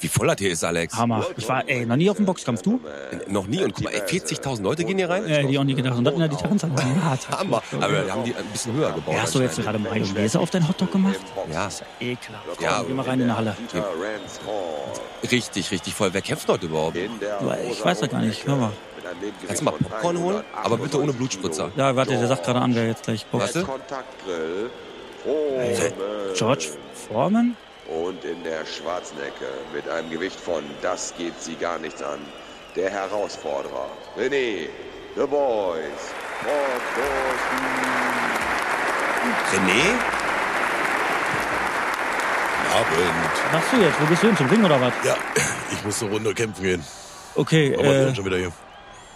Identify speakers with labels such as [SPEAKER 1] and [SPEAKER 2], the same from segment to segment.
[SPEAKER 1] wie voll das hier ist, Alex. Äh,
[SPEAKER 2] Hammer. Ich war, ey, noch nie auf dem Boxkampf, du?
[SPEAKER 1] Noch nie. Und guck mal, ey, 40.000 Leute gehen hier rein.
[SPEAKER 2] Äh, die halt auch nie gedacht. Und dann in der Gitarrenzahl. Hart.
[SPEAKER 1] Hammer. Aber wir haben die ein bisschen höher gebaut.
[SPEAKER 2] Ja, hast du jetzt gerade mal Mayonnaise auf deinen Hotdog gemacht?
[SPEAKER 1] Ja,
[SPEAKER 2] Ekelhaft. Komm,
[SPEAKER 1] Ja.
[SPEAKER 2] geh mal rein in die Halle.
[SPEAKER 1] richtig, richtig voll. Wer kämpft heute überhaupt?
[SPEAKER 2] Ich weiß das gar nicht. Hör mal.
[SPEAKER 1] Kannst du mal Popcorn holen? Aber bitte ohne Blutspritzer.
[SPEAKER 2] Ja, warte, der sagt gerade an, wer jetzt gleich boxt.
[SPEAKER 1] Warte.
[SPEAKER 3] Kontaktgrill. Ohne.
[SPEAKER 2] George Foreman?
[SPEAKER 3] Und in der schwarzen Ecke mit einem Gewicht von Das geht sie gar nichts an. Der Herausforderer. René, The Boys.
[SPEAKER 1] René?
[SPEAKER 4] Abend.
[SPEAKER 2] Was machst du jetzt? Wo gehst du hin? Zum Ring oder was?
[SPEAKER 4] Ja, ich muss eine Runde kämpfen gehen.
[SPEAKER 2] Okay,
[SPEAKER 4] Aber wir
[SPEAKER 2] äh,
[SPEAKER 4] sind schon wieder hier.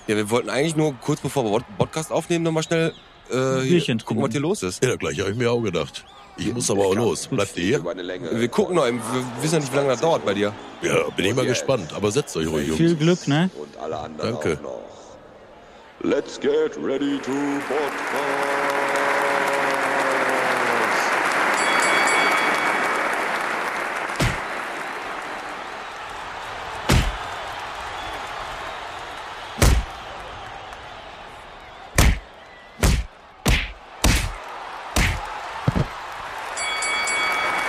[SPEAKER 1] Ja, wir wollten eigentlich nur kurz bevor wir Pod- Podcast aufnehmen, nochmal schnell äh, hier,
[SPEAKER 2] Bierchen
[SPEAKER 1] gucken, was hier los ist.
[SPEAKER 4] Ja, gleich habe ich mir auch gedacht. Ich muss aber auch los. Bleibt ihr hier?
[SPEAKER 3] Über eine Länge.
[SPEAKER 1] Wir gucken noch, eben, wir wissen ja nicht, wie lange das dauert bei dir.
[SPEAKER 4] Ja, bin ich mal gespannt. Aber setzt euch ruhig,
[SPEAKER 2] viel
[SPEAKER 4] Jungs.
[SPEAKER 2] Glück, ne?
[SPEAKER 3] Und alle anderen
[SPEAKER 4] Danke.
[SPEAKER 3] auch noch. Let's get ready to podcast.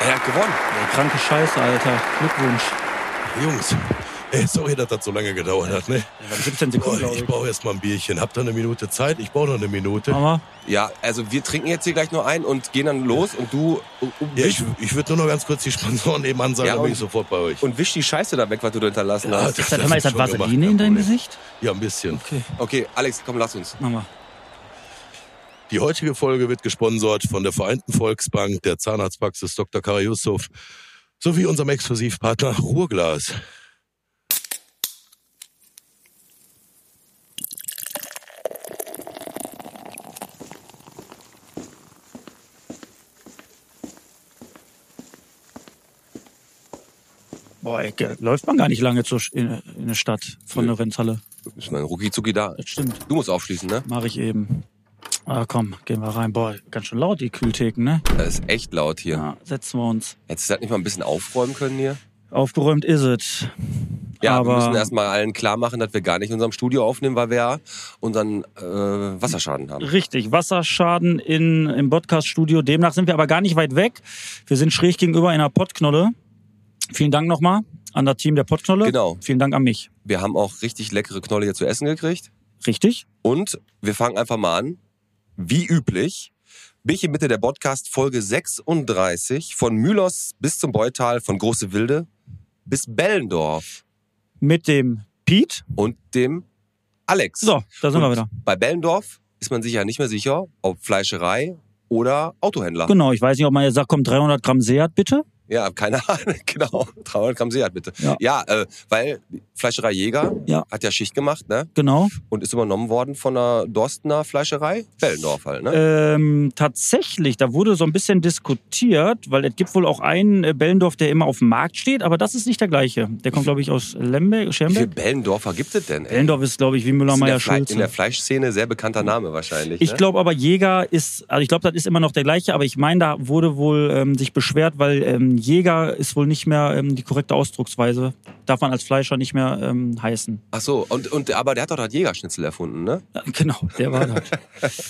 [SPEAKER 1] Er hat gewonnen.
[SPEAKER 2] Ey, kranke Scheiße, Alter. Glückwunsch.
[SPEAKER 4] Jungs, ey, sorry, dass das so lange gedauert hat, ne?
[SPEAKER 2] Ja, 17
[SPEAKER 4] Boah,
[SPEAKER 2] Sekunden, glaube
[SPEAKER 4] ich
[SPEAKER 2] ich.
[SPEAKER 4] brauche erst mal ein Bierchen. Habt ihr eine Minute Zeit? Ich brauche noch eine Minute.
[SPEAKER 2] Hammer.
[SPEAKER 1] Ja, also wir trinken jetzt hier gleich nur ein und gehen dann los und du um, um,
[SPEAKER 4] Ja, ich,
[SPEAKER 1] wisch,
[SPEAKER 4] ich würde nur noch ganz kurz die Sponsoren eben ansagen,
[SPEAKER 1] Ja,
[SPEAKER 4] dann bin
[SPEAKER 1] und-
[SPEAKER 4] ich sofort bei euch.
[SPEAKER 1] und wisch die Scheiße da weg, was du da hinterlassen
[SPEAKER 4] Ja,
[SPEAKER 1] hast.
[SPEAKER 2] Ist das, hör mal, ist das
[SPEAKER 4] schon gemacht,
[SPEAKER 2] Vaseline
[SPEAKER 4] kein
[SPEAKER 2] in deinem
[SPEAKER 4] Problem.
[SPEAKER 2] Gesicht?
[SPEAKER 4] Ja, ein bisschen.
[SPEAKER 2] Okay,
[SPEAKER 1] Okay, Alex, komm, lass uns.
[SPEAKER 2] Mama.
[SPEAKER 4] Die heutige Folge wird gesponsert von der Vereinten Volksbank, der Zahnarztpraxis Dr. Kara Yusuf sowie unserem Exklusivpartner Ruhrglas.
[SPEAKER 2] Boah, ey, ge- läuft man gar nicht lange zur, Sch- in, in der Stadt von der Rennhalle.
[SPEAKER 1] Ich meine, Ruki Zuki da.
[SPEAKER 2] Das stimmt.
[SPEAKER 1] Du musst aufschließen, ne?
[SPEAKER 2] Mache ich eben. Ah, komm, gehen wir rein. Boah, ganz schön laut, die Kühltheken, ne?
[SPEAKER 1] Das ist echt laut hier.
[SPEAKER 2] Ja, setzen wir uns.
[SPEAKER 1] Hättest du das nicht mal ein bisschen aufräumen können hier?
[SPEAKER 2] Aufgeräumt ist es.
[SPEAKER 1] Ja, wir
[SPEAKER 2] aber
[SPEAKER 1] müssen erstmal allen klar machen, dass wir gar nicht in unserem Studio aufnehmen, weil wir ja unseren äh, Wasserschaden haben.
[SPEAKER 2] richtig, Wasserschaden in, im Podcast-Studio. Demnach sind wir aber gar nicht weit weg. Wir sind schräg gegenüber in einer Pottknolle. Vielen Dank nochmal an das Team der Pottknolle.
[SPEAKER 1] Genau.
[SPEAKER 2] Vielen Dank an mich.
[SPEAKER 1] Wir haben auch richtig leckere Knolle hier zu essen gekriegt.
[SPEAKER 2] Richtig?
[SPEAKER 1] Und wir fangen einfach mal an. Wie üblich, Bierchen Mitte der Podcast Folge 36 von Mylos bis zum Beutal, von Große Wilde bis Bellendorf
[SPEAKER 2] Mit dem Pete.
[SPEAKER 1] und dem Alex.
[SPEAKER 2] So, da sind
[SPEAKER 1] Und
[SPEAKER 2] wir wieder.
[SPEAKER 1] Bei Bellendorf ist man sich ja nicht mehr sicher, ob Fleischerei oder Autohändler.
[SPEAKER 2] Genau, ich weiß nicht, ob man jetzt sagt, komm, 300 Gramm Seat bitte.
[SPEAKER 1] Ja, keine Ahnung, genau. 300 Gramm Seat bitte.
[SPEAKER 2] Ja.
[SPEAKER 1] Ja, äh, weil Fleischerei Jäger
[SPEAKER 2] Ja.
[SPEAKER 1] hat ja Schicht gemacht, ne?
[SPEAKER 2] Genau.
[SPEAKER 1] Und ist übernommen worden von einer Dorstener Fleischerei. Bellendorf halt, ne?
[SPEAKER 2] Ähm, tatsächlich, da wurde so ein bisschen diskutiert, weil es gibt wohl auch einen äh, Bellendorf, der immer auf dem Markt steht, aber das ist nicht der gleiche. Der kommt, glaube ich, aus Lemberg,
[SPEAKER 1] Wie viele
[SPEAKER 2] Schermbeck.
[SPEAKER 1] Bellendorfer gibt es denn? ey?
[SPEAKER 2] Bellendorf ist, glaube ich, wie
[SPEAKER 1] Ist in, der Fle-
[SPEAKER 2] Müller-Meyer-Schulze.
[SPEAKER 1] in der Fleischszene sehr bekannter Name wahrscheinlich.
[SPEAKER 2] Ich
[SPEAKER 1] ne?
[SPEAKER 2] glaube aber, Jäger ist, also ich glaube, das ist immer noch der gleiche, aber ich meine, da wurde wohl ähm, sich beschwert, weil ähm, Jäger ist wohl nicht mehr ähm, die korrekte Ausdrucksweise. Darf man als Fleischer nicht mehr ähm, heißen.
[SPEAKER 1] Ach so, und, und, aber der hat doch das Jägerschnitzel erfunden, ne?
[SPEAKER 2] Ja, Genau, der war das.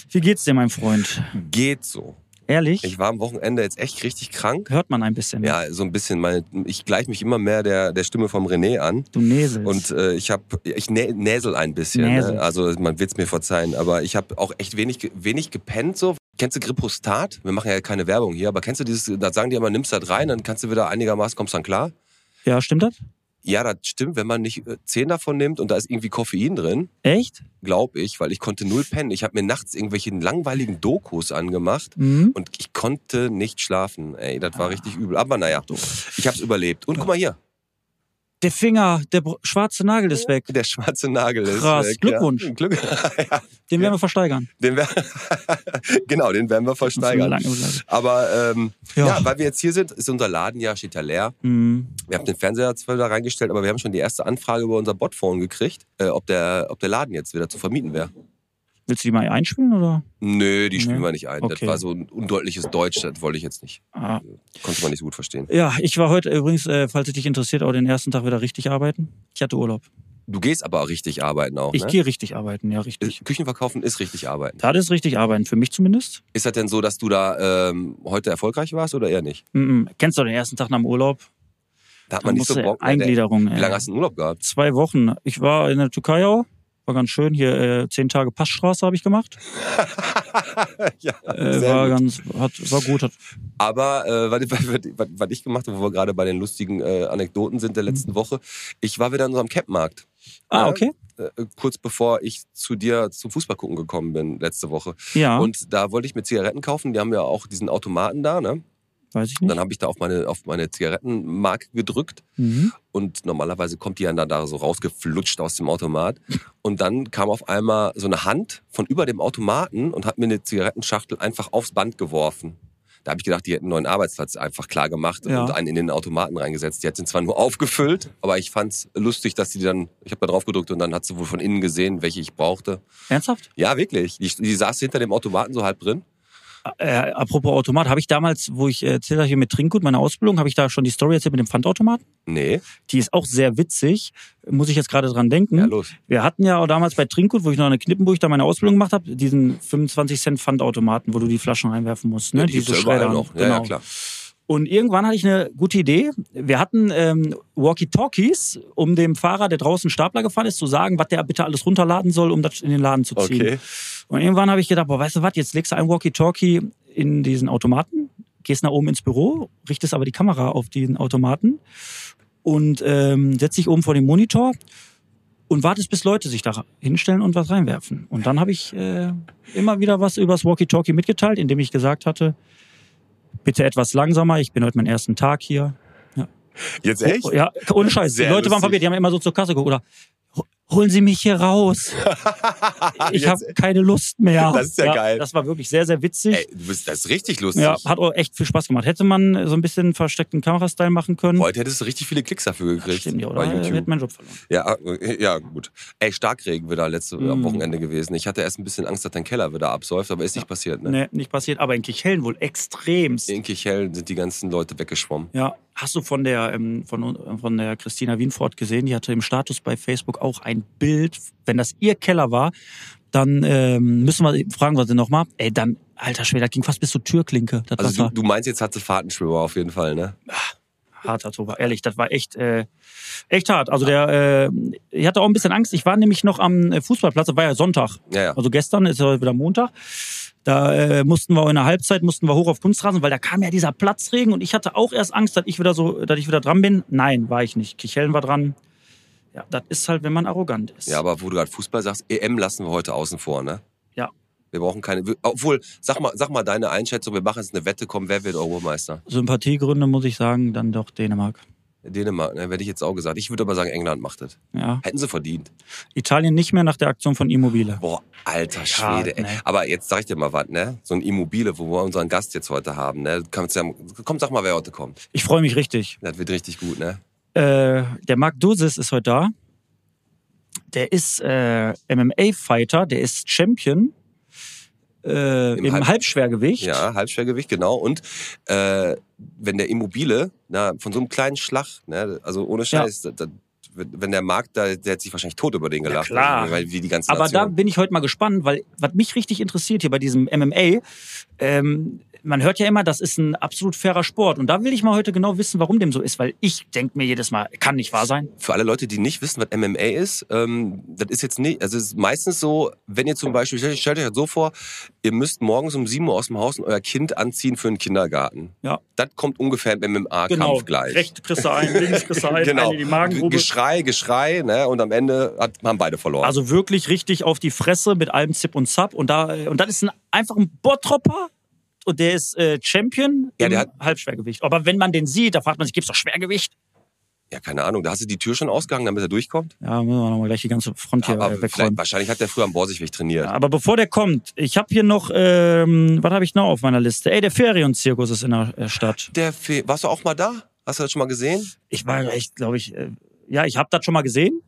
[SPEAKER 2] Wie geht's dir, mein Freund?
[SPEAKER 1] Geht so.
[SPEAKER 2] Ehrlich?
[SPEAKER 1] Ich war am Wochenende jetzt echt richtig krank.
[SPEAKER 2] Hört man ein bisschen. ne?
[SPEAKER 1] Ja, so ein bisschen. Meine, ich gleiche mich immer mehr der, der Stimme vom René an.
[SPEAKER 2] Du näselst.
[SPEAKER 1] Und äh, ich habe, ich nä näsel ein bisschen.
[SPEAKER 2] Näsel.
[SPEAKER 1] Ne? Also man wird's mir verzeihen, aber ich habe auch echt wenig, ge- wenig gepennt so. Kennst du Grippostat? Wir machen ja keine Werbung hier, aber kennst du dieses, da sagen die immer, nimmst das rein, dann kannst du wieder einigermaßen, kommst dann klar.
[SPEAKER 2] ja, stimmt das?
[SPEAKER 1] Ja, das stimmt, wenn man nicht äh, zehn davon nimmt und da ist irgendwie Koffein drin,
[SPEAKER 2] Echt?
[SPEAKER 1] glaube ich, weil ich konnte null pennen. Ich habe mir nachts irgendwelche langweiligen Dokus angemacht
[SPEAKER 2] Mhm.
[SPEAKER 1] und ich konnte nicht schlafen. Ey, das war richtig übel. Aber naja, ich habe es überlebt. Und guck mal hier,
[SPEAKER 2] Der Finger, der br- schwarze Nagel ist weg.
[SPEAKER 1] der schwarze Nagel ist
[SPEAKER 2] Krass,
[SPEAKER 1] weg.
[SPEAKER 2] Glückwunsch.
[SPEAKER 1] Ja. Glück
[SPEAKER 2] Den werden wir versteigern.
[SPEAKER 1] Den wer genau, den werden wir versteigern.
[SPEAKER 2] Lange- lange-
[SPEAKER 1] Aber ähm, ja.
[SPEAKER 2] Ja.
[SPEAKER 1] weil wir jetzt hier sind, ist unser Laden ja, steht ja leer.
[SPEAKER 2] Mhm.
[SPEAKER 1] Wir haben den Fernseher zwar da reingestellt, aber wir haben schon die erste Anfrage über unser Botphone gekriegt, äh, ob, der, ob der Laden jetzt wieder zu vermieten wäre.
[SPEAKER 2] Willst du die mal einspielen oder?
[SPEAKER 1] Nö, die spielen
[SPEAKER 2] Nee.
[SPEAKER 1] wir nicht ein.
[SPEAKER 2] Okay.
[SPEAKER 1] Das war so ein undeutliches Deutsch, das wollte ich jetzt nicht.
[SPEAKER 2] Ah.
[SPEAKER 1] Konnte man nicht so gut verstehen.
[SPEAKER 2] Ja, ich war heute übrigens, äh, falls es dich interessiert, auch den ersten Tag wieder richtig arbeiten. Ich hatte Urlaub.
[SPEAKER 1] Du gehst aber richtig arbeiten auch,
[SPEAKER 2] ich
[SPEAKER 1] ne?
[SPEAKER 2] gehe richtig arbeiten, ja,
[SPEAKER 1] Äh,
[SPEAKER 2] richtig.
[SPEAKER 1] Küchen verkaufen ist richtig arbeiten.
[SPEAKER 2] Das ist richtig arbeiten, für mich zumindest.
[SPEAKER 1] Ist das denn so, dass du da ähm, heute erfolgreich warst oder eher nicht?
[SPEAKER 2] Mm -mm. Kennst du den ersten Tag nach dem Urlaub?
[SPEAKER 1] Da hat
[SPEAKER 2] Da
[SPEAKER 1] man nicht
[SPEAKER 2] musst
[SPEAKER 1] so
[SPEAKER 2] du
[SPEAKER 1] Bock. ne?
[SPEAKER 2] Eingliederung.
[SPEAKER 1] Wie
[SPEAKER 2] ey.
[SPEAKER 1] lange hast du einen Urlaub gehabt?
[SPEAKER 2] Zwei Wochen. Ich war in der Türkei auch. War ganz schön. Hier äh, zehn Tage Passstraße habe ich gemacht.
[SPEAKER 1] ja,
[SPEAKER 2] Äh,
[SPEAKER 1] sehr
[SPEAKER 2] war
[SPEAKER 1] gut.
[SPEAKER 2] ganz, hat, war gut. Hat,
[SPEAKER 1] Aber äh, was, was, was, was ich gemacht habe, wo wir gerade bei den lustigen äh, Anekdoten sind der letzten Woche, ich war wieder in unserem Campmarkt.
[SPEAKER 2] ah,
[SPEAKER 1] Ja.
[SPEAKER 2] okay.
[SPEAKER 1] Äh, kurz bevor ich zu dir zum Fußball gucken gekommen bin letzte Woche.
[SPEAKER 2] Ja,
[SPEAKER 1] Und da wollte ich mir Zigaretten kaufen. Die haben ja auch diesen Automaten da, ne?
[SPEAKER 2] weiß
[SPEAKER 1] Und
[SPEAKER 2] ich nicht.
[SPEAKER 1] dann habe ich da auf meine, auf meine Zigarettenmarke gedrückt.
[SPEAKER 2] Mhm.
[SPEAKER 1] Und normalerweise kommt die ja dann da so rausgeflutscht aus dem Automat. Und dann kam auf einmal so eine Hand von über dem Automaten und hat mir eine Zigarettenschachtel einfach aufs Band geworfen. Da habe ich gedacht, die hätten einen neuen Arbeitsplatz einfach klar gemacht
[SPEAKER 2] Ja.
[SPEAKER 1] und einen in den Automaten reingesetzt. Die hat den zwar nur aufgefüllt, aber ich fand's lustig, dass die dann, ich habe da drauf gedrückt und dann hat sie wohl von innen gesehen, welche ich brauchte.
[SPEAKER 2] Ernsthaft?
[SPEAKER 1] Ja, wirklich. Die, die saß hinter dem Automaten so halb drin.
[SPEAKER 2] Äh, apropos Automat, habe ich damals, wo ich äh, erzählt habe, hier mit Trinkgut, meine Ausbildung, habe ich da schon die Story erzählt mit dem Pfandautomaten?
[SPEAKER 1] Nee,
[SPEAKER 2] Die ist auch sehr witzig. Muss ich jetzt gerade dran denken.
[SPEAKER 1] ja los.
[SPEAKER 2] Wir hatten ja auch damals bei Trinkgut, wo ich noch in der Knippenburg da meine Ausbildung gemacht habe, diesen 25 Cent Pfandautomaten, wo du die Flaschen reinwerfen musst, ne?
[SPEAKER 1] Ja, die
[SPEAKER 2] Diese
[SPEAKER 1] gibt's ja überall
[SPEAKER 2] Schredder.
[SPEAKER 1] noch. Ja,
[SPEAKER 2] genau.
[SPEAKER 1] ja, klar.
[SPEAKER 2] Und irgendwann hatte ich eine gute Idee. Wir hatten ähm, Walkie-Talkies, um dem Fahrer, der draußen Stapler gefahren ist, zu sagen, was der bitte alles runterladen soll, um das in den Laden zu ziehen.
[SPEAKER 1] Okay.
[SPEAKER 2] Und irgendwann habe ich gedacht, boah, weißt du was, jetzt legst du ein Walkie-Talkie in diesen Automaten, gehst nach oben ins Büro, richtest aber die Kamera auf diesen Automaten und ähm, setzt dich oben vor den Monitor und wartest, bis Leute sich da hinstellen und was reinwerfen. Und dann habe ich äh, immer wieder was übers Walkie-Talkie mitgeteilt, indem ich gesagt hatte, bitte etwas langsamer, ich bin heute meinen ersten Tag hier.
[SPEAKER 1] Jetzt echt?
[SPEAKER 2] Ja, ohne Scheiß.
[SPEAKER 1] Sehr
[SPEAKER 2] die Leute waren
[SPEAKER 1] lustig.
[SPEAKER 2] verwirrt, die haben immer so zur Kasse geguckt oder "Ho- holen Sie mich hier raus. ich
[SPEAKER 1] Jetzt-
[SPEAKER 2] habe keine Lust mehr.
[SPEAKER 1] Das ist ja geil.
[SPEAKER 2] Das war wirklich sehr, sehr witzig.
[SPEAKER 1] Ey, du bist, das ist richtig lustig.
[SPEAKER 2] ja, hat auch echt viel Spaß gemacht. Hätte man so ein bisschen versteckten Kamerastyle machen können.
[SPEAKER 1] Heute hättest du richtig viele Klicks dafür gekriegt
[SPEAKER 2] Stimmt Hm. ja, oder?
[SPEAKER 1] bei
[SPEAKER 2] Ich
[SPEAKER 1] YouTube.
[SPEAKER 2] hätte meinen Job verloren.
[SPEAKER 1] Ja, äh, ja, gut. Ey, Starkregen wieder letzte
[SPEAKER 2] Hm.
[SPEAKER 1] am Wochenende gewesen. Ich hatte erst ein bisschen Angst, dass dein Keller wieder absäuft, aber ist nicht passiert. Ne?
[SPEAKER 2] Nee, nicht passiert. Aber in Kichellen wohl extremst.
[SPEAKER 1] In Kichellen sind die ganzen Leute weggeschwommen.
[SPEAKER 2] Ja, hast du von der ähm, von, von der Christina Wienfort gesehen? Die hatte im Status bei Facebook auch ein Bild. Wenn das ihr Keller war, dann ähm, müssen wir fragen wir sie nochmal. Ey, dann alter Schwede, das ging fast bis zur Türklinke. Das
[SPEAKER 1] Also
[SPEAKER 2] Wasser.
[SPEAKER 1] du, du meinst, jetzt hat sie Fahrtenschwimmer auf jeden Fall, ne?
[SPEAKER 2] harter Tobak. Ehrlich, das war echt, äh, echt hart. Also der, äh, ich hatte auch ein bisschen Angst. Ich war nämlich noch am äh, Fußballplatz. Das war ja Sonntag.
[SPEAKER 1] Ja, ja.
[SPEAKER 2] Also gestern ist ja heute wieder Montag. Da äh, mussten wir in der Halbzeit mussten wir hoch auf Kunstrasen, weil da kam ja dieser Platzregen und ich hatte auch erst Angst, dass ich wieder so, dass ich wieder dran bin. Nein, war ich nicht. Kichellen war dran. Ja, das ist halt, wenn man arrogant ist.
[SPEAKER 1] Ja, aber wo du gerade Fußball sagst, EM lassen wir heute außen vor, ne?
[SPEAKER 2] Ja.
[SPEAKER 1] Wir brauchen keine. wir- Obwohl, sag mal, sag mal deine Einschätzung, wir machen jetzt eine Wette, komm, wer wird Europameister?
[SPEAKER 2] Sympathiegründe muss ich sagen, dann doch Dänemark.
[SPEAKER 1] Dänemark, ne? Werde ich jetzt auch gesagt. Ich würde aber sagen, England macht das.
[SPEAKER 2] Ja.
[SPEAKER 1] Hätten sie verdient.
[SPEAKER 2] Italien nicht mehr nach der Aktion von Immobile.
[SPEAKER 1] Boah, alter
[SPEAKER 2] Ja,
[SPEAKER 1] Schwede. ey.
[SPEAKER 2] ne.
[SPEAKER 1] Aber jetzt sag ich dir mal was, ne? So ein Immobile, wo wir unseren Gast jetzt heute haben, ne? Kannst ja, komm, sag mal, wer heute kommt.
[SPEAKER 2] Ich freue mich richtig.
[SPEAKER 1] Das wird richtig gut, ne?
[SPEAKER 2] äh, der Marc Dosis ist heute da. Der ist äh, MMA-Fighter, der ist Champion äh,
[SPEAKER 1] Im
[SPEAKER 2] im,
[SPEAKER 1] Halb-
[SPEAKER 2] Halbschwergewicht.
[SPEAKER 1] Ja, Halbschwergewicht, genau. Und äh, wenn der Immobile, na, von so einem kleinen Schlag, ne? Also ohne Scheiß, da, da, wenn der Markt, da, der hat sich wahrscheinlich tot über den gelacht. ne?
[SPEAKER 2] klar.
[SPEAKER 1] Weil wie die ganze
[SPEAKER 2] Aber da
[SPEAKER 1] Nation.
[SPEAKER 2] bin ich heute mal gespannt, weil was mich richtig interessiert hier bei diesem MMA, ähm, man hört ja immer, das ist ein absolut fairer Sport. Und da will ich mal heute genau wissen, warum dem so ist, weil ich denke mir jedes Mal, kann nicht wahr sein.
[SPEAKER 1] Für alle Leute, die nicht wissen, was MMA ist, ähm, das ist jetzt nicht, also es ist meistens so, wenn ihr zum Beispiel, stellt, stellt euch das so vor, ihr müsst morgens um 7 Uhr aus dem Haus und euer Kind anziehen für den Kindergarten.
[SPEAKER 2] Ja.
[SPEAKER 1] Das kommt ungefähr im MMA-Kampf gleich.
[SPEAKER 2] Genau, Rechts kriegst du einen, links kriegst du einen,
[SPEAKER 1] genau.
[SPEAKER 2] eine in die
[SPEAKER 1] Ge-
[SPEAKER 2] Magengrube.
[SPEAKER 1] Geschrei, Geschrei, ne? Und am Ende hat, haben beide verloren.
[SPEAKER 2] Also wirklich richtig auf die Fresse mit allem Zip und Zap. Und, da, äh, und dann ist ein, einfach ein Bottropper und der ist äh, Champion
[SPEAKER 1] Ja,
[SPEAKER 2] im
[SPEAKER 1] der hat-
[SPEAKER 2] Halbschwergewicht. Aber wenn man den sieht, da fragt man sich, gibt's doch Schwergewicht?
[SPEAKER 1] ja, keine Ahnung. Da hast du die Tür schon ausgegangen, damit er durchkommt.
[SPEAKER 2] Ja, müssen wir nochmal gleich die ganze Front hier
[SPEAKER 1] Aber
[SPEAKER 2] äh,
[SPEAKER 1] vielleicht,
[SPEAKER 2] wegräumen.
[SPEAKER 1] wahrscheinlich hat der früher am Borsigweg trainiert.
[SPEAKER 2] Ja, aber bevor der kommt, ich habe hier noch, ähm, was habe ich noch auf meiner Liste? Ey, der Ferienzirkus ist in der äh, Stadt.
[SPEAKER 1] Der Fe Warst du auch mal da? Hast du das schon mal gesehen?
[SPEAKER 2] Ich war echt, glaube ich, äh, ja, ich habe das schon mal gesehen,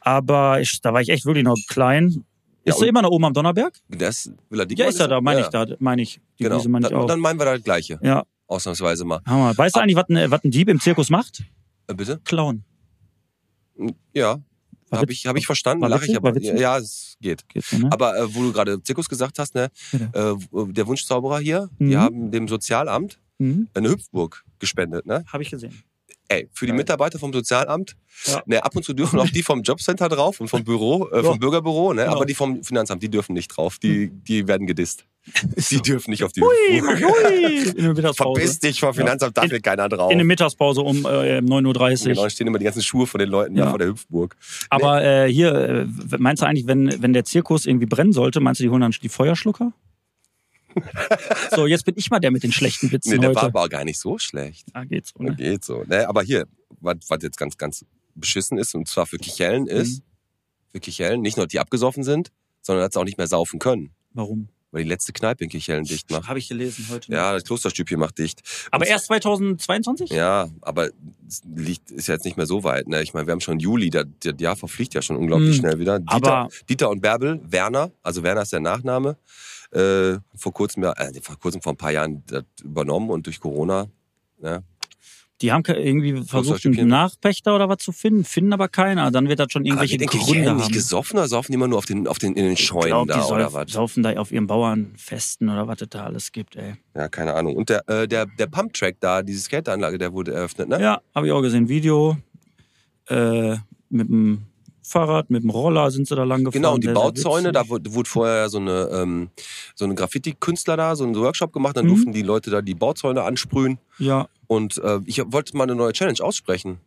[SPEAKER 2] aber ich, da war ich echt wirklich noch klein.
[SPEAKER 1] Ja,
[SPEAKER 2] ist er
[SPEAKER 1] und
[SPEAKER 2] immer noch oben am Donnerberg?
[SPEAKER 1] das Villa
[SPEAKER 2] Ja,
[SPEAKER 1] Diekmann
[SPEAKER 2] ist er da, meine
[SPEAKER 1] ja,
[SPEAKER 2] ich da, meine ich. Die
[SPEAKER 1] Genau.
[SPEAKER 2] Wiese meine ich
[SPEAKER 1] dann, Ah.
[SPEAKER 2] auch.
[SPEAKER 1] dann meinen wir das Gleiche.
[SPEAKER 2] ja,
[SPEAKER 1] Ausnahmsweise mal.
[SPEAKER 2] Hammer. Weißt du eigentlich, was ein, äh, was ein Dieb im Zirkus macht?
[SPEAKER 1] Äh, bitte?
[SPEAKER 2] Klauen.
[SPEAKER 1] Ja.
[SPEAKER 2] War
[SPEAKER 1] Habe
[SPEAKER 2] witz-
[SPEAKER 1] ich, hab ich verstanden,
[SPEAKER 2] war
[SPEAKER 1] lache ich
[SPEAKER 2] witzig,
[SPEAKER 1] aber.
[SPEAKER 2] war witzig.
[SPEAKER 1] Ja, es geht.
[SPEAKER 2] Geht's so, ne?
[SPEAKER 1] Aber äh, wo du gerade Zirkus gesagt hast, ne, äh, der Wunschzauberer hier, die
[SPEAKER 2] Mhm.
[SPEAKER 1] haben dem Sozialamt
[SPEAKER 2] mhm.
[SPEAKER 1] eine Hüpfburg gespendet, ne?
[SPEAKER 2] Habe ich gesehen.
[SPEAKER 1] Ey, für die
[SPEAKER 2] Geil.
[SPEAKER 1] Mitarbeiter vom Sozialamt,
[SPEAKER 2] Ja.
[SPEAKER 1] ne, ab und zu dürfen auch die vom Jobcenter drauf und vom Büro, äh, vom
[SPEAKER 2] Ja.
[SPEAKER 1] Bürgerbüro, ne?
[SPEAKER 2] Genau. Hm.
[SPEAKER 1] Aber die vom Finanzamt, die dürfen nicht drauf. Die, die werden gedisst. Die dürfen nicht auf die Hüpfburg.
[SPEAKER 2] Ui, in der Mittagspause.
[SPEAKER 1] Verpiss dich vom Finanzamt, da
[SPEAKER 2] In-
[SPEAKER 1] will keiner drauf.
[SPEAKER 2] In der Mittagspause um äh, 9.30
[SPEAKER 1] Genau,
[SPEAKER 2] Uhr.
[SPEAKER 1] da stehen immer die ganzen Schuhe von den Leuten da
[SPEAKER 2] Ja.
[SPEAKER 1] vor der Hüpfburg.
[SPEAKER 2] Aber äh, hier, äh, meinst du eigentlich, wenn, wenn der Zirkus irgendwie brennen sollte, meinst du, die holen dann die Feuerschlucker? so, jetzt bin ich mal der mit den schlechten Witzen
[SPEAKER 1] Nee, der war
[SPEAKER 2] heute.
[SPEAKER 1] aber gar nicht so schlecht.
[SPEAKER 2] Da geht's.
[SPEAKER 1] Ja,
[SPEAKER 2] Ohne.
[SPEAKER 1] Geht so. Ne, aber hier, was was jetzt ganz, ganz beschissen ist, und zwar für
[SPEAKER 2] Mhm.
[SPEAKER 1] Kichellen ist,
[SPEAKER 2] Hm,
[SPEAKER 1] für Kichellen, nicht nur, dass die abgesoffen sind, sondern dass sie auch nicht mehr saufen können.
[SPEAKER 2] Warum?
[SPEAKER 1] Weil die letzte Kneipe in Kichellen dicht macht.
[SPEAKER 2] Habe ich gelesen heute.
[SPEAKER 1] Ja, das Klosterstübchen macht dicht.
[SPEAKER 2] aber erst 2022?
[SPEAKER 1] Ja, aber es liegt, ist ja jetzt nicht mehr so weit. Ne? Ich meine, wir haben schon Juli, das, das Jahr verfliegt ja schon unglaublich
[SPEAKER 2] Hm,
[SPEAKER 1] schnell wieder. Dieter,
[SPEAKER 2] aber-
[SPEAKER 1] Dieter und Bärbel, Werner, also Werner ist der Nachname, äh, vor kurzem, ja, äh, vor kurzem, vor ein paar Jahren das übernommen und durch Corona. Ne?
[SPEAKER 2] Die haben ke- irgendwie versucht,
[SPEAKER 1] Stückchen.
[SPEAKER 2] einen Nachpächter oder was zu finden, finden aber keiner. Dann wird das schon
[SPEAKER 1] Aber
[SPEAKER 2] irgendwelche
[SPEAKER 1] wird in
[SPEAKER 2] Gründe
[SPEAKER 1] Kirchhellen
[SPEAKER 2] haben.
[SPEAKER 1] nicht gesoffen oder saufen die immer nur auf den, auf den, in den Scheunen
[SPEAKER 2] glaub,
[SPEAKER 1] da
[SPEAKER 2] die
[SPEAKER 1] oder
[SPEAKER 2] sauf-
[SPEAKER 1] was?
[SPEAKER 2] saufen da auf ihren Bauernfesten oder was es da alles gibt, ey.
[SPEAKER 1] Ja, keine Ahnung. Und der, äh, der, der Pumptrack da, diese Skateanlage, der wurde eröffnet, ne?
[SPEAKER 2] Ja, habe ich auch gesehen. Video äh, mit dem Fahrrad, mit dem Roller sind sie da lang gefahren.
[SPEAKER 1] Genau, und die
[SPEAKER 2] Sehr, sehr
[SPEAKER 1] Bauzäune, da
[SPEAKER 2] witzig.
[SPEAKER 1] wurde, wurde vorher so eine, ähm, so eine Graffiti-Künstler da, so einen Workshop gemacht, dann
[SPEAKER 2] Mhm.
[SPEAKER 1] durften die Leute da die Bauzäune ansprühen.
[SPEAKER 2] Ja,
[SPEAKER 1] Und äh, ich wollte mal eine neue Challenge aussprechen.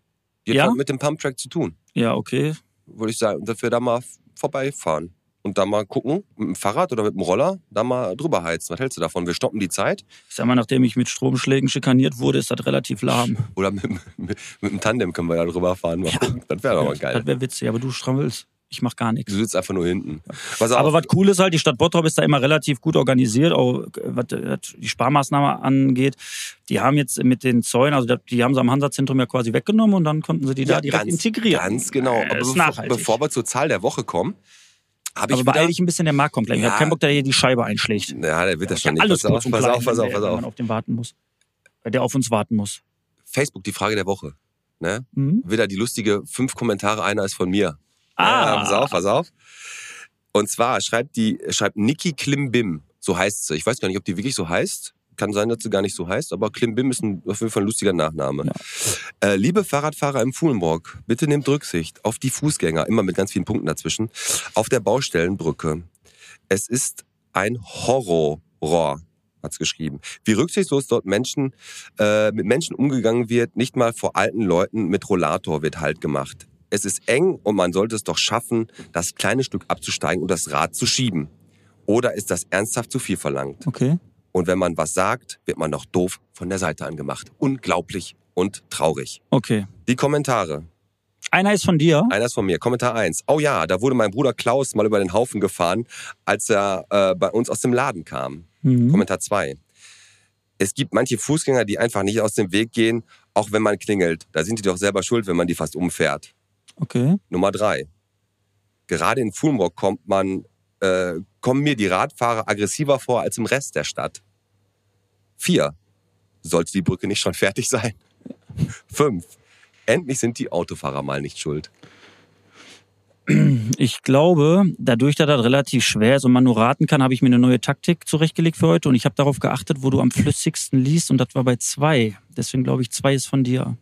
[SPEAKER 1] Die hat
[SPEAKER 2] Ja?
[SPEAKER 1] was mit dem Pumptrack zu tun.
[SPEAKER 2] ja, okay.
[SPEAKER 1] Würde ich sagen, dass wir da mal vorbeifahren. Und da mal gucken, mit dem Fahrrad oder mit dem Roller, da mal drüber heizen. Was hältst du davon? Wir stoppen die Zeit
[SPEAKER 2] Ich sag mal, nachdem ich mit Stromschlägen schikaniert wurde, ist das relativ lahm.
[SPEAKER 1] oder mit, mit, mit dem Tandem können wir da drüber fahren. Mal gucken. Das wäre doch mal geil.
[SPEAKER 2] Das wäre witzig, aber du strammelst. Ich mach gar nichts.
[SPEAKER 1] Du sitzt einfach nur hinten. Pass auf,
[SPEAKER 2] Aber was cool ist halt, die Stadt Bottrop ist da immer relativ gut organisiert, auch äh, was äh, was die Sparmaßnahme angeht. Die haben jetzt mit den Zäunen, also da- die haben sie am Hansa-Zentrum ja quasi weggenommen und dann konnten sie die
[SPEAKER 1] Ja,
[SPEAKER 2] da direkt
[SPEAKER 1] ganz-
[SPEAKER 2] integrieren.
[SPEAKER 1] Ganz genau.
[SPEAKER 2] Äh,
[SPEAKER 1] Aber
[SPEAKER 2] ist
[SPEAKER 1] bevor,
[SPEAKER 2] nachhaltig.
[SPEAKER 1] bevor wir zur Zahl der Woche kommen, habe ich
[SPEAKER 2] aber beeil
[SPEAKER 1] wieder...
[SPEAKER 2] dich ein bisschen der Marktkomplex. Ich
[SPEAKER 1] Ja.
[SPEAKER 2] habe keinen Bock, der hier die Scheibe einschlägt.
[SPEAKER 1] Ja, der wird das schon nicht.
[SPEAKER 2] alles
[SPEAKER 1] pass
[SPEAKER 2] kurz
[SPEAKER 1] auf,
[SPEAKER 2] und
[SPEAKER 1] pass
[SPEAKER 2] klein, genau.
[SPEAKER 1] auf, pass
[SPEAKER 2] wenn
[SPEAKER 1] auf,
[SPEAKER 2] der-
[SPEAKER 1] pass
[SPEAKER 2] wenn
[SPEAKER 1] auf.
[SPEAKER 2] man auf den warten muss. Äh, Der auf uns warten muss.
[SPEAKER 1] Facebook, die Frage der Woche. Ne?
[SPEAKER 2] Mhm.
[SPEAKER 1] Wieder die lustige fünf Kommentare, einer ist von mir. Ja, pass
[SPEAKER 2] Ah,
[SPEAKER 1] auf, pass auf. Und zwar schreibt die, schreibt Niki Klimbim, so heißt sie. Ich weiß gar nicht, ob die wirklich so heißt. Kann sein, dass sie gar nicht so heißt, aber Klimbim ist ein, auf jeden Fall ein lustiger Nachname. Äh, liebe Fahrradfahrer im Fuhlenbrock, bitte nehmt Rücksicht auf die Fußgänger, immer mit ganz vielen Punkten dazwischen, auf der Baustellenbrücke. Es ist ein Horror, hat's geschrieben. Wie rücksichtslos dort Menschen äh, mit Menschen umgegangen wird, nicht mal vor alten Leuten mit Rollator wird halt gemacht. Es ist eng und man sollte es doch schaffen, das kleine Stück abzusteigen und das Rad zu schieben. Oder ist das ernsthaft zu viel verlangt?
[SPEAKER 2] okay.
[SPEAKER 1] Und wenn man was sagt, wird man noch doof von der Seite angemacht. Unglaublich und traurig.
[SPEAKER 2] Okay.
[SPEAKER 1] Die Kommentare.
[SPEAKER 2] Einer ist von dir.
[SPEAKER 1] Einer ist von mir. Kommentar 1. Oh ja, da wurde mein Bruder Klaus mal über den Haufen gefahren, als er äh, bei uns aus dem Laden kam.
[SPEAKER 2] Mhm.
[SPEAKER 1] Kommentar 2. Es gibt manche Fußgänger, die einfach nicht aus dem Weg gehen, auch wenn man klingelt. Da sind die doch selber schuld, wenn man die fast umfährt.
[SPEAKER 2] Okay.
[SPEAKER 1] Nummer 3. Gerade in Fulmrock kommt man, äh, kommen mir die Radfahrer aggressiver vor als im Rest der Stadt. 4. Sollte die Brücke nicht schon fertig sein? 5. Endlich sind die Autofahrer mal nicht schuld.
[SPEAKER 2] Ich glaube, dadurch, dass das relativ schwer ist und man nur raten kann, habe ich mir eine neue Taktik zurechtgelegt für heute und ich habe darauf geachtet, wo du am flüssigsten liest und das war bei zwei. Deswegen glaube ich, zwei ist von dir.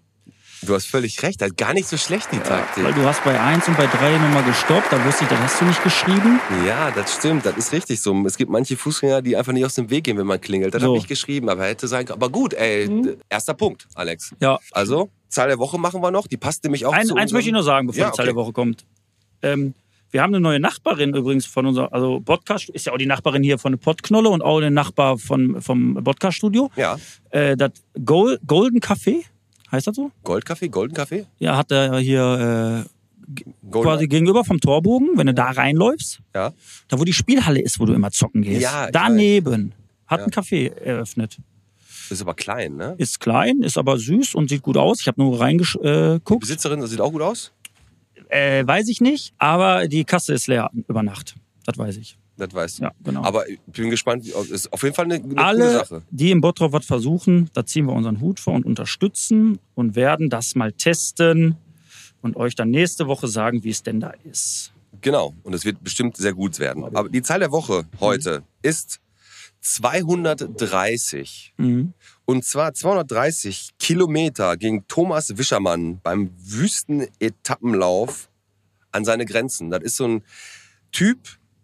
[SPEAKER 1] Du hast völlig recht, das ist gar nicht so schlecht die
[SPEAKER 2] Weil
[SPEAKER 1] Taktik.
[SPEAKER 2] du hast bei eins und bei drei nochmal gestoppt, da wusste ich, das hast du nicht geschrieben.
[SPEAKER 1] Ja, das stimmt, das ist richtig so. Es gibt manche Fußgänger, die einfach nicht aus dem Weg gehen, wenn man klingelt. Das
[SPEAKER 2] So. Mhm.
[SPEAKER 1] habe ich geschrieben, aber hätte sein können. Aber gut, ey, d- erster Punkt, Alex.
[SPEAKER 2] Ja.
[SPEAKER 1] Also, Zahl der Woche machen wir noch, die passt nämlich auch
[SPEAKER 2] Ein,
[SPEAKER 1] zu
[SPEAKER 2] eins
[SPEAKER 1] unserem-
[SPEAKER 2] möchte ich noch sagen, bevor
[SPEAKER 1] Ja,
[SPEAKER 2] die Zahl
[SPEAKER 1] okay.
[SPEAKER 2] der Woche kommt. Ähm, wir haben eine neue Nachbarin übrigens von unserer, also Podcast, ist ja auch die Nachbarin hier von der Pottknolle und auch der Nachbar von, vom Podcast-Studio.
[SPEAKER 1] Ja,
[SPEAKER 2] Äh, das Gol- Golden Café, heißt das so?
[SPEAKER 1] Goldkaffee, Goldenkaffee?
[SPEAKER 2] Ja, hat er hier äh,
[SPEAKER 1] Gold
[SPEAKER 2] quasi gegenüber vom Torbogen, wenn du da reinläufst,
[SPEAKER 1] Ja.
[SPEAKER 2] da wo die Spielhalle ist, wo du immer zocken gehst.
[SPEAKER 1] Ja, ich
[SPEAKER 2] Daneben hat
[SPEAKER 1] Ja.
[SPEAKER 2] ein Café eröffnet.
[SPEAKER 1] Ist aber klein, ne?
[SPEAKER 2] Ist klein, ist aber süß und sieht gut aus. Ich habe nur äh,
[SPEAKER 1] Die
[SPEAKER 2] reingeguckt.
[SPEAKER 1] Besitzerin sieht auch gut aus.
[SPEAKER 2] Äh, weiß ich nicht, aber die Kasse ist leer über Nacht. Das weiß ich.
[SPEAKER 1] Das weißt du.
[SPEAKER 2] Ja, genau.
[SPEAKER 1] Aber ich bin gespannt. wie- Ist auf jeden Fall eine, eine
[SPEAKER 2] alle,
[SPEAKER 1] gute Sache.
[SPEAKER 2] die im Bottrop was versuchen, da ziehen wir unseren Hut vor und unterstützen und werden das mal testen und euch dann nächste Woche sagen, wie es denn da ist.
[SPEAKER 1] Genau. Und es wird bestimmt sehr gut werden. Aber die Zahl der Woche heute ist 230.
[SPEAKER 2] Mhm.
[SPEAKER 1] Und zwar 230 Kilometer ging Thomas Wischermann beim Wüstenetappenlauf an seine Grenzen. Das ist so ein Typ,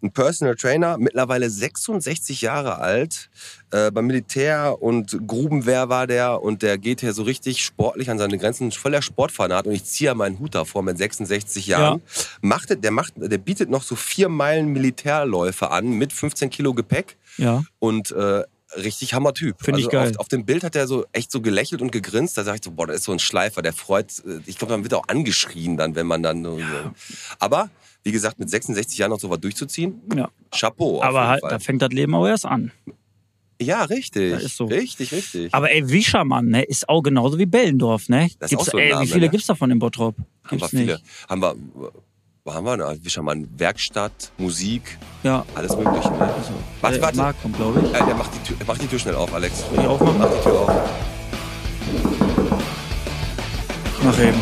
[SPEAKER 1] ein Personal Trainer, mittlerweile 66 Jahre alt. Äh, beim Militär und Grubenwehr war der und der geht hier so richtig sportlich an seine Grenzen, voller Sportfanat und ich ziehe ja meinen Hut davor mit 66 Jahren. Macht, der, macht, der bietet noch so vier Meilen Militärläufe an mit 15 Kilo Gepäck
[SPEAKER 2] Ja,
[SPEAKER 1] und äh, richtig Hammer-Typ.
[SPEAKER 2] Find ich geil.
[SPEAKER 1] Auf, auf dem Bild hat er so echt so gelächelt und gegrinst. Da sag ich so, boah, das ist so ein Schleifer, der freut. äh, Ich glaube, man wird auch angeschrien dann, wenn man dann. so- Aber wie gesagt, mit 66 Jahren noch so was durchzuziehen,
[SPEAKER 2] ja.
[SPEAKER 1] Chapeau. auf
[SPEAKER 2] aber
[SPEAKER 1] jeden
[SPEAKER 2] halt,
[SPEAKER 1] Fall.
[SPEAKER 2] da fängt das Leben auch erst an.
[SPEAKER 1] ja, richtig.
[SPEAKER 2] Da ist so.
[SPEAKER 1] Richtig, richtig.
[SPEAKER 2] Aber ey, Wischermann, ne, ist auch genauso wie Bellendorf, ne?
[SPEAKER 1] Das ist
[SPEAKER 2] Gibt's,
[SPEAKER 1] auch so ein
[SPEAKER 2] ey,
[SPEAKER 1] Name,
[SPEAKER 2] wie viele
[SPEAKER 1] ne?
[SPEAKER 2] gibt's davon im Bottrop?
[SPEAKER 1] haben wir
[SPEAKER 2] Gibt's
[SPEAKER 1] viele.
[SPEAKER 2] nicht.
[SPEAKER 1] Haben wir, wo haben wir denn? Wischermann, Werkstatt, Musik,
[SPEAKER 2] Ja.
[SPEAKER 1] alles Mögliche. Ne?
[SPEAKER 2] Also,
[SPEAKER 1] Warte,
[SPEAKER 2] äh,
[SPEAKER 1] warte.
[SPEAKER 2] Marc kommt, glaube ich.
[SPEAKER 1] Äh, der macht die, Tür, mach die Tür schnell auf, Alex.
[SPEAKER 2] Soll ich aufmachen?
[SPEAKER 1] Mach die Tür auf.
[SPEAKER 2] Mach eben.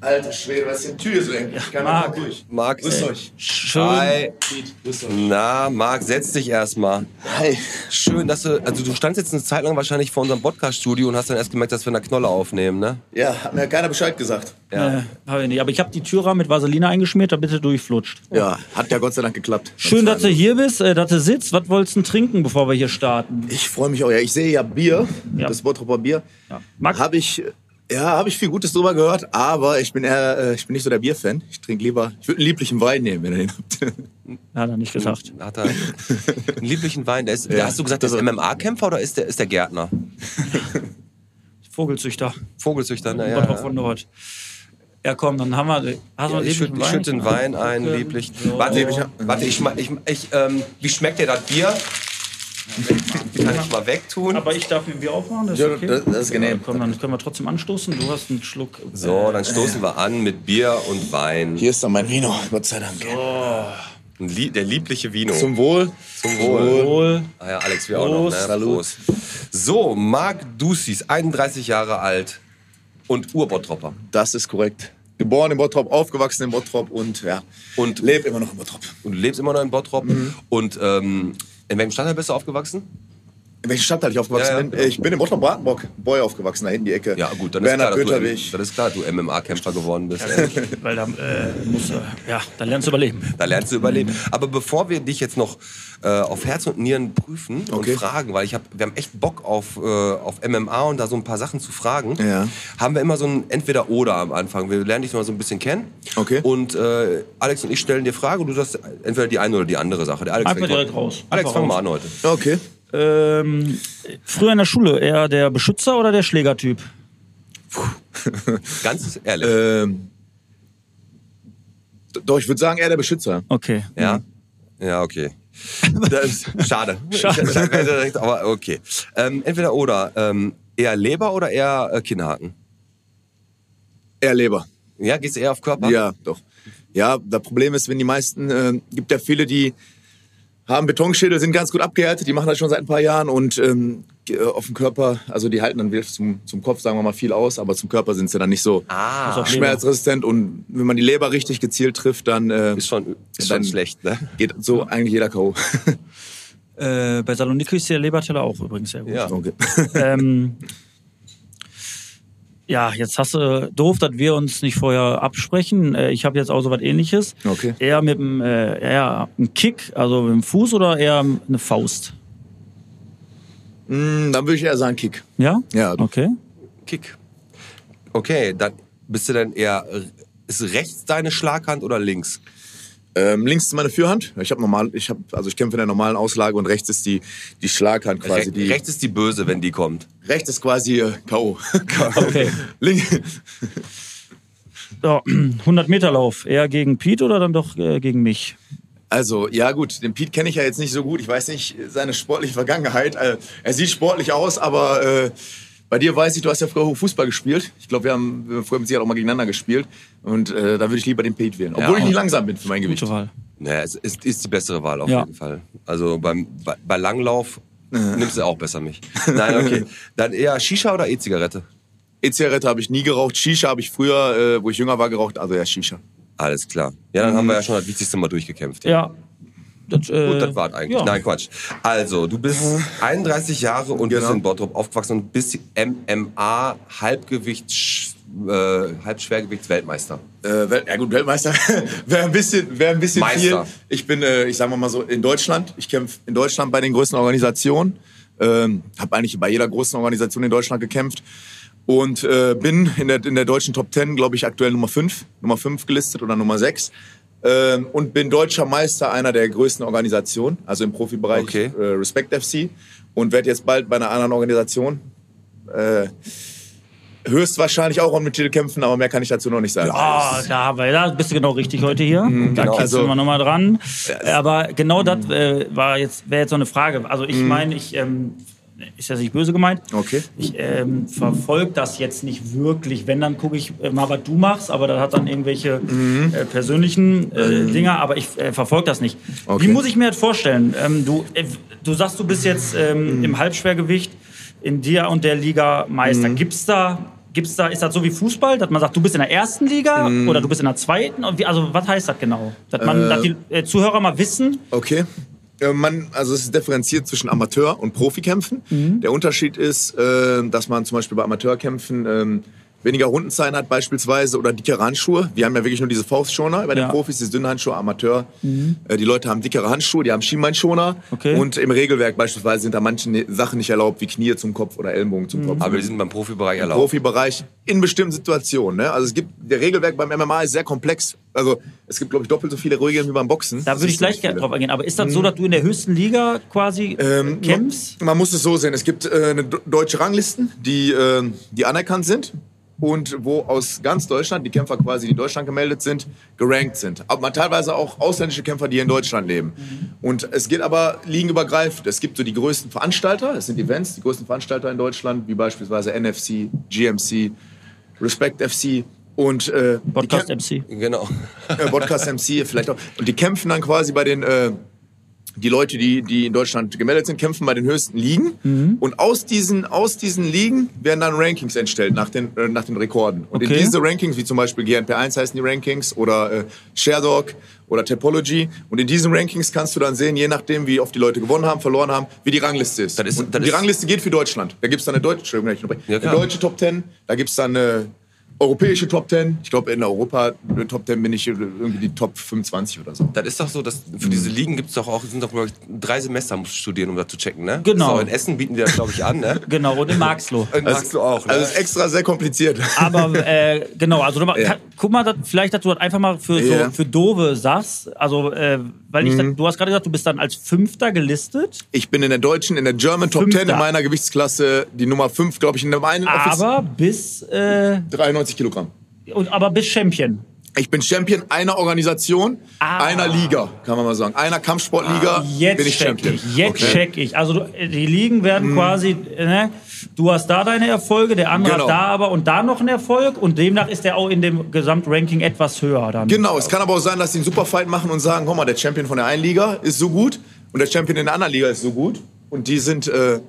[SPEAKER 5] Alter Schwede, was ist denn Tür so eng? Ich kann
[SPEAKER 2] Marc.
[SPEAKER 5] nicht mal
[SPEAKER 1] Marc,
[SPEAKER 5] durch.
[SPEAKER 1] äh,
[SPEAKER 5] Grüß euch.
[SPEAKER 2] Schön.
[SPEAKER 1] Hi.
[SPEAKER 5] Grüß euch.
[SPEAKER 1] Na, Marc, setz dich erstmal.
[SPEAKER 5] Hi.
[SPEAKER 1] Schön, dass du, also du standst jetzt eine Zeit lang wahrscheinlich vor unserem Podcast-Studio und hast dann erst gemerkt, dass wir eine Knolle aufnehmen, ne?
[SPEAKER 5] Ja, hat mir keiner Bescheid gesagt.
[SPEAKER 1] Ja.
[SPEAKER 2] Äh, hab ich nicht. Aber ich habe die Türrahmen mit Vaseline eingeschmiert, damit er durchflutscht.
[SPEAKER 5] Ja, hat ja Gott sei Dank geklappt.
[SPEAKER 2] Schön, dass du hier bist, äh, dass du sitzt. Was wolltest du denn trinken, bevor wir hier starten?
[SPEAKER 5] Ich freue mich auch. Ja, ich sehe ja Bier,
[SPEAKER 2] Ja.
[SPEAKER 5] das Bottroper Bier.
[SPEAKER 2] Ja. Max?
[SPEAKER 5] Habe ich, ja, habe ich viel Gutes drüber gehört, aber ich bin eher, äh, ich bin nicht so der Bierfan. Ich trinke lieber, ich würde einen lieblichen Wein nehmen, wenn ihr den habt.
[SPEAKER 2] Hat er nicht gesagt.
[SPEAKER 1] Hat er einen lieblichen Wein. Der ist,
[SPEAKER 5] Ja.
[SPEAKER 1] Hast du gesagt, der ist MMA-Kämpfer oder ist der, ist der Gärtner?
[SPEAKER 2] Vogelzüchter.
[SPEAKER 1] Vogelzüchter,
[SPEAKER 2] Ja,
[SPEAKER 1] naja.
[SPEAKER 2] ja,
[SPEAKER 1] Ja.
[SPEAKER 2] von dort. Ja, komm, dann haben wir. Hast du
[SPEAKER 1] Ja,
[SPEAKER 2] einen
[SPEAKER 1] ich schütte
[SPEAKER 2] lieblichen
[SPEAKER 1] ich schütt den Wein ein,
[SPEAKER 2] Gucken.
[SPEAKER 1] lieblich.
[SPEAKER 2] So.
[SPEAKER 1] Warte, ich, warte, ich, ma- ich, ich ähm, wie schmeckt dir das Bier? Kann ich mal wegtun.
[SPEAKER 2] Aber ich darf mir ein Bier aufmachen, das ist
[SPEAKER 5] Ja,
[SPEAKER 2] okay.
[SPEAKER 5] das- das ist genehm.
[SPEAKER 2] Komm, dann können wir trotzdem anstoßen. Du hast einen Schluck.
[SPEAKER 1] So, dann stoßen wir an mit Bier und Wein.
[SPEAKER 5] Hier ist dann mein Vino, Gott sei Dank.
[SPEAKER 1] Ein Lie- Der liebliche Vino.
[SPEAKER 5] Zum Wohl.
[SPEAKER 1] Zum Wohl.
[SPEAKER 2] Wohl.
[SPEAKER 1] Ah ja, Alex, wir auch noch. Ne?
[SPEAKER 2] Prost.
[SPEAKER 1] Prost. So, Marc Ducis, 31 Jahre alt und Urbottropper.
[SPEAKER 5] Das ist korrekt. Geboren in Bottrop, aufgewachsen in Bottrop und ja,
[SPEAKER 1] Und-
[SPEAKER 5] lebe immer noch in Bottrop.
[SPEAKER 1] Und du lebst immer noch in Bottrop. Und ähm, in welchem Stadtteil bist du aufgewachsen?
[SPEAKER 5] In welchem Stadtteil ich aufgewachsen
[SPEAKER 1] Ja, ja.
[SPEAKER 5] bin? Ich bin in Bottrop-Bratenburg, Boy aufgewachsen, da hinten die Ecke.
[SPEAKER 1] Ja, gut, dann
[SPEAKER 5] Bernhard
[SPEAKER 1] ist klar, dass
[SPEAKER 5] Böterwig.
[SPEAKER 1] du, das ist klar, dass du MMA-Kämpfer geworden bist.
[SPEAKER 2] Weil dann äh, musst du. Ja, dann lernst du überleben.
[SPEAKER 1] Da lernst du
[SPEAKER 5] Mhm.
[SPEAKER 1] überleben. Aber bevor wir dich jetzt noch äh, auf Herz und Nieren prüfen
[SPEAKER 5] Okay.
[SPEAKER 1] und fragen, weil ich hab, wir haben echt Bock auf, äh, auf MMA und da so ein paar Sachen zu fragen,
[SPEAKER 5] Ja.
[SPEAKER 1] haben wir immer so ein Entweder-Oder am Anfang. Wir lernen dich noch mal so ein bisschen kennen.
[SPEAKER 5] Okay.
[SPEAKER 1] Und äh, Alex und ich stellen dir Fragen und du sagst entweder die eine oder die andere Sache. Der Alex
[SPEAKER 2] Einfach
[SPEAKER 1] fängt mal-
[SPEAKER 2] direkt raus.
[SPEAKER 1] Alex,
[SPEAKER 2] Einfach
[SPEAKER 1] fang mal
[SPEAKER 2] raus.
[SPEAKER 1] an heute.
[SPEAKER 5] Okay.
[SPEAKER 2] Ähm, früher in der Schule eher der Beschützer oder der Schlägertyp?
[SPEAKER 1] Ganz ehrlich.
[SPEAKER 5] Ähm, d- doch, ich würde sagen, er der Beschützer.
[SPEAKER 2] Okay.
[SPEAKER 1] Ja? Ja, okay. Das ist, schade.
[SPEAKER 2] Schade.
[SPEAKER 1] Ich, ich hab mir direkt, aber okay. Ähm, entweder oder. Ähm, eher Leber oder eher äh, Kinnhaken?
[SPEAKER 5] Er Leber.
[SPEAKER 1] Ja, geht's eher auf Körper?
[SPEAKER 5] Ja, doch. Ja, das Problem ist, wenn die meisten, äh, gibt ja viele, die haben Betonschädel, sind ganz gut abgehärtet, die machen das schon seit ein paar Jahren und ähm, ge- auf dem Körper, also die halten dann wirklich zum, zum Kopf, sagen wir mal, viel aus, aber zum Körper sind sie dann nicht so
[SPEAKER 1] Ah,
[SPEAKER 2] Leber.
[SPEAKER 5] schmerzresistent und wenn man die Leber richtig gezielt trifft, dann äh,
[SPEAKER 1] ist schon, ist schon
[SPEAKER 5] Dann-
[SPEAKER 1] schlecht, ne?
[SPEAKER 5] geht so eigentlich jeder K.O.
[SPEAKER 2] Äh, bei Saloniki ist der Leberteller auch übrigens sehr gut.
[SPEAKER 1] Ja.
[SPEAKER 5] okay.
[SPEAKER 2] ähm, ja, jetzt hast du doof, dass wir uns nicht vorher absprechen. Äh, Ich habe jetzt auch so was ähnliches.
[SPEAKER 5] Okay.
[SPEAKER 2] Eher mit dem äh, eher ein Kick, also mit dem Fuß oder eher eine Faust?
[SPEAKER 5] Mm, dann würde ich eher sagen Kick.
[SPEAKER 2] Ja?
[SPEAKER 5] Ja.
[SPEAKER 2] Okay.
[SPEAKER 1] Kick. Okay, dann bist du dann eher. Ist rechts deine Schlaghand oder links?
[SPEAKER 5] Ähm, links ist meine Führhand. Ich habe normal, ich habe, also ich kämpfe in der normalen Auslage und rechts ist die, die Schlaghand quasi.
[SPEAKER 1] Re
[SPEAKER 5] die,
[SPEAKER 1] rechts ist die böse, wenn die kommt.
[SPEAKER 5] rechts ist quasi äh, K.O.
[SPEAKER 2] Okay.
[SPEAKER 5] Link-
[SPEAKER 2] So, 100 Meter Lauf. Eher gegen Pete oder dann doch äh, gegen mich?
[SPEAKER 5] Also, ja gut, den Pete kenne ich ja jetzt nicht so gut. Ich weiß nicht seine sportliche Vergangenheit. Äh, er sieht sportlich aus, aber äh, bei dir weiß ich, du hast ja früher Fußball gespielt. Ich glaube, wir haben wir haben früher mit Sicherheit auch mal gegeneinander gespielt. Und äh, da würde ich lieber den Pete wählen. Obwohl
[SPEAKER 1] Ja.
[SPEAKER 5] ich nicht langsam bin für mein Gewicht.
[SPEAKER 2] Gute Wahl.
[SPEAKER 1] Naja, es ist, ist die bessere Wahl auf
[SPEAKER 2] Ja.
[SPEAKER 1] jeden Fall. Also beim, bei, bei Langlauf nimmst du auch besser mich. Nein, okay. Dann eher Shisha oder E-Zigarette?
[SPEAKER 5] E-Zigarette habe ich nie geraucht. Shisha habe ich früher, äh, wo ich jünger war, geraucht. Also ja, Shisha.
[SPEAKER 1] Alles klar. Ja, dann haben wir ja schon das Wichtigste mal durchgekämpft.
[SPEAKER 2] Ja. Das, äh,
[SPEAKER 1] Gut, das war's eigentlich.
[SPEAKER 2] Ja.
[SPEAKER 1] Nein, Quatsch. Also, du bist 31 Jahre und bist
[SPEAKER 5] Genau.
[SPEAKER 1] in Bottrop aufgewachsen und bist MMA Halbgewichts äh, Halbschwergewichtsweltmeister.
[SPEAKER 5] Äh, Wel- ja gut, Weltmeister wäre ein bisschen, wär ein bisschen
[SPEAKER 1] Meister.
[SPEAKER 5] viel. Ich bin, äh, ich sag mal so, in Deutschland. Ich kämpfe in Deutschland bei den größten Organisationen. Ähm, habe eigentlich bei jeder großen Organisation in Deutschland gekämpft. Und äh, bin in der, in der deutschen Top 10, glaube ich, aktuell Nummer 5. Nummer 5 gelistet oder Nummer 6. Ähm, und bin deutscher Meister einer der größten Organisationen, also im Profibereich
[SPEAKER 1] Okay.
[SPEAKER 5] äh, Respect FC. Und werde jetzt bald bei einer anderen Organisation äh, höchstwahrscheinlich auch um den Titel kämpfen, aber mehr kann ich dazu noch nicht sagen.
[SPEAKER 2] Ah, da, haben wir- da bist du genau richtig heute hier. da
[SPEAKER 5] genau.
[SPEAKER 2] kitzeln
[SPEAKER 5] Also- Mhm.
[SPEAKER 2] wir nochmal dran. Aber genau das äh, war jetzt, wäre jetzt so eine Frage. Also ich meine, ich, ähm, ist das nicht böse gemeint?
[SPEAKER 5] Okay.
[SPEAKER 2] Ich ähm, verfolge das jetzt nicht wirklich. Wenn, dann gucke ich äh, mal, was du machst, aber das hat dann irgendwelche
[SPEAKER 5] Mhm.
[SPEAKER 2] äh, persönlichen äh, Dinge, aber ich äh, verfolge das nicht.
[SPEAKER 5] Okay.
[SPEAKER 2] Wie muss ich mir das vorstellen? Ähm, du, äh, du sagst, du bist jetzt ähm,
[SPEAKER 5] Mhm.
[SPEAKER 2] im Halbschwergewicht in dir und der Liga Meister.
[SPEAKER 5] Mhm.
[SPEAKER 2] Gibt's da. Gibt's da, ist das so wie Fußball, dass man sagt, du bist in der ersten Liga
[SPEAKER 5] Mhm.
[SPEAKER 2] oder du bist in der zweiten? Und wie, also was heißt das genau? Dass, man, dass die äh, Zuhörer mal wissen,
[SPEAKER 5] Okay. Äh, Man, also es ist differenziert zwischen Amateur- und Profikämpfen.
[SPEAKER 2] Mhm.
[SPEAKER 5] Der Unterschied ist, äh, dass man zum Beispiel bei Amateurkämpfen ähm, weniger Rundenzeiten hat beispielsweise oder dicke Handschuhe. Wir haben ja wirklich nur diese Faustschoner. Bei den
[SPEAKER 2] Ja. Mhm.
[SPEAKER 5] Profis diese dünnen Handschuhe, Amateur. Äh, die Leute haben dickere Handschuhe, die haben Schienbeinschoner.
[SPEAKER 2] Okay.
[SPEAKER 5] Und im Regelwerk beispielsweise sind da manche ne- Sachen nicht erlaubt, wie Knie zum Kopf oder Ellenbogen
[SPEAKER 2] Mhm.
[SPEAKER 5] zum Kopf. Also
[SPEAKER 1] Aber die sind beim Profibereich
[SPEAKER 5] Im
[SPEAKER 1] erlaubt.
[SPEAKER 5] Profibereich in bestimmten Situationen. Ne? Also es gibt, der Regelwerk beim MMA ist sehr komplex. Also es gibt, glaube ich, doppelt so viele Regeln wie beim Boxen.
[SPEAKER 2] da
[SPEAKER 5] Das
[SPEAKER 2] würde ich
[SPEAKER 5] ist ziemlich
[SPEAKER 2] gleich gerne
[SPEAKER 5] viele.
[SPEAKER 2] drauf eingehen. Aber ist das so, dass du in der höchsten Liga quasi
[SPEAKER 5] Ähm,
[SPEAKER 2] kämpfst?
[SPEAKER 5] Man, man muss es so sehen. Es gibt äh, eine do- deutsche Ranglisten, die, äh, die anerkannt sind und wo aus ganz Deutschland die Kämpfer quasi, die in Deutschland gemeldet sind, gerankt sind. Aber man teilweise auch ausländische Kämpfer, die hier in Deutschland leben. Und es geht aber liegenübergreifend. Es gibt so die größten Veranstalter, es sind Events, die größten Veranstalter in Deutschland, wie beispielsweise NFC, GMC, Respect FC und äh, die
[SPEAKER 2] Podcast
[SPEAKER 5] Kämp-
[SPEAKER 2] MC.
[SPEAKER 1] Genau.
[SPEAKER 5] äh, Podcast MC vielleicht auch. Und die kämpfen dann quasi bei den, äh, die Leute, die, die in Deutschland gemeldet sind, kämpfen bei den höchsten Ligen. Und aus diesen, aus diesen Ligen werden dann Rankings entstellt nach den, äh, nach den Rekorden. Und
[SPEAKER 2] Okay.
[SPEAKER 5] in diese Rankings, wie zum Beispiel GNP1 heißen die Rankings oder äh, Sharedog oder Topology. Und in diesen Rankings kannst du dann sehen, je nachdem, wie oft die Leute gewonnen haben, verloren haben, wie die Rangliste ist.
[SPEAKER 1] Das ist-
[SPEAKER 5] und
[SPEAKER 1] das
[SPEAKER 5] die
[SPEAKER 1] ist-
[SPEAKER 5] Rangliste geht für Deutschland. Da gibt es dann eine deutsche, Entschuldigung, wenn ich unterbreche.
[SPEAKER 1] Ja,
[SPEAKER 5] eine
[SPEAKER 1] klar.
[SPEAKER 5] deutsche Top 10, da gibt es dann eine europäische Top 10. Ich glaube, in Europa äh, Top 10 bin ich äh, irgendwie die Top 25 oder so.
[SPEAKER 1] Das ist doch so, dass für diese Ligen gibt es doch auch, sind doch glaub ich, drei Semester musst du studieren, um das zu checken, ne?
[SPEAKER 2] Genau.
[SPEAKER 1] So, in Essen bieten die das, glaube ich, an, ne?
[SPEAKER 2] Genau, und in Marxloh.
[SPEAKER 1] In Magst du auch, ne?
[SPEAKER 5] Also ist extra sehr kompliziert.
[SPEAKER 2] Aber äh, genau, also du,
[SPEAKER 5] Ja.
[SPEAKER 2] kann, guck mal, dat, vielleicht, dass du das einfach mal für,
[SPEAKER 5] Ja.
[SPEAKER 2] so,
[SPEAKER 5] Mhm.
[SPEAKER 2] für Dove sagst. Also, äh, weil ich, da- du hast gerade gesagt, du bist dann als Fünfter gelistet,
[SPEAKER 5] Ich bin in der deutschen, in der German Top 10
[SPEAKER 2] Fünfter.
[SPEAKER 5] in meiner Gewichtsklasse die Nummer 5, glaube ich, in dem einen Office-
[SPEAKER 2] aber bis, äh,
[SPEAKER 5] 93 Kilogramm.
[SPEAKER 2] und, aber bis Champion.
[SPEAKER 5] Ich bin Champion einer Organisation,
[SPEAKER 2] Ah.
[SPEAKER 5] einer Liga, kann man mal sagen. Einer Kampfsportliga
[SPEAKER 2] Jetzt
[SPEAKER 5] bin ich
[SPEAKER 2] check
[SPEAKER 5] Champion. Mhm.
[SPEAKER 2] ich, jetzt check ich. Also du, die Ligen werden quasi, äh, ne? du hast da deine Erfolge, der andere
[SPEAKER 5] Genau.
[SPEAKER 2] hat da aber und da noch einen Erfolg und demnach ist der auch in dem Gesamtranking etwas höher dann.
[SPEAKER 5] Genau, es kann aber auch sein, dass sie einen Superfight machen und sagen, guck mal, der Champion von der einen Liga ist so gut und der Champion in der anderen Liga ist so gut und die sind, äh,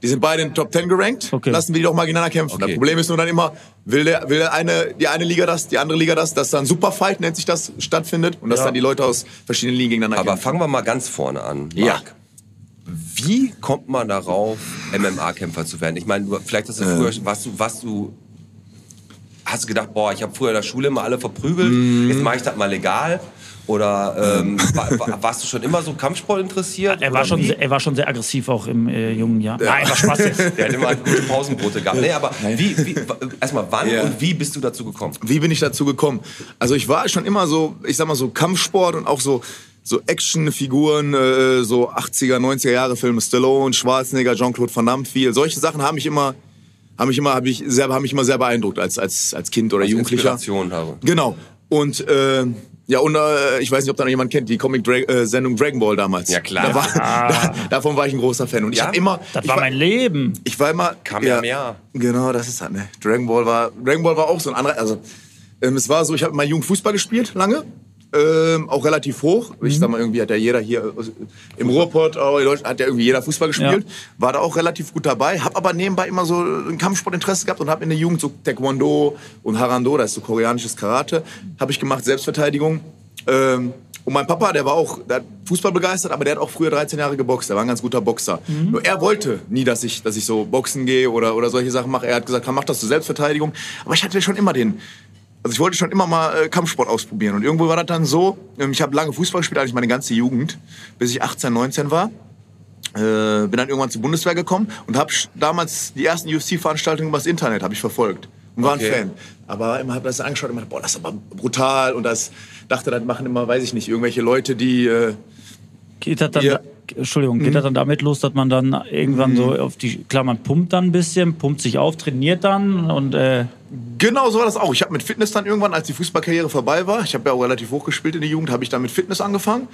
[SPEAKER 5] die sind beide in den Top 10 gerankt,
[SPEAKER 2] Okay.
[SPEAKER 5] lassen wir die doch mal gegeneinander kämpfen. Das
[SPEAKER 1] Okay.
[SPEAKER 5] Problem ist nur dann immer, will, der, will der eine, die eine Liga das, die andere Liga das, dass da ein Superfight, nennt sich das, stattfindet und dass
[SPEAKER 2] Ja.
[SPEAKER 5] dann die Leute aus verschiedenen Ligen gegeneinander
[SPEAKER 1] Aber
[SPEAKER 5] kämpfen.
[SPEAKER 1] fangen wir mal ganz vorne an. Marc.
[SPEAKER 5] Ja.
[SPEAKER 1] Wie kommt man darauf, MMA-Kämpfer zu werden? Ich meine, du- vielleicht hast du
[SPEAKER 5] Äh.
[SPEAKER 1] früher, warst du, warst du, hast du gedacht, boah, ich habe früher in der Schule immer alle verprügelt,
[SPEAKER 5] Mhm.
[SPEAKER 1] jetzt mache ich das mal legal. Oder ähm, wa- wa- warst du schon immer so Kampfsport interessiert?
[SPEAKER 2] Er war,
[SPEAKER 1] Oder
[SPEAKER 2] schon,
[SPEAKER 1] wie?
[SPEAKER 2] sehr- er war schon sehr aggressiv auch im äh, jungen Jahr. Nein, war Spaß jetzt.
[SPEAKER 1] Der hat immer gute Pausenbrote gehabt. Nee, aber wie, wie, wa- erstmal wann
[SPEAKER 5] Ja.
[SPEAKER 1] und wie bist du dazu gekommen?
[SPEAKER 5] wie bin ich dazu gekommen? Also ich war schon immer so, ich sag mal so Kampfsport und auch so so Actionfiguren, äh, so 80er, 90er Jahre Filme, Stallone, Schwarzenegger, Jean-Claude Van Damme, viel. Solche Sachen haben mich immer Haben mich immer, hab ich selber, haben mich immer sehr beeindruckt als, als, als Kind oder
[SPEAKER 1] Als
[SPEAKER 5] Jugendlicher.
[SPEAKER 1] Inspiration habe.
[SPEAKER 5] Genau. Und äh, ja, und äh, ich weiß nicht, ob da noch jemand kennt, die Comic-Sendung Dragon Ball damals.
[SPEAKER 1] Ja, klar. Ah.
[SPEAKER 5] Da war, da, davon war ich ein großer Fan. Und ich
[SPEAKER 1] Ja?
[SPEAKER 5] habe immer.
[SPEAKER 2] Das
[SPEAKER 5] ich
[SPEAKER 2] war mein Leben.
[SPEAKER 5] Ich war immer.
[SPEAKER 1] Kam ja mehr.
[SPEAKER 5] Genau, das ist halt, ne? Dragon Ball war. Dragon Ball war auch so ein anderer. Also, ähm, es war so, ich habe mal Jugendfußball gespielt, lange. Ähm, auch relativ hoch. Ich sag mal, irgendwie hat ja jeder hier aus- im Ruhrpott, auch in Deutschland, hat ja irgendwie jeder Fußball gespielt. War da auch relativ gut dabei. Hab aber nebenbei immer so ein Kampfsportinteresse gehabt und hab in der Jugend so Taekwondo und Harando, das ist so koreanisches Karate, habe ich gemacht, Selbstverteidigung. Ähm, und mein Papa, der war auch der hat Fußball begeistert, aber der hat auch früher 13 Jahre geboxt. Der war ein ganz guter Boxer. Nur er wollte nie, dass ich, dass ich so boxen gehe oder, oder solche Sachen mache. Er hat gesagt, komm, mach das zur Selbstverteidigung. Aber ich hatte schon immer den. Also ich wollte schon immer mal äh, Kampfsport ausprobieren. Und irgendwo war das dann so, ähm, ich habe lange Fußball gespielt, eigentlich meine ganze Jugend, bis ich 18, 19 war. Äh, bin dann irgendwann zur Bundeswehr gekommen und habe damals die ersten UFC-Veranstaltungen übers Internet habe ich verfolgt und war
[SPEAKER 1] Okay.
[SPEAKER 5] ein Fan. Aber immer habe das angeschaut und dachte, boah, das ist aber brutal und das dachte, das machen immer, weiß ich nicht, irgendwelche Leute, die äh,
[SPEAKER 2] Geht das dann,
[SPEAKER 5] Ja.
[SPEAKER 2] Entschuldigung, geht das dann damit los, dass man dann irgendwann so auf die, klar, man pumpt dann ein bisschen, pumpt sich auf, trainiert dann und äh,
[SPEAKER 5] Genau, so war das auch. Ich habe mit Fitness dann irgendwann, als die Fußballkarriere vorbei war, ich habe ja auch relativ hoch gespielt in der Jugend, habe ich dann mit Fitness angefangen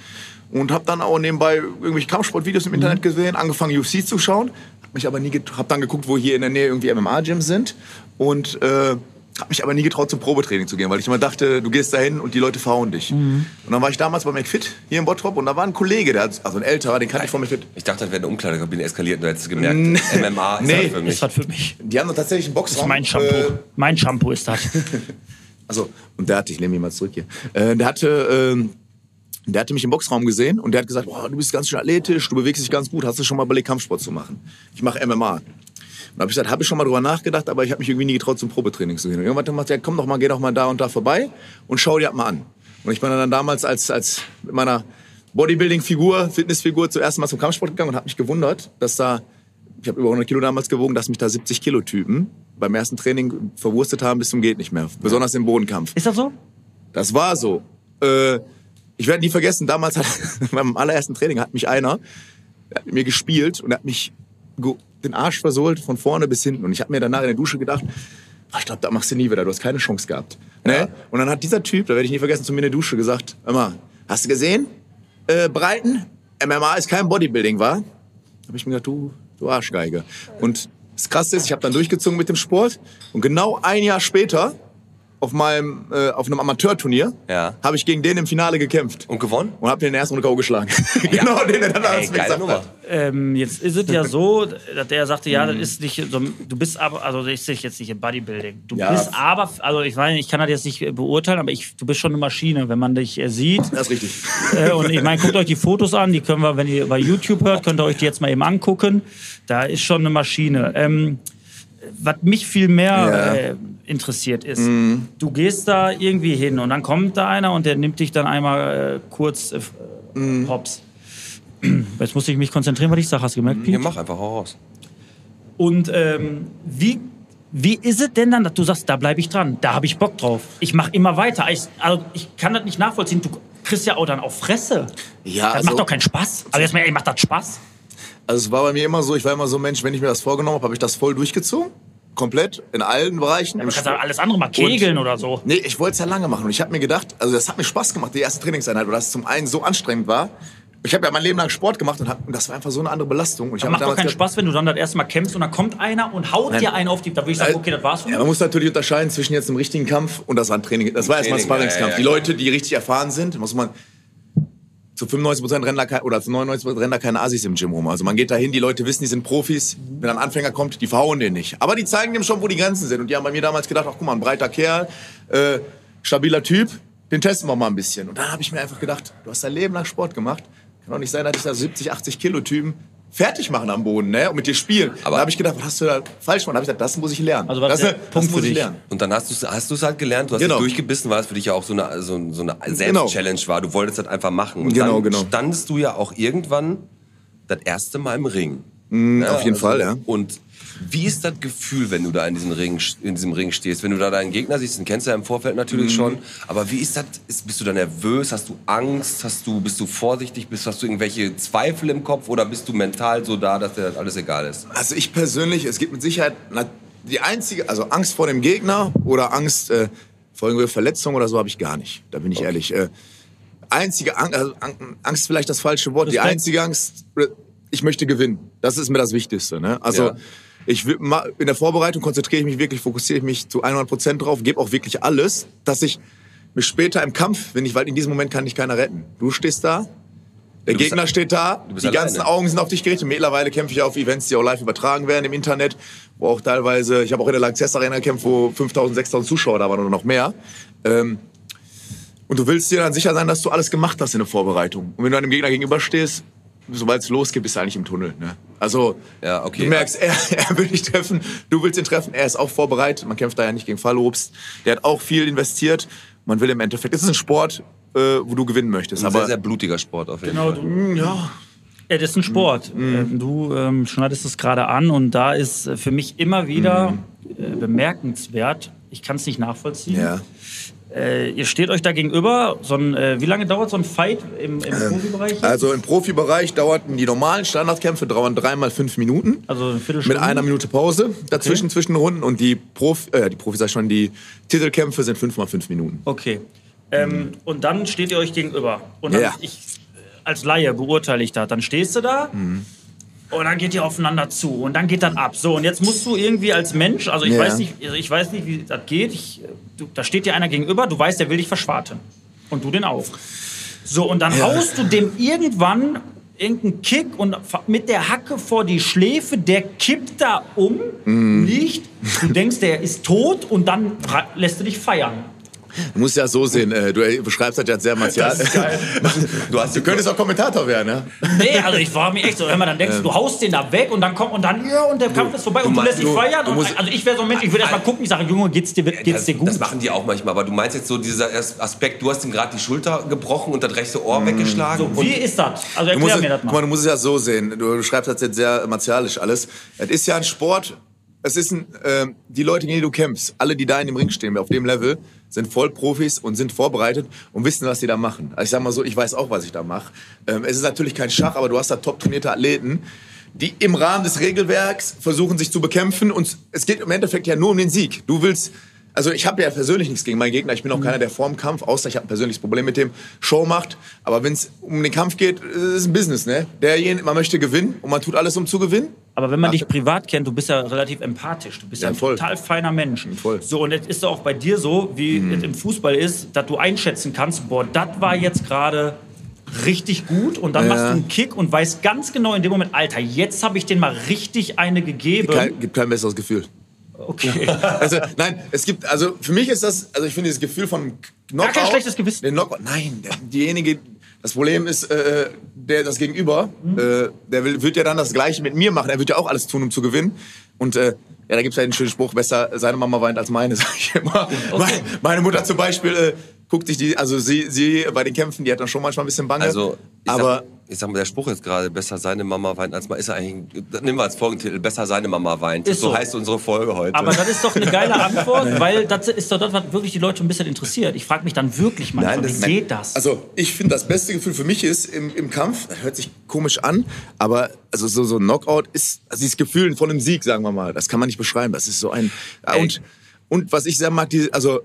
[SPEAKER 5] und habe dann auch nebenbei irgendwelche Kampfsportvideos im Internet gesehen, angefangen UFC zu schauen, habe mich aber nie habe dann geguckt, wo hier in der Nähe irgendwie MMA Gyms sind und äh, habe mich aber nie getraut zum Probetraining zu gehen, weil ich immer dachte, du gehst dahin und die Leute verhauen dich. Und dann war ich damals bei McFit hier in Bottrop und da war ein Kollege, der hat, also ein älterer, den kannte ich von McFit.
[SPEAKER 1] Ich dachte, das wäre eine Umkleidekabine eskaliert und du hättest gemerkt, MMA ist
[SPEAKER 5] Nee.
[SPEAKER 1] halt für mich.
[SPEAKER 2] ist das für mich.
[SPEAKER 5] Die haben tatsächlich einen Boxraum.
[SPEAKER 2] Das ist mein Shampoo.
[SPEAKER 5] äh,
[SPEAKER 2] mein Shampoo ist das.
[SPEAKER 5] Also, und der hatte, ich nehme ihn mal zurück hier, äh, der hatte, ähm, der hatte mich im Boxraum gesehen und der hat gesagt, boah, du bist ganz schön athletisch, du bewegst dich ganz gut, hast du schon mal überlegt, Kampfsport zu machen? Ich mache MMA. Und da habe ich gesagt, habe ich schon mal drüber nachgedacht, aber ich habe mich irgendwie nie getraut, zum Probetraining zu gehen. Und irgendwann hat er gesagt, ja, komm doch mal, geh doch mal da und da vorbei und schau dir das mal an. Und ich bin dann damals als, als mit meiner Bodybuilding-Figur, Fitnessfigur zuerst mal zum Kampfsport gegangen und habe mich gewundert, dass da ich habe über 100 Kilo damals gewogen, dass mich da 70 Kilo Typen beim ersten Training verwurstet haben bis zum geht nicht mehr, besonders im Bodenkampf.
[SPEAKER 2] Ist das so?
[SPEAKER 5] Das war so. Äh, ich werde nie vergessen, damals hat, beim allerersten Training hat mich einer der hat mit mir gespielt und hat mich ge- den Arsch versohlt von vorne bis hinten. Und ich habe mir danach in der Dusche gedacht, "Boah, ich glaube, da machst du nie wieder, du hast keine Chance gehabt. Ne? Und dann hat dieser Typ, da werde ich nie vergessen, zu mir in der Dusche gesagt, immer, hast du gesehen? Äh, Breiten, MMA ist kein Bodybuilding, war? habe ich mir gedacht, du, du Arschgeige. Und das Krasse ist, ich habe dann durchgezogen mit dem Sport und genau ein Jahr später auf meinem äh, auf einem Amateurturnier
[SPEAKER 1] Ja.
[SPEAKER 5] habe ich gegen den im Finale gekämpft
[SPEAKER 1] Und gewonnen?
[SPEAKER 5] und habe den in der ersten Runde K.O. geschlagen. genau, den der dann
[SPEAKER 1] Ey,
[SPEAKER 5] alles
[SPEAKER 1] geile
[SPEAKER 5] gesagt
[SPEAKER 1] Nummer.
[SPEAKER 5] hat.
[SPEAKER 2] Ähm, jetzt ist es ja so, dass der sagte, ja,
[SPEAKER 5] Hm.
[SPEAKER 2] das ist nicht so, du bist aber, also ich sehe jetzt nicht im Bodybuilding. Du
[SPEAKER 5] Ja.
[SPEAKER 2] bist aber, also ich meine, ich kann das jetzt nicht äh, beurteilen, aber ich, du bist schon eine Maschine, wenn man dich äh, sieht.
[SPEAKER 5] Das ist richtig.
[SPEAKER 2] Äh, und ich meine, guckt euch die Fotos an, die können wir, wenn ihr bei YouTube hört, könnt ihr euch die jetzt mal eben angucken. Da ist schon eine Maschine. Ähm, was mich viel mehr
[SPEAKER 5] Ja. Hm.
[SPEAKER 2] äh, interessiert ist, du gehst da irgendwie hin und dann kommt da einer und der nimmt dich dann einmal äh, kurz äh,
[SPEAKER 5] Hm.
[SPEAKER 2] hops. Jetzt muss ich mich konzentrieren, was ich sage. Hast du gemerkt,
[SPEAKER 1] Hier,
[SPEAKER 2] Pete?
[SPEAKER 1] mach einfach, hau raus.
[SPEAKER 2] Und ähm, wie, wie ist es denn dann, dass du sagst, da bleibe ich dran, da habe ich Bock drauf, ich mache immer weiter. Ich, also ich kann das nicht nachvollziehen. Du kriegst ja auch dann auf Fresse.
[SPEAKER 5] Ja,
[SPEAKER 2] das
[SPEAKER 5] also-
[SPEAKER 2] macht doch keinen Spaß. Also jetzt mal, ehrlich, macht das Spaß?
[SPEAKER 5] Also es war bei mir immer so, ich war immer so ein Mensch, wenn ich mir das vorgenommen habe, habe ich das voll durchgezogen. Komplett, in allen Bereichen. im
[SPEAKER 2] Du kannst ja
[SPEAKER 5] Sport.
[SPEAKER 2] alles andere mal kegeln oder so.
[SPEAKER 5] Nee, ich wollte es ja lange machen. Und ich habe mir gedacht, also das hat mir Spaß gemacht, die erste Trainingseinheit, weil das zum einen so anstrengend war. Ich habe ja mein Leben lang Sport gemacht und, hab, und das war einfach so eine andere Belastung. Und ich
[SPEAKER 2] Das
[SPEAKER 5] hab
[SPEAKER 2] macht doch
[SPEAKER 5] damals
[SPEAKER 2] keinen
[SPEAKER 5] gedacht-
[SPEAKER 2] Spaß, wenn du dann das erste Mal kämpfst und dann kommt einer und haut dir einen auf die. Da würde ich sagen, okay, das war's.
[SPEAKER 5] Ja, man muss natürlich unterscheiden zwischen jetzt einem richtigen Kampf und das war ein Training. Das war erstmal ein
[SPEAKER 1] Training, ja,
[SPEAKER 5] Sparringskampf.
[SPEAKER 1] ja,
[SPEAKER 5] die
[SPEAKER 1] klar.
[SPEAKER 5] Leute, die richtig erfahren sind, muss man zu 95% Renner kei- oder zu 99% Renner keine Assis im Gym rum. Also man geht dahin, die Leute wissen, die sind Profis.
[SPEAKER 2] Mhm.
[SPEAKER 5] Wenn ein Anfänger kommt, die verhauen den nicht. Aber die zeigen dem schon, wo die Grenzen sind. Und die haben bei mir damals gedacht, ach guck mal, ein breiter Kerl, äh, stabiler Typ, den testen wir mal ein bisschen. Und dann habe ich mir einfach gedacht, du hast dein Leben lang Sport gemacht. Kann doch nicht sein, dass ich da 70, 80 Kilo Typen fertig machen am Boden, ne? Und mit dir spielen.
[SPEAKER 1] Aber-
[SPEAKER 5] da habe ich gedacht, was hast du da falsch gemacht? Da habe ich gedacht, das muss ich lernen.
[SPEAKER 2] Also war
[SPEAKER 5] das
[SPEAKER 2] der
[SPEAKER 5] das
[SPEAKER 2] Punkt
[SPEAKER 5] muss
[SPEAKER 2] für
[SPEAKER 5] ich
[SPEAKER 2] dich.
[SPEAKER 5] lernen.
[SPEAKER 1] Und dann hast du es hast du's halt gelernt, du hast
[SPEAKER 5] Genau.
[SPEAKER 1] dich durchgebissen, weil es für dich ja auch so eine, so, so eine
[SPEAKER 5] Genau.
[SPEAKER 1] Selbstchallenge war. Du wolltest das einfach machen. Und
[SPEAKER 5] Genau,
[SPEAKER 1] dann
[SPEAKER 5] genau.
[SPEAKER 1] standest du ja auch irgendwann das erste Mal im Ring. Ja,
[SPEAKER 5] Mm,
[SPEAKER 1] also
[SPEAKER 5] auf jeden Fall, ja.
[SPEAKER 1] Und wie ist das Gefühl, wenn du da in diesem Ring, in diesem Ring stehst? Wenn du da deinen Gegner siehst, den kennst du ja im Vorfeld natürlich
[SPEAKER 5] Mm.
[SPEAKER 1] schon. Aber wie ist das? Ist, bist du da nervös? Hast du Angst? Hast du, bist du vorsichtig? Bist, hast du irgendwelche Zweifel im Kopf? Oder bist du mental so da, dass dir das alles egal ist?
[SPEAKER 5] Also ich persönlich, es gibt mit Sicherheit na- die einzige, also Angst vor dem Gegner oder Angst äh, vor irgendwelchen Verletzungen oder so habe ich gar nicht. Da bin ich ehrlich. Äh, einzige Angst, also Ang- Angst ist vielleicht das falsche Wort. Die
[SPEAKER 2] Respekt.
[SPEAKER 5] einzige Angst, äh, ich möchte gewinnen. Das ist mir das Wichtigste. Ne? Also
[SPEAKER 1] Ja.
[SPEAKER 5] ich will ma- in der Vorbereitung konzentriere ich mich wirklich, fokussiere ich mich zu 100 Prozent drauf, gebe auch wirklich alles, dass ich mich später im Kampf, wenn ich, weil in diesem Moment kann dich keiner retten. Du stehst da. Der
[SPEAKER 1] Du bist-
[SPEAKER 5] Gegner steht da,
[SPEAKER 1] du
[SPEAKER 5] die
[SPEAKER 1] bist
[SPEAKER 5] ganzen
[SPEAKER 1] alleine.
[SPEAKER 5] Augen sind auf dich gerichtet. Mittlerweile kämpfe ich auf Events, die auch live übertragen werden im Internet, wo auch teilweise, ich habe auch in der Lanxess Arena gekämpft, wo 5000, 6000 Zuschauer da waren oder noch mehr. Ähm, und du willst dir dann sicher sein, dass du alles gemacht hast in der Vorbereitung. Und wenn du einem Gegner gegenüberstehst, sobald es losgeht, bist du eigentlich im Tunnel. Ne? Also
[SPEAKER 1] Ja, okay.
[SPEAKER 5] du merkst, er, er will dich treffen, du willst ihn treffen, er ist auch vorbereitet. Man kämpft da ja nicht gegen Fallobst. Der hat auch viel investiert. Man will im Endeffekt, es ist ein Sport, äh, wo du gewinnen möchtest.
[SPEAKER 1] Ein
[SPEAKER 5] aber
[SPEAKER 1] sehr, sehr blutiger Sport auf jeden
[SPEAKER 2] Genau,
[SPEAKER 1] Fall.
[SPEAKER 2] du,
[SPEAKER 5] Mm, ja, Mm,
[SPEAKER 2] ja, das ist ein Sport. Ähm, Du ähm, schneidest es gerade an und da ist äh, für mich immer wieder äh, bemerkenswert, ich kann es nicht nachvollziehen,
[SPEAKER 5] Mm. ja.
[SPEAKER 2] äh, ihr steht euch da gegenüber, so ein, äh, wie lange dauert so ein Fight im, im Profibereich? jetzt?
[SPEAKER 5] Also im Profibereich dauerten die normalen Standardkämpfe dauern dreimal fünf Minuten.
[SPEAKER 2] also eine Viertelstunde?
[SPEAKER 5] Mit einer Minute Pause dazwischen, zwischen den Runden. Und die, Prof, äh, die Profis, sag ich schon, die Titelkämpfe sind fünfmal fünf Minuten.
[SPEAKER 2] Okay. Ähm, Und dann steht ihr euch gegenüber. Und dann,
[SPEAKER 5] Ja.
[SPEAKER 2] ich, äh, als Laie beurteile ich das. Dann stehst du da
[SPEAKER 5] Hm.
[SPEAKER 2] und dann geht ihr aufeinander zu und dann geht das ab. So, und jetzt musst du irgendwie als Mensch, also ich,
[SPEAKER 5] Ja.
[SPEAKER 2] weiß, nicht, also ich weiß nicht, wie das geht. Ich, äh, du, da steht dir einer gegenüber, du weißt, der will dich verschwarten. Und du den auch. So, und dann haust du dem irgendwann irgendeinen Kick und fa- mit der Hacke vor die Schläfe, der kippt da um,
[SPEAKER 5] Hm.
[SPEAKER 2] liegt. Du denkst, der ist tot und dann ra- lässt du dich feiern.
[SPEAKER 5] Du musst ja so sehen, äh, du beschreibst das ja sehr martial.
[SPEAKER 2] Das ist geil.
[SPEAKER 5] Du, hast, du könntest auch Kommentator werden, ne?
[SPEAKER 2] Nee, also ich war mir echt so, hör mal, dann denkst du,
[SPEAKER 5] Ähm.
[SPEAKER 2] du haust den da weg und dann kommt und dann, ja, und der Kampf ist vorbei und du
[SPEAKER 1] meinst,
[SPEAKER 2] lässt dich
[SPEAKER 1] du-
[SPEAKER 2] feiern.
[SPEAKER 1] du
[SPEAKER 2] Und,
[SPEAKER 1] musst-
[SPEAKER 2] also ich wäre so ein Mensch, ich würde erst mal gucken, ich sage, Junge, geht's dir, geht's
[SPEAKER 1] das,
[SPEAKER 2] dir gut?
[SPEAKER 1] das machen die auch manchmal, aber du meinst jetzt so dieser erst- Aspekt, du hast ihm gerade die Schulter gebrochen und das rechte
[SPEAKER 5] Mm.
[SPEAKER 1] Ohr weggeschlagen.
[SPEAKER 2] so, wie ist das? Also
[SPEAKER 5] Du musst,
[SPEAKER 2] erklär mir das
[SPEAKER 5] guck mal,
[SPEAKER 2] mal.
[SPEAKER 5] du musst es ja so sehen. Du, du schreibst das jetzt sehr martialisch alles. Es ist ja ein Sport. Es ist ein, ähm, die Leute, gegen die du kämpfst, alle, die da in dem Ring stehen, auf dem Level, sind Vollprofis und sind vorbereitet und wissen, was sie da machen. Also ich sag mal so, ich weiß auch, was ich da mache. Ähm, es ist natürlich kein Schach, aber du hast da top trainierte Athleten, die im Rahmen des Regelwerks versuchen, sich zu bekämpfen. Und es geht im Endeffekt ja nur um den Sieg. Du willst also ich habe ja persönlich nichts gegen meinen Gegner. Ich bin auch keiner, der vorm Kampf, außer ich habe ein persönliches Problem mit dem, Show macht. Aber wenn es um den Kampf geht, ist es ein Business, ne? Derjenige, man möchte gewinnen und man tut alles, um zu gewinnen.
[SPEAKER 2] Aber wenn man
[SPEAKER 5] Ach.
[SPEAKER 2] dich privat kennt, du bist ja relativ empathisch, du bist ja,
[SPEAKER 5] Ja,
[SPEAKER 2] ein
[SPEAKER 5] voll.
[SPEAKER 2] total feiner Mensch.
[SPEAKER 5] Voll. Mhm.
[SPEAKER 2] So, und jetzt ist auch bei dir so, wie es im Fußball ist, dass du einschätzen kannst, boah, das war jetzt gerade richtig gut und dann
[SPEAKER 5] Ja.
[SPEAKER 2] machst du einen Kick und weißt ganz genau in dem Moment, Alter, jetzt habe ich den mal richtig eine gegeben.
[SPEAKER 5] Kein, gibt kein besseres Gefühl.
[SPEAKER 2] okay.
[SPEAKER 5] Also nein, es gibt, also für mich ist das, also ich finde dieses Gefühl von Knockout.
[SPEAKER 2] kein schlechtes Gewissen.
[SPEAKER 5] Den Knockout, nein, der, diejenige, das Problem ist, äh, der das Gegenüber,
[SPEAKER 2] Mhm.
[SPEAKER 5] äh, der will, wird ja dann das Gleiche mit mir machen. Er wird ja auch alles tun, um zu gewinnen. Und äh, ja, da gibt's ja den schönen Spruch, besser seine Mama weint als meine, sag ich immer. Meine, meine Mutter zum Beispiel äh, guckt sich die, also sie, sie bei den Kämpfen, die hat dann schon manchmal ein bisschen Bange.
[SPEAKER 1] Also, ich
[SPEAKER 5] aber
[SPEAKER 1] sag, ich sag mal, der Spruch jetzt gerade, besser seine Mama weint als mal, ist ja eigentlich, das nehmen wir als Folgentitel, besser seine Mama weint.
[SPEAKER 2] Ist
[SPEAKER 1] so,
[SPEAKER 2] so.
[SPEAKER 1] heißt unsere Folge heute.
[SPEAKER 2] Aber das ist doch eine geile Antwort, weil das ist doch das, was wirklich die Leute ein bisschen interessiert. Ich frage mich dann wirklich manchmal,
[SPEAKER 1] Nein, das-
[SPEAKER 2] wie geht das?
[SPEAKER 5] Also ich finde, das beste Gefühl für mich ist im, im Kampf, das hört sich komisch an, aber also so, so ein Knockout ist, also dieses Gefühl von einem Sieg, sagen wir mal, das kann man nicht beschreiben. Das ist so ein...
[SPEAKER 1] Ey.
[SPEAKER 5] Und, und was ich sehr mag, die, also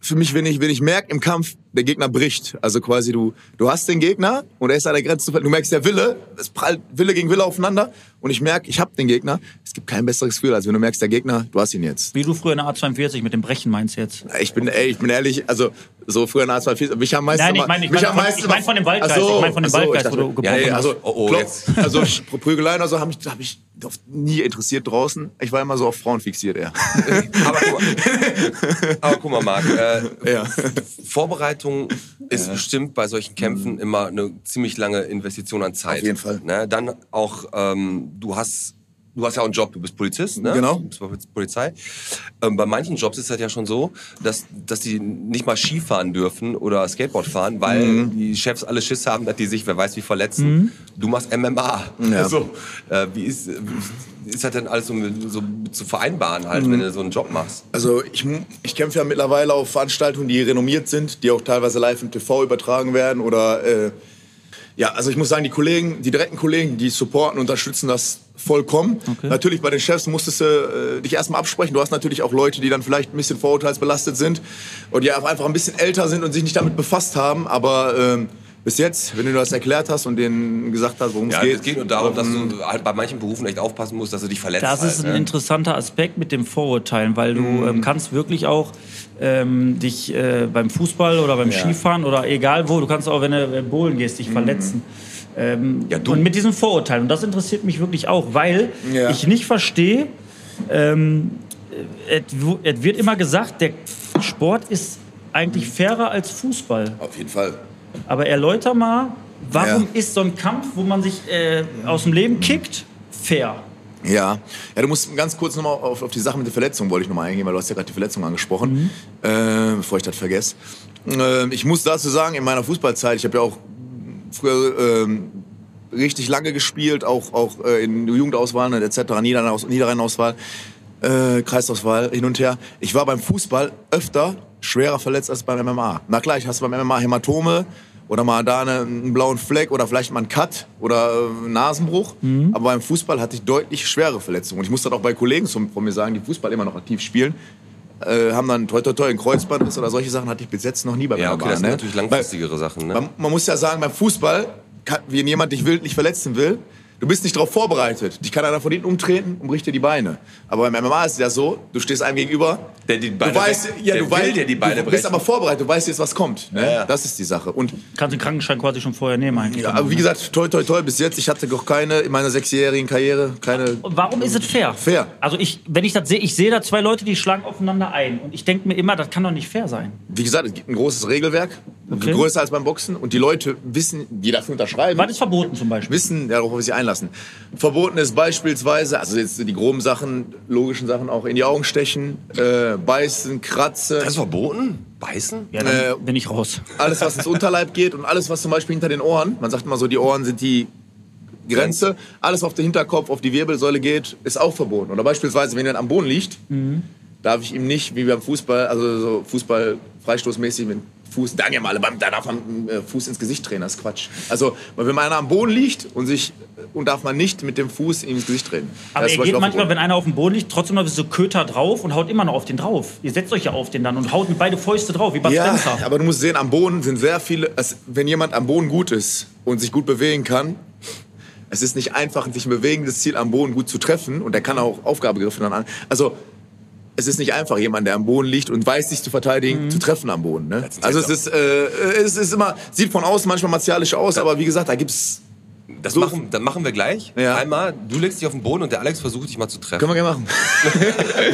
[SPEAKER 5] für mich, wenn ich, wenn ich merke im Kampf, der Gegner bricht. Also quasi du, du hast den Gegner und er ist an der Grenze zu ver- Du merkst der Wille, es prallt Wille gegen Wille aufeinander und ich merke, ich habe den Gegner. Es gibt kein besseres Gefühl, als wenn du merkst, der Gegner, du hast ihn jetzt.
[SPEAKER 2] wie du früher in der A42 mit dem Brechen meinst jetzt.
[SPEAKER 5] Ich bin, ey, ich bin ehrlich, also so früher in der A24, mich am meisten...
[SPEAKER 2] Nein, ich
[SPEAKER 5] immer-
[SPEAKER 2] meine- ich
[SPEAKER 5] mich
[SPEAKER 2] meine
[SPEAKER 5] am
[SPEAKER 2] von-
[SPEAKER 5] meisten
[SPEAKER 2] ich meine
[SPEAKER 5] immer-
[SPEAKER 2] von dem Waldkreis,
[SPEAKER 5] Ach so,
[SPEAKER 2] ich meine von dem
[SPEAKER 5] ach so,
[SPEAKER 2] Waldkreis,
[SPEAKER 5] ich dachte-
[SPEAKER 2] wo du geboren
[SPEAKER 5] ja, nee,
[SPEAKER 1] hast.
[SPEAKER 5] also,
[SPEAKER 1] Oh, oh,
[SPEAKER 5] Klo-
[SPEAKER 1] jetzt.
[SPEAKER 5] Also Pr- Prügeleien oder so habe ich, hab ich auf- nie interessiert draußen. Ich war immer so auf Frauen fixiert, eher.
[SPEAKER 1] aber, guck mal, aber guck mal, Marc, äh,
[SPEAKER 5] ja.
[SPEAKER 1] Vorbereitung ist bestimmt bei solchen Kämpfen immer eine ziemlich lange Investition an Zeit.
[SPEAKER 5] Mhm. Auf jeden Fall.
[SPEAKER 1] Ne? Dann auch, ähm, du hast. Du hast ja auch einen Job, du bist Polizist, ne?
[SPEAKER 5] Genau.
[SPEAKER 1] Du bist bei der Polizei. Ähm, bei manchen Jobs ist das ja schon so, dass, dass die nicht mal Ski fahren dürfen oder Skateboard fahren, weil
[SPEAKER 5] Mhm.
[SPEAKER 1] die Chefs alle Schiss haben, dass die sich, wer weiß wie, verletzen. Du machst MMA.
[SPEAKER 5] Ja.
[SPEAKER 1] So. Äh, wie ist, wie ist das denn alles so, mit- so zu vereinbaren,
[SPEAKER 5] Mhm.
[SPEAKER 1] halt, wenn du so einen Job machst?
[SPEAKER 5] Also ich, mu- ich kämpfe ja mittlerweile auf Veranstaltungen, die renommiert sind, die auch teilweise live im TV übertragen werden oder äh, Ja, also ich muss sagen, die Kollegen, die direkten Kollegen, die supporten, unterstützen das vollkommen.
[SPEAKER 2] Okay.
[SPEAKER 5] Natürlich bei den Chefs musstest du äh, dich erstmal absprechen. Du hast natürlich auch Leute, die dann vielleicht ein bisschen vorurteilsbelastet sind und die einfach ein bisschen älter sind und sich nicht damit befasst haben. Aber ähm, bis jetzt, wenn du das erklärt hast und denen gesagt hast, worum
[SPEAKER 1] Ja,
[SPEAKER 5] es geht. um
[SPEAKER 1] es geht nur darum, dass du halt bei manchen Berufen echt aufpassen musst, dass du dich verletzt
[SPEAKER 2] Das
[SPEAKER 1] halt,
[SPEAKER 2] ist ein
[SPEAKER 1] ne? Mhm.
[SPEAKER 2] interessanter Aspekt mit dem Vorurteilen, weil du ähm, kannst wirklich auch ähm, dich äh, beim Fußball oder beim Skifahren oder egal wo, du kannst auch, wenn du äh, bowlen gehst, dich verletzen. Ähm,
[SPEAKER 1] Mhm. Ja, du-
[SPEAKER 2] Und mit diesen Vorurteilen. Und das interessiert mich wirklich auch, weil
[SPEAKER 5] Ja.
[SPEAKER 2] ich nicht verstehe, ähm, äh, es wu- es wird immer gesagt, der Sport ist eigentlich fairer als Fußball.
[SPEAKER 5] Auf jeden Fall.
[SPEAKER 2] Aber erläuter mal, warum
[SPEAKER 5] Ja.
[SPEAKER 2] ist so ein Kampf, wo man sich äh, aus dem Leben kickt, fair?
[SPEAKER 5] Ja. ja, du musst ganz kurz nochmal auf, auf die Sache mit der Verletzung wollte ich nochmal eingehen, weil du hast ja gerade die Verletzung angesprochen, äh, bevor ich das vergesse. Ähm, ich muss dazu sagen, in meiner Fußballzeit, ich habe ja auch früher ähm, richtig lange gespielt, auch, auch äh, in Jugendauswahlen und etc., Niederrheinaus Niederrheinauswahl, äh, Kreisauswahl, hin und her. Ich war beim Fußball öfter schwerer verletzt als beim MMA. Na klar, ich hast beim MMA Hämatome oder mal da eine, einen blauen Fleck oder vielleicht mal einen Cut oder äh, einen Nasenbruch. Aber beim Fußball hatte ich deutlich schwere Verletzungen. Und ich muss das auch bei Kollegen zum- von mir sagen, die Fußball immer noch aktiv spielen. Äh, haben dann toi toi toi einen Kreuzbandriss oder solche Sachen hatte ich bis jetzt noch nie beim
[SPEAKER 1] Ja,
[SPEAKER 5] MMA.
[SPEAKER 1] okay, das sind
[SPEAKER 5] ne?
[SPEAKER 1] natürlich
[SPEAKER 5] Weil-
[SPEAKER 1] langfristigere Sachen. Ne?
[SPEAKER 5] man, man muss ja sagen, beim Fußball, kann, wenn jemand dich willentlich verletzen will, du bist nicht darauf vorbereitet. Dich kann einer von hinten umtreten und bricht dir die Beine. Aber beim MMA ist es ja so, du stehst einem gegenüber.
[SPEAKER 1] Der die Beine
[SPEAKER 5] du weißt,
[SPEAKER 1] brechen-
[SPEAKER 5] ja,
[SPEAKER 1] der
[SPEAKER 5] du weißt,
[SPEAKER 1] will dir die Beine
[SPEAKER 5] du bist
[SPEAKER 1] brechen.
[SPEAKER 5] aber vorbereitet, du weißt jetzt, was kommt. Ne?
[SPEAKER 1] Ja, ja.
[SPEAKER 5] Das ist die Sache. Und
[SPEAKER 2] Kannst den Krankenschein quasi schon vorher nehmen eigentlich.
[SPEAKER 5] ja, aber wie gesagt, toi, toi, toi, bis jetzt, ich hatte noch keine in meiner sechsjährigen Karriere, keine.
[SPEAKER 2] Und warum ist es fair?
[SPEAKER 5] Fair.
[SPEAKER 2] Also ich, wenn ich das sehe, ich sehe da zwei Leute, die schlagen aufeinander ein. Und ich denke mir immer, das kann doch nicht fair sein.
[SPEAKER 5] Wie gesagt, es gibt ein großes Regelwerk,
[SPEAKER 2] Okay.
[SPEAKER 5] größer als beim Boxen. Und die Leute wissen, die dafür unterschreiben.
[SPEAKER 2] Was ist verboten zum Beispiel?
[SPEAKER 5] wissen, ja, worauf sie sich einlassen. Verboten ist beispielsweise, also jetzt die groben Sachen, logischen Sachen auch in die Augen stechen, äh, beißen, kratzen,
[SPEAKER 1] Das ist verboten? Beißen?
[SPEAKER 2] Ja, dann
[SPEAKER 5] äh,
[SPEAKER 2] bin ich raus.
[SPEAKER 5] alles was ins Unterleib geht und alles was zum Beispiel hinter den Ohren, man sagt immer so, die Ohren sind die Grenze, alles auf den Hinterkopf, auf die Wirbelsäule geht, ist auch verboten. Oder beispielsweise, wenn jemand am Boden liegt,
[SPEAKER 2] Mhm.
[SPEAKER 5] darf ich ihm nicht, wie beim Fußball, also so Fußball freistoßmäßig mit dem Fuß, dann ja mal, beim- da darf man äh, Fuß ins Gesicht drehen, das ist Quatsch. Also, weil wenn einer am Boden liegt und sich, und darf man nicht mit dem Fuß ihm ins Gesicht drehen.
[SPEAKER 2] Aber
[SPEAKER 5] Das ist
[SPEAKER 2] ihr
[SPEAKER 5] zum Beispiel
[SPEAKER 2] geht
[SPEAKER 5] auch
[SPEAKER 2] manchmal, wenn
[SPEAKER 5] verboten.
[SPEAKER 2] einer auf dem Boden liegt, trotzdem noch so Köter drauf und haut immer noch auf den drauf. Ihr setzt euch ja auf den dann und haut mit beide Fäuste drauf, wie Bud
[SPEAKER 5] ja,
[SPEAKER 2] Spencer.
[SPEAKER 5] aber du musst sehen, am Boden sind sehr viele, also wenn jemand am Boden gut ist und sich gut bewegen kann, es ist nicht einfach, sich ein bewegendes Ziel am Boden gut zu treffen und der kann auch Aufgabegriffe dann an. Also, es ist nicht einfach, jemand, der am Boden liegt und weiß, sich zu verteidigen, zu treffen am Boden. Ne?
[SPEAKER 1] ist ein
[SPEAKER 5] Also es
[SPEAKER 1] Tänzer.
[SPEAKER 5] ist, äh, es ist immer, sieht von außen manchmal martialisch aus, aber wie gesagt, da gibt's.
[SPEAKER 1] Das
[SPEAKER 5] So-
[SPEAKER 1] machen, dann machen wir gleich.
[SPEAKER 5] Ja.
[SPEAKER 1] Einmal, du legst dich auf den Boden und der Alex versucht dich mal zu treffen.
[SPEAKER 5] Können wir gerne machen.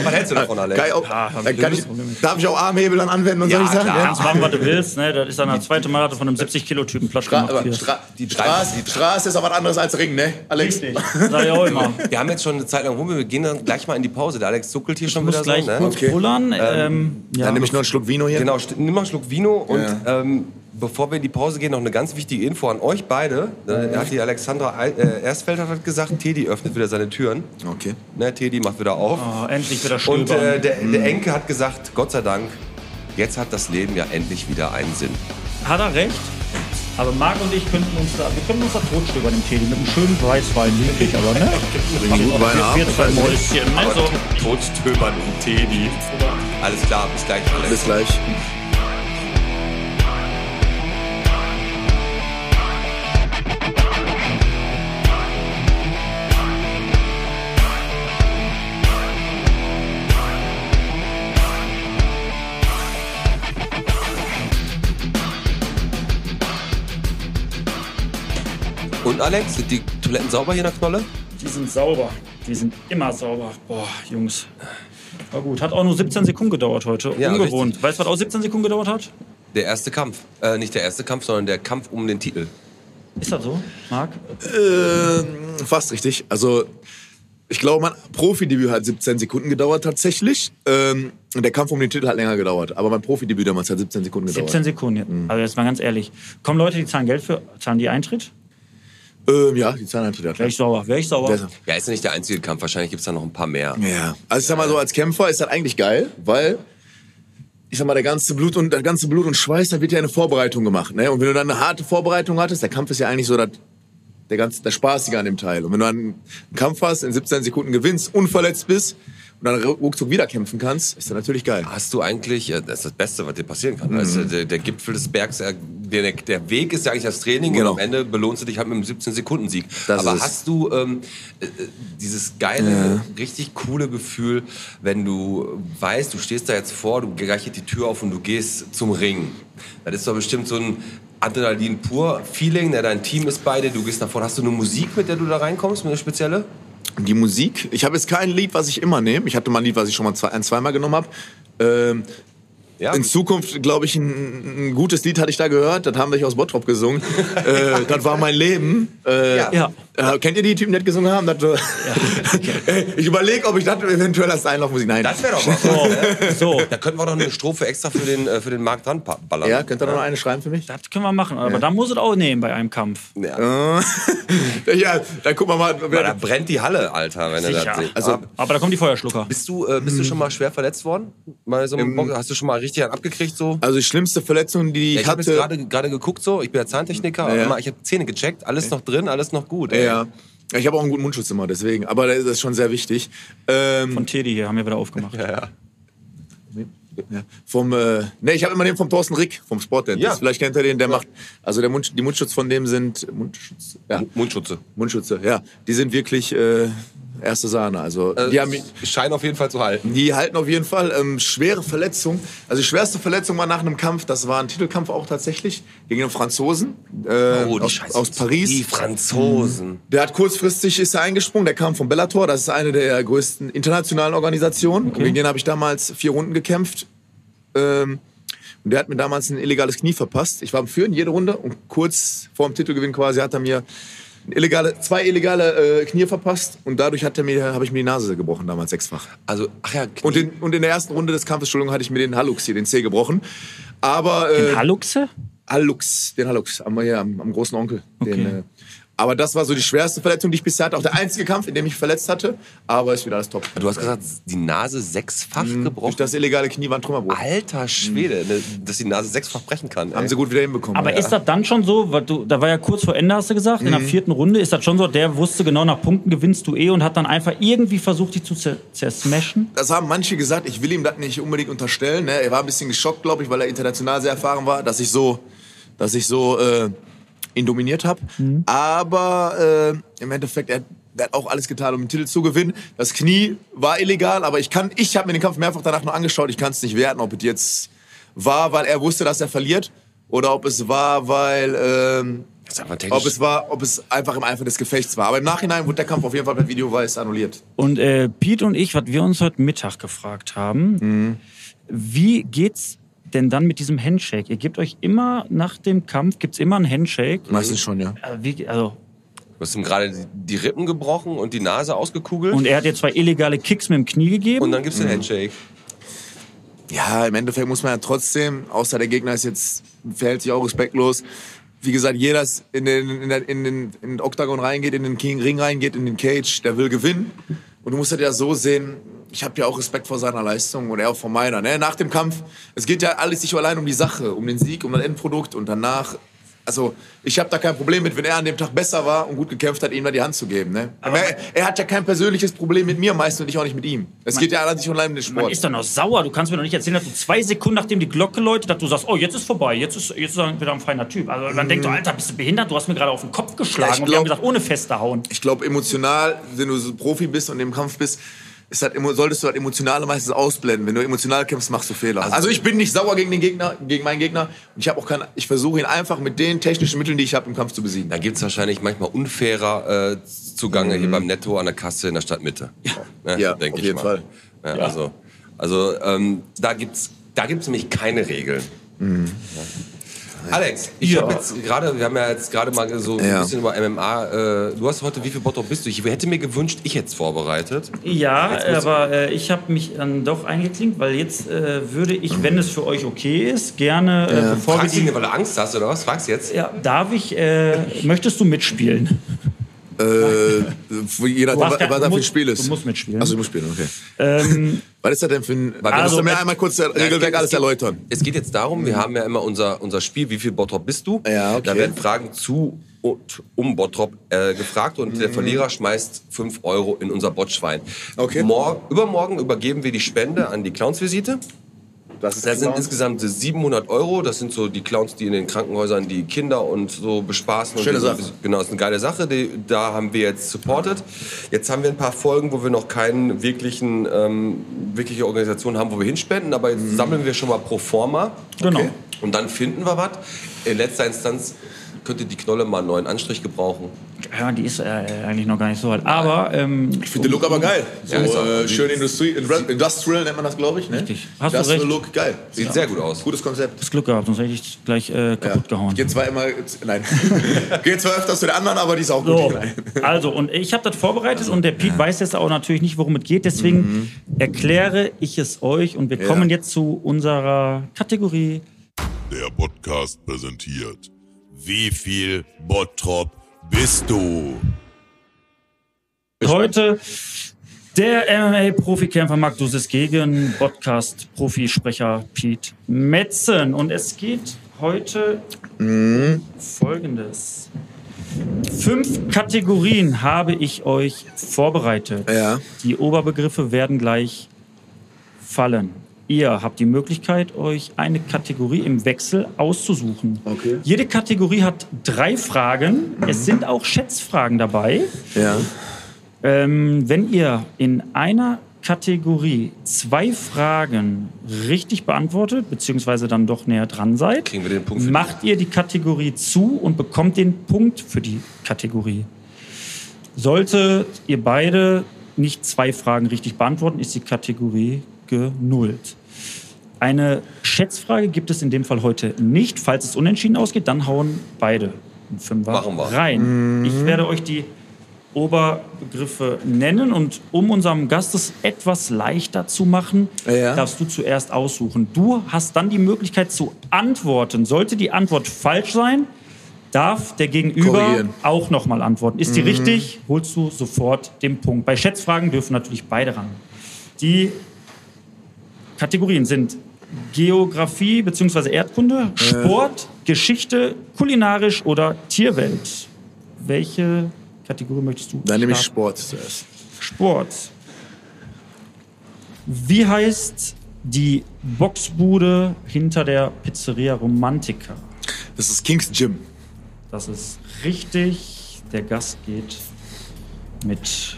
[SPEAKER 1] Was hältst du davon, Alex?
[SPEAKER 5] Kann ich auch,
[SPEAKER 2] Ja, hab
[SPEAKER 5] dann
[SPEAKER 2] ich
[SPEAKER 5] kann ich,
[SPEAKER 2] gelöst, Problem.
[SPEAKER 5] darf ich auch Armhebel dann anwenden und
[SPEAKER 1] Ja,
[SPEAKER 5] solche Sachen?
[SPEAKER 1] klar.
[SPEAKER 5] Ja?
[SPEAKER 2] Kannst machen, was du willst. Ne? Das ist dann der zweite Marathon von einem 70-Kilo-Typen Flasch
[SPEAKER 5] Stra
[SPEAKER 2] gemacht.
[SPEAKER 5] aber
[SPEAKER 2] hier.
[SPEAKER 5] Stra die
[SPEAKER 1] Die
[SPEAKER 5] Straße,
[SPEAKER 1] Straße-
[SPEAKER 5] Straße ist aber was anderes als Ring, ne, Alex?
[SPEAKER 2] Richtig. Sag ich auch immer.
[SPEAKER 1] Wir haben jetzt schon eine Zeit lang rum, wir gehen dann gleich mal in die Pause. Der Alex zuckelt hier schon
[SPEAKER 2] Ich
[SPEAKER 1] wieder
[SPEAKER 2] muss gleich
[SPEAKER 1] so. Ne?
[SPEAKER 2] kurz
[SPEAKER 5] Okay.
[SPEAKER 2] pullern. Ähm, ja.
[SPEAKER 5] Dann nehme ich noch einen Schluck Vino hier.
[SPEAKER 1] Genau, st- nimm mal einen Schluck Vino und
[SPEAKER 5] Ja.
[SPEAKER 1] ähm, bevor wir in die Pause gehen, noch eine ganz wichtige Info an euch beide. Da hat die Alexandra Ei- äh, Erstfeld hat das gesagt, Teddy öffnet wieder seine Türen.
[SPEAKER 5] Okay.
[SPEAKER 1] Ne, Teddy macht wieder auf.
[SPEAKER 2] Oh, endlich wieder Stöbern.
[SPEAKER 1] und äh, der, der Enke hat gesagt, Gott sei Dank, jetzt hat das Leben ja endlich wieder einen Sinn.
[SPEAKER 2] Hat er recht? Aber Marc und ich könnten uns da, wir könnten uns da totstöbern im Tee, mit einem schönen Weißwein, wirklich, aber ne?
[SPEAKER 5] Guten Wein
[SPEAKER 2] Wir, wir zwei
[SPEAKER 5] ab.
[SPEAKER 2] Mäuschen, ne? So.
[SPEAKER 1] Totstöbern und Teddy. Alles klar, bis gleich, Alex.
[SPEAKER 5] Bis gleich.
[SPEAKER 1] Und Alex, sind die Toiletten sauber hier in der Knolle?
[SPEAKER 2] Die sind sauber. Die sind immer sauber. Boah, Jungs. War gut. Hat auch nur 17 Sekunden gedauert heute.
[SPEAKER 1] Ja,
[SPEAKER 2] Ungewohnt. Weißt du, was auch 17 Sekunden gedauert hat?
[SPEAKER 1] Der erste Kampf. Äh, nicht der erste Kampf, sondern der Kampf um den Titel.
[SPEAKER 2] Ist das so, Marc?
[SPEAKER 5] Ähm, fast richtig. Also, ich glaube, mein Profidebüt hat 17 Sekunden gedauert tatsächlich. Ähm, und der Kampf um den Titel hat länger gedauert. Aber mein Profidebüt damals hat 17 Sekunden gedauert.
[SPEAKER 2] 17 Sekunden. Also jetzt mal ganz ehrlich. Kommen Leute, die zahlen Geld für, zahlen die Eintritt?
[SPEAKER 5] Ähm, ja, die Zahlen hat wieder
[SPEAKER 2] Wäre ich sauer. Wäre ich sauer.
[SPEAKER 5] Besser.
[SPEAKER 1] Ja, ist ja nicht der einzige Kampf. Wahrscheinlich gibt es da noch ein paar mehr.
[SPEAKER 5] Ja. Also ich sag mal so, als Kämpfer ist das eigentlich geil, weil ich sag mal, der ganze Blut und der ganze Blut und Schweiß, da wird ja eine Vorbereitung gemacht. Ne? Und wenn du dann eine harte Vorbereitung hattest, der Kampf ist ja eigentlich so das, der ganze, das Spaßige an dem Teil. Und wenn du dann einen Kampf hast, in 17 Sekunden gewinnst, unverletzt bist und dann ruckzuck wieder kämpfen kannst, ist das natürlich geil.
[SPEAKER 1] Hast du eigentlich, äh, das ist das Beste, was dir passieren
[SPEAKER 5] Mhm.
[SPEAKER 1] kann. Also der, der Gipfel des Bergs, äh, der, der Weg ist ja eigentlich das Training
[SPEAKER 5] Genau.
[SPEAKER 1] und am Ende belohnst du dich halt mit einem 17-Sekunden-Sieg.
[SPEAKER 5] Das
[SPEAKER 1] Aber
[SPEAKER 5] ist es.
[SPEAKER 1] hast du ähm, äh, äh, dieses geile, richtig coole Gefühl, wenn du weißt, du stehst da jetzt vor, du gleich geht die Tür auf und du gehst zum Ring. Das ist doch bestimmt so ein Adrenalin pur Feeling, ne, dein Team ist bei dir, du gehst nach vorne. Hast du eine Musik, mit der du da reinkommst, eine spezielle?
[SPEAKER 5] Und Die Musik, ich habe jetzt kein Lied, was ich immer nehme. Ich hatte mal ein Lied, was ich schon mal zwei, ein, zweimal genommen habe. Ähm,
[SPEAKER 1] Ja.
[SPEAKER 5] In Zukunft, glaube ich, ein, ein gutes Lied hatte ich da gehört. Das haben welche aus Bottrop gesungen. äh, das war mein Leben. Äh,
[SPEAKER 1] Ja.
[SPEAKER 2] Ja.
[SPEAKER 5] Äh, kennt ihr die Typen, die das gesungen haben? Das, Ey, ich überlege, ob ich das eventuell als Einlaufmusik. Nein.
[SPEAKER 1] Das wäre doch was.
[SPEAKER 5] Oh,
[SPEAKER 2] So,
[SPEAKER 1] Da könnten wir doch eine Strophe extra für den, äh, für den Markt dran pa- ballern.
[SPEAKER 5] ja, könnt ihr da noch eine schreiben für mich?
[SPEAKER 2] das können wir machen. Aber da muss es auch nehmen bei einem Kampf.
[SPEAKER 5] ja, dann gucken wir mal.
[SPEAKER 1] Weil da brennt die Halle, Alter, wenn er
[SPEAKER 2] Sicher.
[SPEAKER 1] das sieht.
[SPEAKER 5] Also-
[SPEAKER 1] Aber
[SPEAKER 2] Aber da kommen die Feuerschlucker.
[SPEAKER 1] bist du, äh, bist du schon mal schwer verletzt worden? Mal so einem Box- hast du schon mal richtig einen abgekriegt so?
[SPEAKER 5] Ähm, Also die schlimmste Verletzung,
[SPEAKER 1] Ja,
[SPEAKER 5] die
[SPEAKER 1] ich
[SPEAKER 5] ich,
[SPEAKER 1] habe jetzt
[SPEAKER 5] hatte.
[SPEAKER 1] gerade gerade geguckt so, ich bin ja Zahntechniker,
[SPEAKER 5] Ja.
[SPEAKER 1] aber ich habe Zähne gecheckt, alles noch drin, alles noch gut. ey.
[SPEAKER 5] ja. Ja, Ich habe auch einen guten Mundschutz immer, deswegen. Aber das ist schon sehr wichtig. Ähm,
[SPEAKER 2] Von Teddy hier haben wir wieder aufgemacht.
[SPEAKER 1] Äh,
[SPEAKER 5] Ja. Vom, äh, ne, ich habe immer den vom Thorsten Rick, vom Sportdentist.
[SPEAKER 1] Ja.
[SPEAKER 5] Vielleicht kennt ihr den, der macht, also der Mund, die Mundschutz von dem sind, Mundschutz, ja,
[SPEAKER 1] M- Mundschutze.
[SPEAKER 5] Mundschutze, ja, die sind wirklich äh, erste Sahne. Also
[SPEAKER 1] Äh,
[SPEAKER 5] die, haben,
[SPEAKER 1] scheinen auf jeden Fall zu halten.
[SPEAKER 5] die halten auf jeden Fall ähm, schwere Verletzungen. Also die schwerste Verletzung war nach einem Kampf, das war ein Titelkampf auch tatsächlich, gegen einen Franzosen äh,
[SPEAKER 1] Oh, die
[SPEAKER 5] aus,
[SPEAKER 1] Scheiße.
[SPEAKER 5] aus Paris.
[SPEAKER 1] Die Franzosen.
[SPEAKER 5] Der hat kurzfristig ist er eingesprungen, der kam von Bellator, das ist eine der größten internationalen Organisationen. Und gegen den habe ich damals vier Runden gekämpft. Ähm, und der hat mir damals ein illegales Knie verpasst. Ich war am Führen jede Runde und kurz vor dem Titelgewinn quasi hat er mir ein illegale, zwei illegale äh, Knie verpasst und dadurch hat er mir, habe ich mir die Nase gebrochen damals sechsfach.
[SPEAKER 1] Also, ach ja, Knie.
[SPEAKER 5] Und in, und in der ersten Runde des Kampfes, Entschuldigung, hatte ich mir den Hallux hier, den Zeh gebrochen. Aber äh,
[SPEAKER 2] Den Haluxe?
[SPEAKER 5] Hallux, den Hallux, am, hier, am, am großen Onkel. Den,
[SPEAKER 2] Okay.
[SPEAKER 5] äh, aber das war so die schwerste Verletzung, die ich bisher hatte. Auch der einzige Kampf, in dem ich verletzt hatte. Aber ist wieder alles top.
[SPEAKER 1] du hast gesagt, die Nase sechsfach gebrochen.
[SPEAKER 5] Durch das illegale Knie war ein Trümmerbruch.
[SPEAKER 1] Alter Schwede, ne, dass die Nase sechsfach brechen kann.
[SPEAKER 5] Mhm. Haben
[SPEAKER 1] ey.
[SPEAKER 5] sie gut wieder hinbekommen.
[SPEAKER 2] Aber ist das dann schon so, weil du, da war ja kurz vor Ende, hast du gesagt, in der vierten Runde, ist das schon so, der wusste genau, nach Punkten gewinnst du eh und hat dann einfach irgendwie versucht, dich zu zer zersmashen?
[SPEAKER 5] das haben manche gesagt, ich will ihm das nicht unbedingt unterstellen. Ne? Er war ein bisschen geschockt, glaube ich, weil er international sehr erfahren war, dass ich so, dass ich so äh, ihn dominiert habe. Aber äh, im Endeffekt, er, hat- er hat auch alles getan, um den Titel zu gewinnen. Das Knie war illegal, aber ich kann, ich habe mir den Kampf mehrfach danach noch angeschaut. Ich kann es nicht werten, ob es jetzt war, weil er wusste, dass er verliert, oder ob es war, weil ähm,
[SPEAKER 1] Das ist einfach technisch.
[SPEAKER 5] ob es war, ob es einfach im Eifer des Gefechts war. Aber im Nachhinein wurde der Kampf auf jeden Fall per Videoweis annulliert.
[SPEAKER 2] Und äh, Pete und ich, was wir uns heute Mittag gefragt haben, wie geht's denn dann mit diesem Handshake? Ihr gebt euch immer nach dem Kampf, gibt's immer einen Handshake.
[SPEAKER 5] Meistens schon, ja.
[SPEAKER 2] Äh, wie, also,
[SPEAKER 1] Du hast ihm gerade die, die Rippen gebrochen und die Nase ausgekugelt.
[SPEAKER 2] und er hat dir zwei illegale Kicks mit dem Knie gegeben.
[SPEAKER 1] Und dann gibt's den Handshake.
[SPEAKER 5] Ja, im Endeffekt muss man ja trotzdem, außer der Gegner ist jetzt, verhält sich auch respektlos. Wie gesagt, jeder ist in den, in den, in den, in den Oktagon reingeht, in den King Ring reingeht, in den Cage, der will gewinnen. Und du musst das ja so sehen, ich habe ja auch Respekt vor seiner Leistung und er auch vor meiner. Ne? Nach dem Kampf, es geht ja alles nicht allein um die Sache, um den Sieg, um das Endprodukt und danach. Also ich habe da kein Problem mit, wenn er an dem Tag besser war und gut gekämpft hat, ihm da die Hand zu geben. Ne? Aber er, er hat ja kein persönliches Problem mit mir meistens und ich auch nicht mit ihm. Es geht ja allein nicht allein um den Sport.
[SPEAKER 2] Man ist doch noch sauer. Du kannst mir doch nicht erzählen, dass du zwei Sekunden, nachdem die Glocke läutet, dass du sagst, oh, jetzt ist vorbei, jetzt ist, jetzt ist er wieder ein feiner Typ. Also man denkt doch, Alter, bist du behindert? Du hast mir gerade auf den Kopf geschlagen.
[SPEAKER 5] Ja, ich
[SPEAKER 2] und wir haben
[SPEAKER 5] glaub-
[SPEAKER 2] gesagt, ohne fester hauen.
[SPEAKER 5] ich glaube, emotional, wenn du so Profi bist und im Kampf bist, ist halt, emo- solltest du halt emotionale meistens ausblenden. Wenn du emotional kämpfst, machst du Fehler. Also, ich bin nicht sauer gegen den Gegner, gegen meinen Gegner. Und ich habe auch keinen, ich versuche ihn einfach mit den technischen Mitteln, die ich habe, im Kampf zu besiegen.
[SPEAKER 1] Da gibt's wahrscheinlich manchmal unfairer äh, Zugange hier beim Netto an der Kasse in der Stadtmitte. Ja,
[SPEAKER 5] Ja,
[SPEAKER 1] denk
[SPEAKER 5] auf
[SPEAKER 1] ich
[SPEAKER 5] jeden
[SPEAKER 1] mal.
[SPEAKER 5] Fall.
[SPEAKER 1] Ja, Also, also ähm, da gibt's da gibt's nämlich keine Regeln.
[SPEAKER 5] Mhm.
[SPEAKER 1] Ja. Alex, ich hab jetzt gerade, wir haben ja jetzt gerade mal so ein
[SPEAKER 5] Ja.
[SPEAKER 1] bisschen über MMA. Äh, du hast heute, wie viel Bottrop bist du? Ich hätte mir gewünscht, ich hätte es vorbereitet.
[SPEAKER 2] Ja,
[SPEAKER 1] muss-
[SPEAKER 2] aber äh, ich habe mich dann doch eingeklinkt, weil jetzt äh, würde ich, wenn es für euch okay ist, gerne, äh, bevor wir
[SPEAKER 1] Fragst du ihn,
[SPEAKER 2] die...
[SPEAKER 1] weil du Angst hast oder was? Fragst du jetzt?
[SPEAKER 2] Ja, darf ich, äh, möchtest du mitspielen?
[SPEAKER 5] Äh, für- je nachdem,
[SPEAKER 2] hast
[SPEAKER 5] was,
[SPEAKER 2] kein-
[SPEAKER 5] was da
[SPEAKER 2] du
[SPEAKER 5] für ein
[SPEAKER 2] musst-
[SPEAKER 5] Spiel ist.
[SPEAKER 2] du musst mitspielen.
[SPEAKER 5] Also ich muss spielen, okay.
[SPEAKER 2] Ähm,
[SPEAKER 5] Was ist das denn für ein... Warte,
[SPEAKER 2] Also,
[SPEAKER 5] musst du mir
[SPEAKER 2] wenn-
[SPEAKER 5] einmal kurz das Regelwerk
[SPEAKER 1] geht-
[SPEAKER 5] alles
[SPEAKER 1] geht-
[SPEAKER 5] erläutern.
[SPEAKER 1] Es geht jetzt darum, wir haben ja immer unser, unser Spiel, wie viel Bottrop bist du?
[SPEAKER 5] Ja, okay.
[SPEAKER 1] Da werden Fragen zu und um Bottrop äh, gefragt und
[SPEAKER 5] Mhm.
[SPEAKER 1] der Verlierer schmeißt 5 Euro in unser Botschwein.
[SPEAKER 5] Okay.
[SPEAKER 1] Mor übermorgen übergeben wir die Spende an die Clownsvisite.
[SPEAKER 5] Das ist
[SPEAKER 1] Das sind
[SPEAKER 5] genau-
[SPEAKER 1] insgesamt 700 Euro. Das sind so die Clowns, die in den Krankenhäusern die Kinder und so bespaßen.
[SPEAKER 5] Schöne
[SPEAKER 1] und die-
[SPEAKER 5] Sache.
[SPEAKER 1] Genau, ist eine geile Sache. Die, da haben wir jetzt supported. Jetzt haben wir ein paar Folgen, wo wir noch keinen wirklichen, ähm, wirkliche Organisation haben, wo wir hinspenden. Aber jetzt sammeln wir schon mal pro forma.
[SPEAKER 2] Mhm. Genau. Okay.
[SPEAKER 1] Und dann finden wir was. In letzter Instanz könnte die Knolle mal einen neuen Anstrich gebrauchen.
[SPEAKER 2] ja, die ist äh, eigentlich noch gar nicht so alt. Aber ähm,
[SPEAKER 5] Ich finde den Look aber geil. So
[SPEAKER 1] Ja, ist auch-
[SPEAKER 5] äh, schön Industrie, Industrial nennt man das, glaube ich. Ne?
[SPEAKER 2] Richtig. Hast du
[SPEAKER 5] Industrial
[SPEAKER 2] recht.
[SPEAKER 5] Look, geil.
[SPEAKER 1] Sieht sehr gut aus.
[SPEAKER 5] Gutes Konzept.
[SPEAKER 2] das Glück gehabt, sonst hätte ich gleich äh, kaputt gehauen.
[SPEAKER 5] Geht zwar immer, nein, geht zwar öfters zu den anderen, aber die ist auch gut. Also,
[SPEAKER 2] So,
[SPEAKER 5] die Kleine.
[SPEAKER 2] also und ich habe das vorbereitet und der Pete weiß jetzt auch natürlich nicht, worum es geht. Deswegen
[SPEAKER 5] Mhm.
[SPEAKER 2] erkläre ich es euch und wir kommen jetzt zu unserer Kategorie.
[SPEAKER 6] Der Podcast präsentiert. Wie viel Bottrop bist du?
[SPEAKER 2] Heute der MMA-Profikämpfer Magnus ist gegen Podcast-Profisprecher Pete Metzen. Und es geht heute
[SPEAKER 5] Mhm.
[SPEAKER 2] folgendes. Fünf Kategorien habe ich euch vorbereitet.
[SPEAKER 5] Ja.
[SPEAKER 2] Die Oberbegriffe werden gleich fallen. Ihr habt die Möglichkeit, euch eine Kategorie im Wechsel auszusuchen.
[SPEAKER 5] Okay. Mhm.
[SPEAKER 2] Jede Kategorie hat drei Fragen. Es sind auch Schätzfragen dabei.
[SPEAKER 5] Ja.
[SPEAKER 2] Ähm, wenn ihr in einer Kategorie zwei Fragen richtig beantwortet, beziehungsweise dann doch näher dran seid,
[SPEAKER 1] Kriegen wir den Punkt für die-
[SPEAKER 2] macht ihr die Kategorie zu und bekommt den Punkt für die Kategorie. Sollte ihr beide nicht zwei Fragen richtig beantworten, ist die Kategorie genullt. Eine Schätzfrage gibt es in dem Fall heute nicht. Falls es unentschieden ausgeht, dann hauen beide einen Fünfer
[SPEAKER 1] Machen wir.
[SPEAKER 2] rein.
[SPEAKER 5] Mhm.
[SPEAKER 2] Ich werde euch die Oberbegriffe nennen und um unserem Gast es etwas leichter zu machen,
[SPEAKER 5] Ja.
[SPEAKER 2] darfst du zuerst aussuchen. Du hast dann die Möglichkeit zu antworten. Sollte die Antwort falsch sein, darf der Gegenüber
[SPEAKER 5] Korrigieren. Mhm.
[SPEAKER 2] auch nochmal antworten. Ist die richtig, holst du sofort den Punkt. Bei Schätzfragen dürfen natürlich beide ran. Die Kategorien sind Geografie bzw.
[SPEAKER 5] Äh.
[SPEAKER 2] Erdkunde, Sport, Geschichte, kulinarisch oder Tierwelt. Welche Kategorie möchtest du?
[SPEAKER 5] Dann nehme ich
[SPEAKER 2] starten?
[SPEAKER 5] Sport zuerst.
[SPEAKER 2] Sport. Wie heißt die Boxbude hinter der Pizzeria Romantica?
[SPEAKER 5] Das ist Kings Gym.
[SPEAKER 2] Das ist richtig. Der Gast geht mit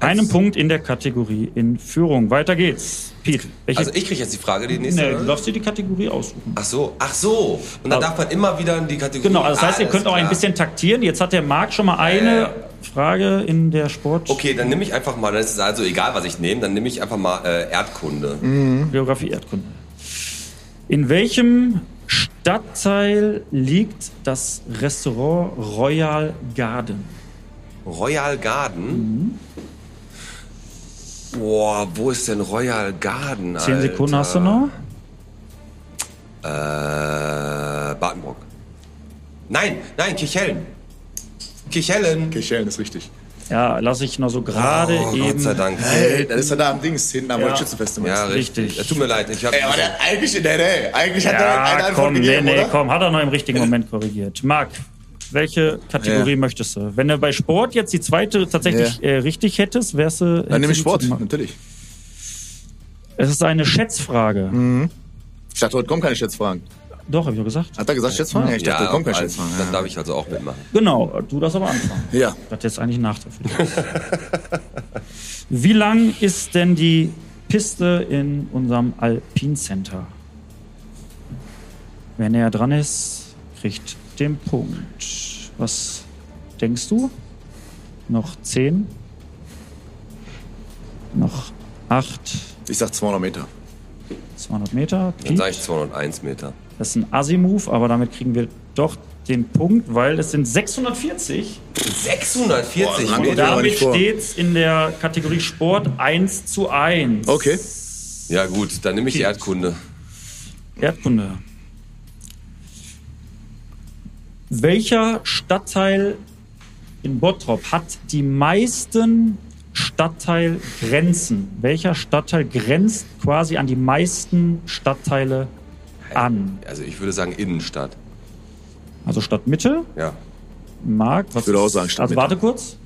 [SPEAKER 2] einem Punkt in der Kategorie in Führung. Weiter geht's. Pete, welche
[SPEAKER 1] Also ich kriege jetzt die Frage, die nächste.
[SPEAKER 2] Nee, du darfst dir die Kategorie aussuchen.
[SPEAKER 1] Ach so, ach so. Und dann
[SPEAKER 2] Also-
[SPEAKER 1] darf man immer wieder in die Kategorie.
[SPEAKER 2] Genau, also das heißt, ihr
[SPEAKER 1] Alles
[SPEAKER 2] könnt auch ein
[SPEAKER 1] klar.
[SPEAKER 2] bisschen taktieren. Jetzt hat der Marc schon mal
[SPEAKER 1] Ja,
[SPEAKER 2] eine
[SPEAKER 1] ja, ja.
[SPEAKER 2] Frage in der Sport.
[SPEAKER 1] Okay, dann nehme ich einfach mal, dann ist es also egal, was ich nehme, dann nehme ich einfach mal äh, Erdkunde.
[SPEAKER 2] Mhm. Geografie, Erdkunde. In welchem Stadtteil liegt das Restaurant Royal Garden?
[SPEAKER 1] Royal Garden.
[SPEAKER 2] Mhm.
[SPEAKER 1] Boah, wo ist denn Royal Garden?
[SPEAKER 2] Zehn
[SPEAKER 1] Alter?
[SPEAKER 2] Sekunden hast du noch.
[SPEAKER 1] Äh, Badenbrock. Nein, nein, Kirchhellen. Kirchhellen.
[SPEAKER 5] Kirchhellen ist richtig.
[SPEAKER 2] Ja, lasse ich noch so gerade
[SPEAKER 1] oh,
[SPEAKER 2] eben.
[SPEAKER 1] Gott sei Dank.
[SPEAKER 5] Hey, das Äh, ist ja da am Dings, hinten am
[SPEAKER 2] Ja.
[SPEAKER 5] Schützenfest.
[SPEAKER 1] Ja,
[SPEAKER 5] Ja.
[SPEAKER 1] richtig.
[SPEAKER 2] Richtig.
[SPEAKER 1] Ja, Tut mir leid, ich habe.
[SPEAKER 5] Ey, aber der, eigentlich, nee, nee, eigentlich hat der einen
[SPEAKER 2] Ja,
[SPEAKER 5] Antwort
[SPEAKER 2] komm, nee,
[SPEAKER 5] gegeben,
[SPEAKER 2] nee,
[SPEAKER 5] oder?
[SPEAKER 2] komm, hat er noch im richtigen Moment korrigiert. Marc, welche Kategorie
[SPEAKER 5] Ja.
[SPEAKER 2] möchtest du? Wenn du bei Sport jetzt die zweite tatsächlich äh, richtig hättest, wärst du.
[SPEAKER 5] Dann nehme
[SPEAKER 2] hättest
[SPEAKER 5] ich
[SPEAKER 2] du
[SPEAKER 5] Sport,
[SPEAKER 2] zum-
[SPEAKER 5] natürlich.
[SPEAKER 2] Es ist eine Schätzfrage.
[SPEAKER 5] Ich dachte, heute kommen keine Schätzfragen.
[SPEAKER 2] Doch, habe ich doch gesagt.
[SPEAKER 5] Hat er gesagt Schätzfragen? Ja, ich dachte, heute kommen keine
[SPEAKER 1] also,
[SPEAKER 5] Schätzfragen.
[SPEAKER 1] dann darf ich also auch mitmachen.
[SPEAKER 2] Genau, du darfst aber anfangen.
[SPEAKER 5] Ja.
[SPEAKER 2] Das ist jetzt eigentlich ein Nachteil für dich. Wie lang ist denn die Piste in unserem Alpine Center? Wer näher dran ist, kriegt den Punkt. Was denkst du? Noch 10? Noch 8?
[SPEAKER 5] Ich sag 200 Meter.
[SPEAKER 2] 200 Meter?
[SPEAKER 1] Dann
[SPEAKER 2] Piep.
[SPEAKER 1] sage ich 201 Meter.
[SPEAKER 2] Das ist ein Assi-Move, aber damit kriegen wir doch den Punkt, weil es sind 640.
[SPEAKER 1] 640
[SPEAKER 5] Boah,
[SPEAKER 2] Und
[SPEAKER 5] Mann.
[SPEAKER 1] Meter.
[SPEAKER 5] aber
[SPEAKER 2] damit
[SPEAKER 5] nicht vor.
[SPEAKER 2] steht's in der Kategorie Sport 1 zu 1.
[SPEAKER 5] Okay.
[SPEAKER 1] Ja gut, dann nehme ich Erdkunde.
[SPEAKER 2] Erdkunde. Welcher Stadtteil in Bottrop hat die meisten Stadtteilgrenzen. Welcher Stadtteil grenzt quasi an die meisten Stadtteile an?
[SPEAKER 1] Also ich würde sagen Innenstadt.
[SPEAKER 2] Also Stadtmitte,
[SPEAKER 1] Ja.
[SPEAKER 2] Markt.
[SPEAKER 5] Ich würde auch sagen
[SPEAKER 2] Also
[SPEAKER 5] Stadtmitte.
[SPEAKER 2] warte kurz.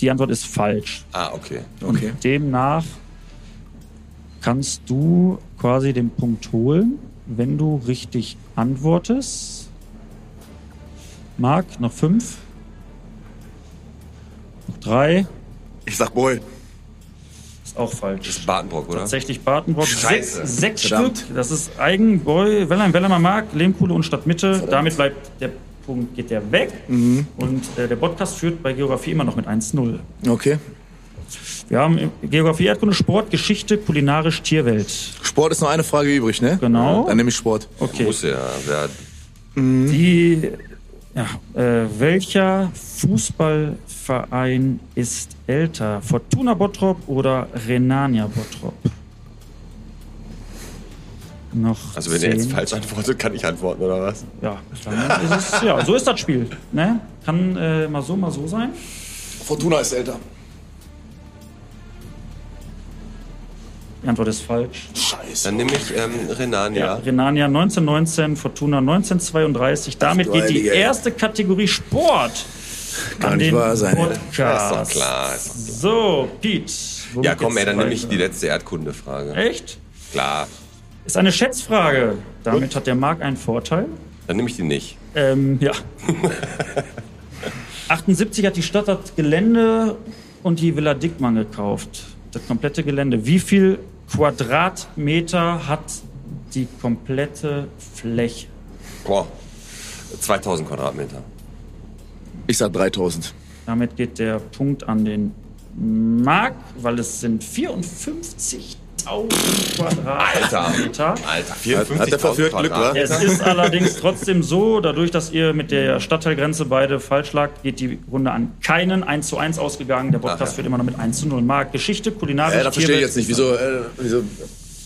[SPEAKER 2] Die Antwort ist falsch.
[SPEAKER 1] Ah, okay.
[SPEAKER 5] Okay.
[SPEAKER 2] Demnach kannst du quasi den Punkt holen, wenn du richtig antwortest. Marc, noch fünf. Noch drei.
[SPEAKER 5] Ich sag wohl.
[SPEAKER 2] Ist auch falsch.
[SPEAKER 1] Badenbrock, oder?
[SPEAKER 2] Tatsächlich Badenbrock. Sechs,
[SPEAKER 1] Scheiße.
[SPEAKER 2] sechs
[SPEAKER 5] Verdammt.
[SPEAKER 2] Stück. Das ist Eigenbräu, Wellheim, Wellheimer Markt, Lehmkuhle und Stadtmitte. Damit bleibt der Punkt, geht der weg.
[SPEAKER 1] Mhm.
[SPEAKER 2] Und äh, der Podcast führt bei Geografie immer noch mit 1-0.
[SPEAKER 5] Okay.
[SPEAKER 2] Wir haben äh, Geografie, Erdkunde, Sport, Geschichte, kulinarisch, Tierwelt.
[SPEAKER 5] Sport ist noch eine Frage übrig, ne?
[SPEAKER 2] Genau.
[SPEAKER 5] Dann nehme ich Sport.
[SPEAKER 2] Okay.
[SPEAKER 1] Muss ja. Wer,
[SPEAKER 2] Die, ja, äh, welcher Fußballverein ist älter? Fortuna Bottrop oder Renania Bottrop? Noch
[SPEAKER 1] also wenn
[SPEAKER 2] zehn.
[SPEAKER 1] er jetzt falsch antwortet, kann ich antworten, oder was?
[SPEAKER 2] Ja, dann ist es, ja, so ist das Spiel. Ne? Kann äh, mal so, mal so sein.
[SPEAKER 5] Fortuna ist älter.
[SPEAKER 2] Die Antwort ist falsch.
[SPEAKER 5] Scheiße.
[SPEAKER 1] Dann nehme ich ähm, Renania.
[SPEAKER 2] Renania 1919, Fortuna 1932. Damit
[SPEAKER 5] du
[SPEAKER 2] geht die
[SPEAKER 5] Heilige.
[SPEAKER 2] erste Kategorie Sport
[SPEAKER 5] Kann
[SPEAKER 2] an
[SPEAKER 5] nicht
[SPEAKER 2] den
[SPEAKER 5] wahr sein, ey.
[SPEAKER 2] Podcast.
[SPEAKER 1] Ja, ist doch klar. Ist doch-
[SPEAKER 2] So, Pete. womit
[SPEAKER 1] Ja, komm,
[SPEAKER 2] geht's
[SPEAKER 1] ey, dann nehme
[SPEAKER 2] weiter?
[SPEAKER 1] ich die letzte Erdkundefrage.
[SPEAKER 2] Echt?
[SPEAKER 1] Klar.
[SPEAKER 2] Ist eine Schätzfrage. Damit hat der Marc einen Vorteil.
[SPEAKER 1] Dann nehme ich die nicht.
[SPEAKER 2] Ähm, ja. 78 hat die Stadt das Gelände und die Villa Dickmann gekauft. Das komplette Gelände. Wie viel Quadratmeter hat die komplette Fläche?
[SPEAKER 1] Boah. 2000 Quadratmeter.
[SPEAKER 5] Ich sag
[SPEAKER 2] Also
[SPEAKER 5] Äh, 3000.
[SPEAKER 2] Damit geht der Punkt an den Marc, weil es sind 54.000 Quadratmeter.
[SPEAKER 1] Alter,
[SPEAKER 5] Hat der verführt Glück, wa?
[SPEAKER 2] Es ist allerdings trotzdem so, dadurch, dass ihr mit der Stadtteilgrenze beide falsch lagt, geht die Runde an keinen 1 zu 1 ausgegangen. Der Podcast
[SPEAKER 1] Ach ja.
[SPEAKER 2] führt immer noch mit 1 zu 0. Marc, Geschichte, kulinarisch,
[SPEAKER 5] Äh, da verstehe ich jetzt nicht, wieso, äh, wieso.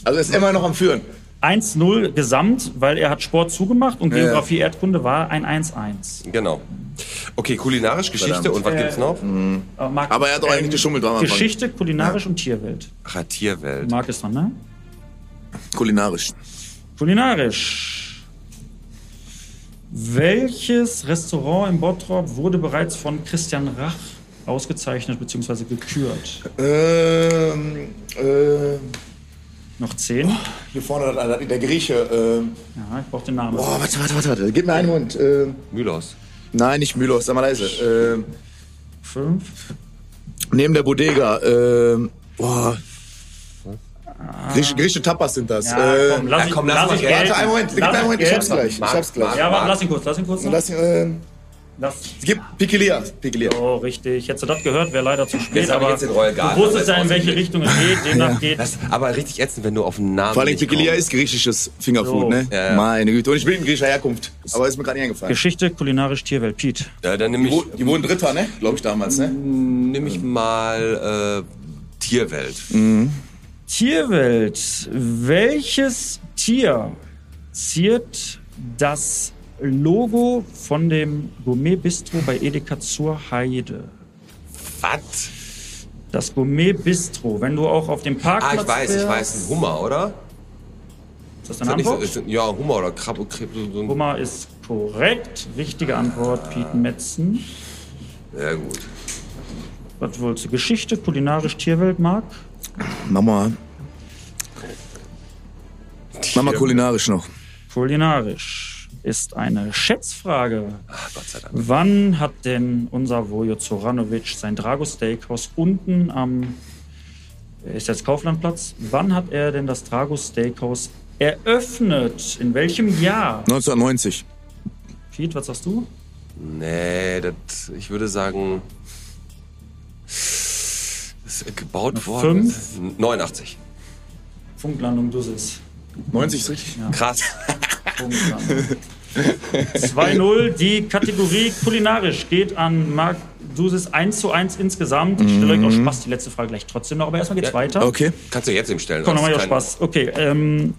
[SPEAKER 5] Also ist immer noch am Führen.
[SPEAKER 2] 1 0 gesamt, weil er hat Sport zugemacht und
[SPEAKER 5] ja.
[SPEAKER 2] Geografie, Erdkunde war ein 1 1.
[SPEAKER 1] Genau. Okay, kulinarisch, Geschichte
[SPEAKER 5] Verdammt. Äh,
[SPEAKER 1] und was gibt's noch?
[SPEAKER 5] Aber er hat doch eigentlich geschummelt am Anfang.
[SPEAKER 2] ähm, Geschichte, kulinarisch und Tierwelt.
[SPEAKER 1] Ach, Tierwelt.
[SPEAKER 2] Marc ist dran, ne?
[SPEAKER 5] Kulinarisch.
[SPEAKER 2] Kulinarisch. Welches Restaurant in Bottrop wurde bereits von Christian Rach ausgezeichnet bzw. gekürt?
[SPEAKER 5] Ähm, äh,
[SPEAKER 2] Noch zehn?
[SPEAKER 5] hier vorne hat einer, der Grieche. Ähm,
[SPEAKER 2] Ja, ich brauche den Namen.
[SPEAKER 5] boah, warte, warte, warte, warte. Gib mir einen Mund. Ähm,
[SPEAKER 1] Mylos.
[SPEAKER 5] nein, nicht Mühlos, sag mal leise. Ähm,
[SPEAKER 2] Fünf.
[SPEAKER 5] neben der Bodega. Ähm, boah. Griechische, griechische Tapas sind das.
[SPEAKER 2] Ja,
[SPEAKER 5] Ähm,
[SPEAKER 2] komm, lass,
[SPEAKER 1] ja,
[SPEAKER 2] ihn-
[SPEAKER 1] komm, lass mal
[SPEAKER 2] ihn
[SPEAKER 1] gelten.
[SPEAKER 2] gelten.
[SPEAKER 5] warte, einen Moment, gib mir
[SPEAKER 2] Lass
[SPEAKER 5] einen
[SPEAKER 2] ihn
[SPEAKER 5] Moment. Ich hab's
[SPEAKER 2] gelten.
[SPEAKER 5] gleich. Ich hab's gleich.
[SPEAKER 2] Ja, warte,
[SPEAKER 1] Marc.
[SPEAKER 2] lass ihn kurz, lass ihn kurz. Noch.
[SPEAKER 5] Lass, ähm,
[SPEAKER 2] Lass.
[SPEAKER 5] gib Pikilia. Pikilia.
[SPEAKER 2] Oh, richtig. Hättest du das gehört, wäre leider zu spät.
[SPEAKER 1] Jetzt hab ich
[SPEAKER 2] aber
[SPEAKER 1] jetzt den Royal Garden,
[SPEAKER 2] du wusstest
[SPEAKER 1] aber
[SPEAKER 2] ja, in
[SPEAKER 1] ist
[SPEAKER 2] welche
[SPEAKER 1] ausgeglichen.
[SPEAKER 2] Richtung es geht. Demnach geht
[SPEAKER 1] Das ist aber richtig ätzend, wenn du auf den Namen
[SPEAKER 5] Vor allem
[SPEAKER 1] nicht
[SPEAKER 5] Pikilia
[SPEAKER 1] kommst.
[SPEAKER 5] ist griechisches Fingerfood,
[SPEAKER 2] So.
[SPEAKER 5] ne?
[SPEAKER 1] Ja, ja.
[SPEAKER 5] Meine Güte. Und ich bin in griechischer Herkunft. Aber ist mir gerade nicht eingefallen.
[SPEAKER 2] Geschichte, kulinarisch, Tierwelt. Pete.
[SPEAKER 1] Ja, dann nehme
[SPEAKER 5] Die, wo,
[SPEAKER 1] ich,
[SPEAKER 5] die wurden Dritter, ne? Glaube ich damals,
[SPEAKER 2] Mm.
[SPEAKER 5] ne?
[SPEAKER 1] nehm ich mal äh, Tierwelt.
[SPEAKER 5] Hm.
[SPEAKER 2] Tierwelt. Welches Tier ziert das Logo von dem Gourmet-Bistro bei Edeka zur Heide?
[SPEAKER 1] Was?
[SPEAKER 2] Das Gourmet-Bistro, wenn du auch auf dem Parkplatz
[SPEAKER 1] Ah, ich weiß, ich
[SPEAKER 2] wärst-
[SPEAKER 1] weiß. Ein Hummer, oder?
[SPEAKER 2] Ist das
[SPEAKER 1] Ist
[SPEAKER 2] deine
[SPEAKER 1] das nicht so,
[SPEAKER 2] Antwort?
[SPEAKER 1] ist, ja, Hummer oder Krabbe. Krabbe so, so ein-
[SPEAKER 2] Hummer ist korrekt. Richtige Antwort, Pieten Metzen.
[SPEAKER 1] ja, gut.
[SPEAKER 2] Was wolltest du? Geschichte, kulinarisch, Tierwelt, Marc?
[SPEAKER 5] Mama. Mama kulinarisch noch.
[SPEAKER 2] Kulinarisch ist eine Schätzfrage.
[SPEAKER 1] Ah, Gott sei Dank.
[SPEAKER 2] Wann hat denn unser Vojo Zoranovic sein Drago Steakhouse unten am äh, ist jetzt Kauflandplatz? Wann hat er denn das Drago Steakhouse eröffnet? In welchem Jahr?
[SPEAKER 5] 1990.
[SPEAKER 2] Piet, was sagst du?
[SPEAKER 1] Nee, das, ich würde sagen. Das ist gebaut worden.
[SPEAKER 2] Fünf?
[SPEAKER 1] 89.
[SPEAKER 2] Funklandung, du sitzt.
[SPEAKER 5] 90 ist richtig.
[SPEAKER 1] Krass.
[SPEAKER 2] Punkte. 2-0, die Kategorie kulinarisch geht an Marc Dusis 1 zu 1 insgesamt. Ich stelle euch auch Spaß, die letzte Frage gleich trotzdem noch, aber erstmal geht's
[SPEAKER 1] Mhm. Ja.
[SPEAKER 2] weiter.
[SPEAKER 5] Okay.
[SPEAKER 1] Kannst du jetzt ihm stellen.
[SPEAKER 2] Komm,
[SPEAKER 1] das
[SPEAKER 2] nochmal
[SPEAKER 1] ist kein-
[SPEAKER 2] ja Spaß. Okay, ähm,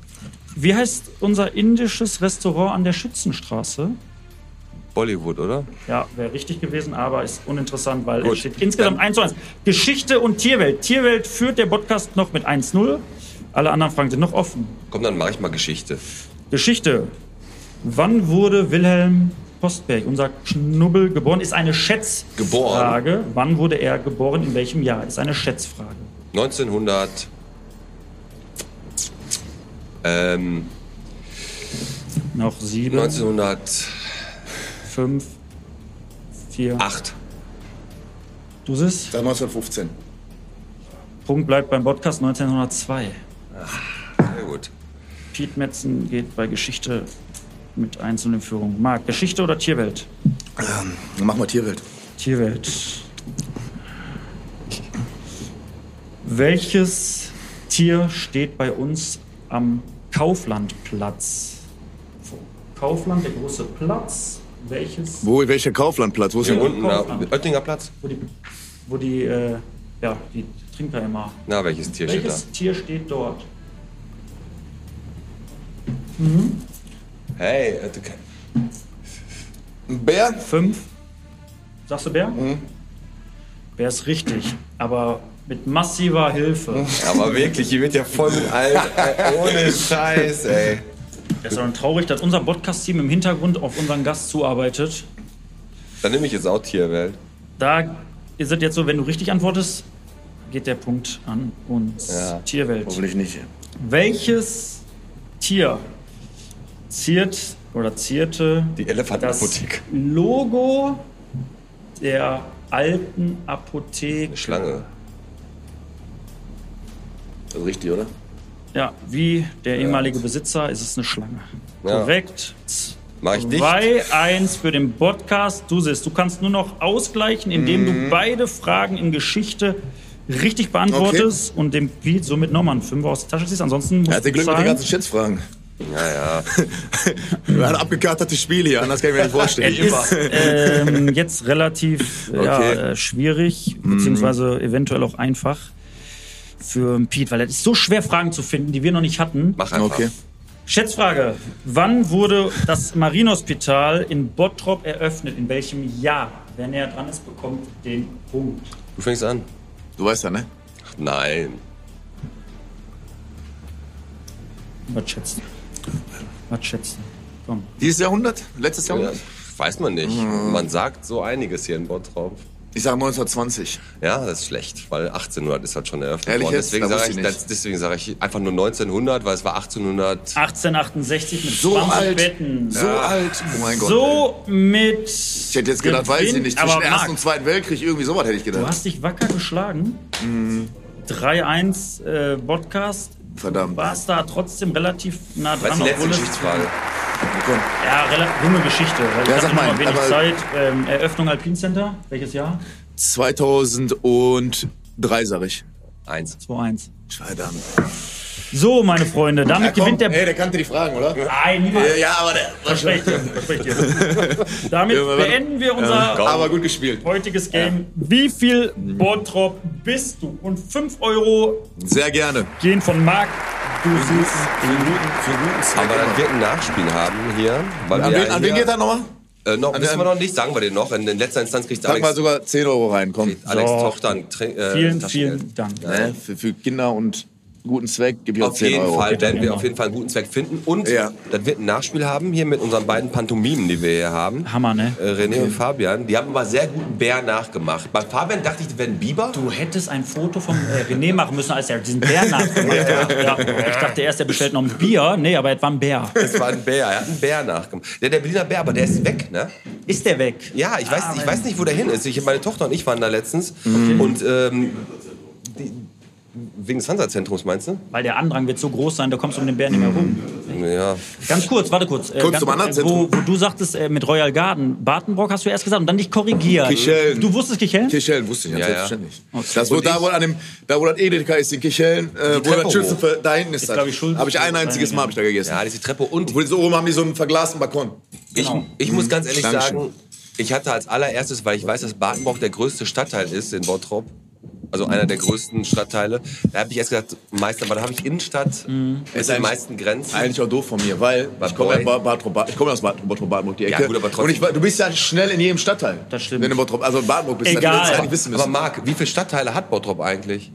[SPEAKER 2] wie heißt unser indisches Restaurant an der Schützenstraße?
[SPEAKER 1] Bollywood, oder?
[SPEAKER 2] Ja, wäre richtig gewesen, aber ist uninteressant, weil
[SPEAKER 1] Gut.
[SPEAKER 2] es steht insgesamt 1 zu 1. Geschichte und Tierwelt. Tierwelt führt der Podcast noch mit 1-0. Alle anderen Fragen sind noch offen.
[SPEAKER 1] Komm, dann mache ich mal Geschichte.
[SPEAKER 2] Geschichte. Wann wurde Wilhelm Postberg, unser Knubbel, geboren? Ist eine Schätzfrage. Wann wurde er geboren? In welchem Jahr? Ist eine Schätzfrage.
[SPEAKER 1] 1900. Ähm,
[SPEAKER 2] Noch sieben,
[SPEAKER 1] 1908.
[SPEAKER 2] fünf, vier. Du siehst,
[SPEAKER 5] 1915.
[SPEAKER 2] Punkt bleibt beim Podcast 1902.
[SPEAKER 1] Sehr gut.
[SPEAKER 2] Piet Metzen geht bei Geschichte mit einzelnen Führungen. Marc, Geschichte oder Tierwelt?
[SPEAKER 5] Dann machen wir Tierwelt.
[SPEAKER 2] Tierwelt. Welches Tier steht bei uns am Kauflandplatz? Kaufland, der große Platz. Welches?
[SPEAKER 5] Wo, welcher Kauflandplatz? Wo ist
[SPEAKER 1] Hier
[SPEAKER 5] denn?
[SPEAKER 1] unten, na, Oettinger Platz.
[SPEAKER 2] Wo die, wo die, äh, ja, die Trinker immer.
[SPEAKER 1] Na, welches Tier steht da?
[SPEAKER 2] Welches Tier steht dort?
[SPEAKER 1] Hey, Oettinger.
[SPEAKER 5] Ein Bär?
[SPEAKER 2] Fünf. Sagst du Bär? Bär ist richtig, aber mit massiver Hilfe.
[SPEAKER 1] Aber wirklich, hier wird ja voll mit allen. äh, Ohne Scheiß, ey.
[SPEAKER 2] Es ist dann traurig, dass unser Podcast-Team im Hintergrund auf unseren Gast zuarbeitet.
[SPEAKER 1] Dann nehme ich jetzt auch Tierwelt.
[SPEAKER 2] Da ist es jetzt so, wenn du richtig antwortest, geht der Punkt an uns.
[SPEAKER 1] Ja.
[SPEAKER 2] Tierwelt.
[SPEAKER 5] Hoffentlich nicht.
[SPEAKER 2] Welches Tier ziert oder zierte
[SPEAKER 1] Die
[SPEAKER 2] das
[SPEAKER 1] Elefantenapotheke.
[SPEAKER 2] Logo der alten Apotheke?
[SPEAKER 1] Schlange. Also
[SPEAKER 5] Das ist richtig, oder?
[SPEAKER 2] Ja, wie der ehemalige Besitzer ist es eine Schlange.
[SPEAKER 1] Ja.
[SPEAKER 2] Korrekt.
[SPEAKER 1] Mach ich dicht?
[SPEAKER 2] 2-1 für den Podcast. Du siehst, du kannst nur noch ausgleichen, indem
[SPEAKER 1] Mhm.
[SPEAKER 2] du beide Fragen in Geschichte richtig beantwortest und dem Piet somit nochmal einen Fünfer aus der Tasche ziehst. Ansonsten musst du
[SPEAKER 5] Herzlichen Glück mit den
[SPEAKER 2] zahlen.
[SPEAKER 5] ganzen Schätzfragen. Ja, ja. wir haben abgekartete Spiele hier, anders kann ich mir nicht vorstellen.
[SPEAKER 2] Es ist ähm, jetzt relativ ja,
[SPEAKER 5] Okay.
[SPEAKER 2] äh, schwierig,
[SPEAKER 1] Mhm.
[SPEAKER 2] beziehungsweise eventuell auch einfach für Piet, weil es ist so schwer, Fragen zu finden, die wir noch nicht hatten.
[SPEAKER 1] Mach einfach.
[SPEAKER 5] Okay.
[SPEAKER 2] Schätzfrage. Wann wurde das Marienhospital in Bottrop eröffnet? In welchem Jahr? Wer näher dran ist, bekommt den Punkt.
[SPEAKER 1] Du fängst an.
[SPEAKER 5] Du weißt ja, ne?
[SPEAKER 1] Ach, nein.
[SPEAKER 2] Was schätzen? Was schätzen? Komm.
[SPEAKER 5] Dieses Jahrhundert? Letztes
[SPEAKER 1] Ja,
[SPEAKER 5] Jahrhundert?
[SPEAKER 1] weiß man nicht. Man sagt so einiges hier in Bottrop.
[SPEAKER 5] Ich sage 1920.
[SPEAKER 1] Ja, das ist schlecht, weil 1800 ist halt schon eröffnet
[SPEAKER 5] Ehrlich
[SPEAKER 1] worden.
[SPEAKER 5] jetzt?
[SPEAKER 1] Deswegen
[SPEAKER 5] Da
[SPEAKER 1] sage
[SPEAKER 5] wusste
[SPEAKER 1] ich,
[SPEAKER 5] ich nicht. Ah,
[SPEAKER 1] das- deswegen sage ich einfach nur 1900, weil es war 1800.
[SPEAKER 2] 1868 mit
[SPEAKER 5] So
[SPEAKER 2] 20
[SPEAKER 5] alt.
[SPEAKER 2] Betten.
[SPEAKER 5] So alt. Oh mein Gott.
[SPEAKER 2] halt So mit.
[SPEAKER 5] Ich hätte jetzt gedacht, weiß ich nicht, zwischen
[SPEAKER 2] Aber
[SPEAKER 5] Ersten und
[SPEAKER 2] Marc,
[SPEAKER 5] Zweiten Weltkrieg, irgendwie sowas hätte ich
[SPEAKER 2] du
[SPEAKER 5] gedacht.
[SPEAKER 2] hast dich wacker geschlagen.
[SPEAKER 5] Mhm.
[SPEAKER 2] 3-1 äh, Podcast.
[SPEAKER 5] Verdammt.
[SPEAKER 2] Warst da trotzdem relativ nah
[SPEAKER 1] Weißt
[SPEAKER 2] dran,
[SPEAKER 1] du, die letzte
[SPEAKER 2] obwohl es
[SPEAKER 1] Geschichtsfrage.
[SPEAKER 5] Komm.
[SPEAKER 2] Ja, relativ dumme Geschichte. Weil ich
[SPEAKER 5] Ja, sag
[SPEAKER 2] hatte
[SPEAKER 5] mal,
[SPEAKER 2] noch wenig
[SPEAKER 5] aber-
[SPEAKER 2] Zeit. Ähm, Eröffnung Alpin Center, welches Jahr?
[SPEAKER 5] 2003, sag ich.
[SPEAKER 1] Eins.
[SPEAKER 2] 2-1.
[SPEAKER 5] Verdammt.
[SPEAKER 2] So, meine Freunde, damit gewinnt der.
[SPEAKER 5] Ey, der kannte die Fragen, oder?
[SPEAKER 2] Nein, niemals.
[SPEAKER 5] Ja, aber der.
[SPEAKER 2] Versprecht ihr. Versprecht ihr. damit
[SPEAKER 5] Ja, aber-
[SPEAKER 2] beenden wir unser
[SPEAKER 5] Aber gut gespielt.
[SPEAKER 2] heutiges Game. Wie viel Bottrop bist du? Und 5 Euro
[SPEAKER 5] Sehr gerne.
[SPEAKER 2] gehen von Marc. Du siehst.
[SPEAKER 5] äh,
[SPEAKER 1] Aber dann wird ein Nachspiel haben hier. Weil
[SPEAKER 5] An
[SPEAKER 1] wir
[SPEAKER 5] wen,
[SPEAKER 1] ja
[SPEAKER 5] an wen
[SPEAKER 1] hier-
[SPEAKER 5] geht er nochmal?
[SPEAKER 1] Äh, noch,
[SPEAKER 5] An
[SPEAKER 1] wissen wir
[SPEAKER 5] den-
[SPEAKER 1] noch nicht, sagen wir den noch. In, in letzter Instanz kriegt
[SPEAKER 5] Sag mal
[SPEAKER 1] Alex,
[SPEAKER 5] sogar 10 Euro rein, komm.
[SPEAKER 1] Alex
[SPEAKER 2] So.
[SPEAKER 1] Tochter ein Trink- äh,
[SPEAKER 2] Vielen,
[SPEAKER 1] Taschengeld.
[SPEAKER 2] vielen Dank.
[SPEAKER 5] Ne? Für, für Kinder und guten Zweck gebe ich auch
[SPEAKER 1] Auf
[SPEAKER 5] 10
[SPEAKER 1] jeden
[SPEAKER 5] Euro.
[SPEAKER 1] Fall werden wir
[SPEAKER 2] Genau.
[SPEAKER 1] auf jeden Fall einen guten Zweck finden. Und
[SPEAKER 5] Ja.
[SPEAKER 1] dann wird ein Nachspiel haben hier mit unseren beiden Pantomimen, die wir hier haben.
[SPEAKER 2] Hammer, ne?
[SPEAKER 1] Äh, René und Fabian, die haben immer sehr guten Bär nachgemacht. Bei Fabian dachte ich, die werden Biber.
[SPEAKER 2] Du hättest ein Foto von äh, René machen müssen, als er diesen Bär nachgemacht hat. Ja. Ich dachte erst, er bestellt noch ein Bier. Nee, aber es war ein Bär.
[SPEAKER 1] Das war ein Bär, er hat einen Bär nachgemacht. Der, der Berliner Bär, aber der ist weg, ne?
[SPEAKER 2] Ist der weg?
[SPEAKER 1] Ja, ich weiß,
[SPEAKER 2] Ah,
[SPEAKER 1] ich
[SPEAKER 2] Mann.
[SPEAKER 1] weiß nicht, wo der hin ist. Ich, meine Tochter und ich waren da letztens. Und ähm, die, wegen des Hansa-Zentrums, meinst du?
[SPEAKER 2] Weil der Andrang wird so groß sein, da kommst du um den Bären nicht mehr rum.
[SPEAKER 1] Ja.
[SPEAKER 2] Ganz kurz, warte kurz. äh,
[SPEAKER 5] Kurz
[SPEAKER 2] ganz,
[SPEAKER 5] zum anderen
[SPEAKER 2] äh, wo, wo du sagtest äh, mit Royal Garden, Bartenbrock hast du erst gesagt und dann dich korrigiert.
[SPEAKER 5] Kichellen.
[SPEAKER 2] Du wusstest Kichellen?
[SPEAKER 5] Kichellen wusste ich ja,
[SPEAKER 1] Ja, ja.
[SPEAKER 5] selbstverständlich. Das, wo, da, wo, an dem, da, wo das Edeka ist, in Kichellen, äh, wo
[SPEAKER 1] Treppe
[SPEAKER 5] das Schützenfe da hinten ist,
[SPEAKER 2] Ist,
[SPEAKER 5] das.
[SPEAKER 2] glaub ich, Schulz-
[SPEAKER 5] Habe ich ein einziges Mal hab ich da gegessen.
[SPEAKER 1] Ja, diese Treppe und
[SPEAKER 5] Wo die so oben haben die so einen verglasten Balkon.
[SPEAKER 1] Ich,
[SPEAKER 2] Genau.
[SPEAKER 1] ich
[SPEAKER 5] Mhm.
[SPEAKER 1] muss ganz ehrlich
[SPEAKER 5] Dankeschön.
[SPEAKER 1] sagen, ich hatte als allererstes, weil ich weiß, dass Badenbrock der größte Stadtteil ist in Bottrop, also einer der größten Stadtteile. Da habe ich erst gedacht, Meister, aber da habe ich Innenstadt, es sind die
[SPEAKER 5] eigentlich-
[SPEAKER 1] meisten Grenzen.
[SPEAKER 5] Eigentlich auch doof von mir, weil ich komme, ja
[SPEAKER 1] Boy.
[SPEAKER 5] Ba- Bartrop, Ba- ich komme aus Bartrop, Bottrop, Bartburg, die
[SPEAKER 1] Ja,
[SPEAKER 5] Ecke.
[SPEAKER 1] gut, aber trotzdem.
[SPEAKER 5] Und ich, war- du bist ja schnell in jedem Stadtteil.
[SPEAKER 2] Das stimmt.
[SPEAKER 5] Wenn du in Bottrop, also in Bartburg bist,
[SPEAKER 2] Egal.
[SPEAKER 5] dann hättest du eigentlich wissen
[SPEAKER 1] aber
[SPEAKER 5] müssen.
[SPEAKER 1] Marc, wie viele Stadtteile hat Bottrop eigentlich?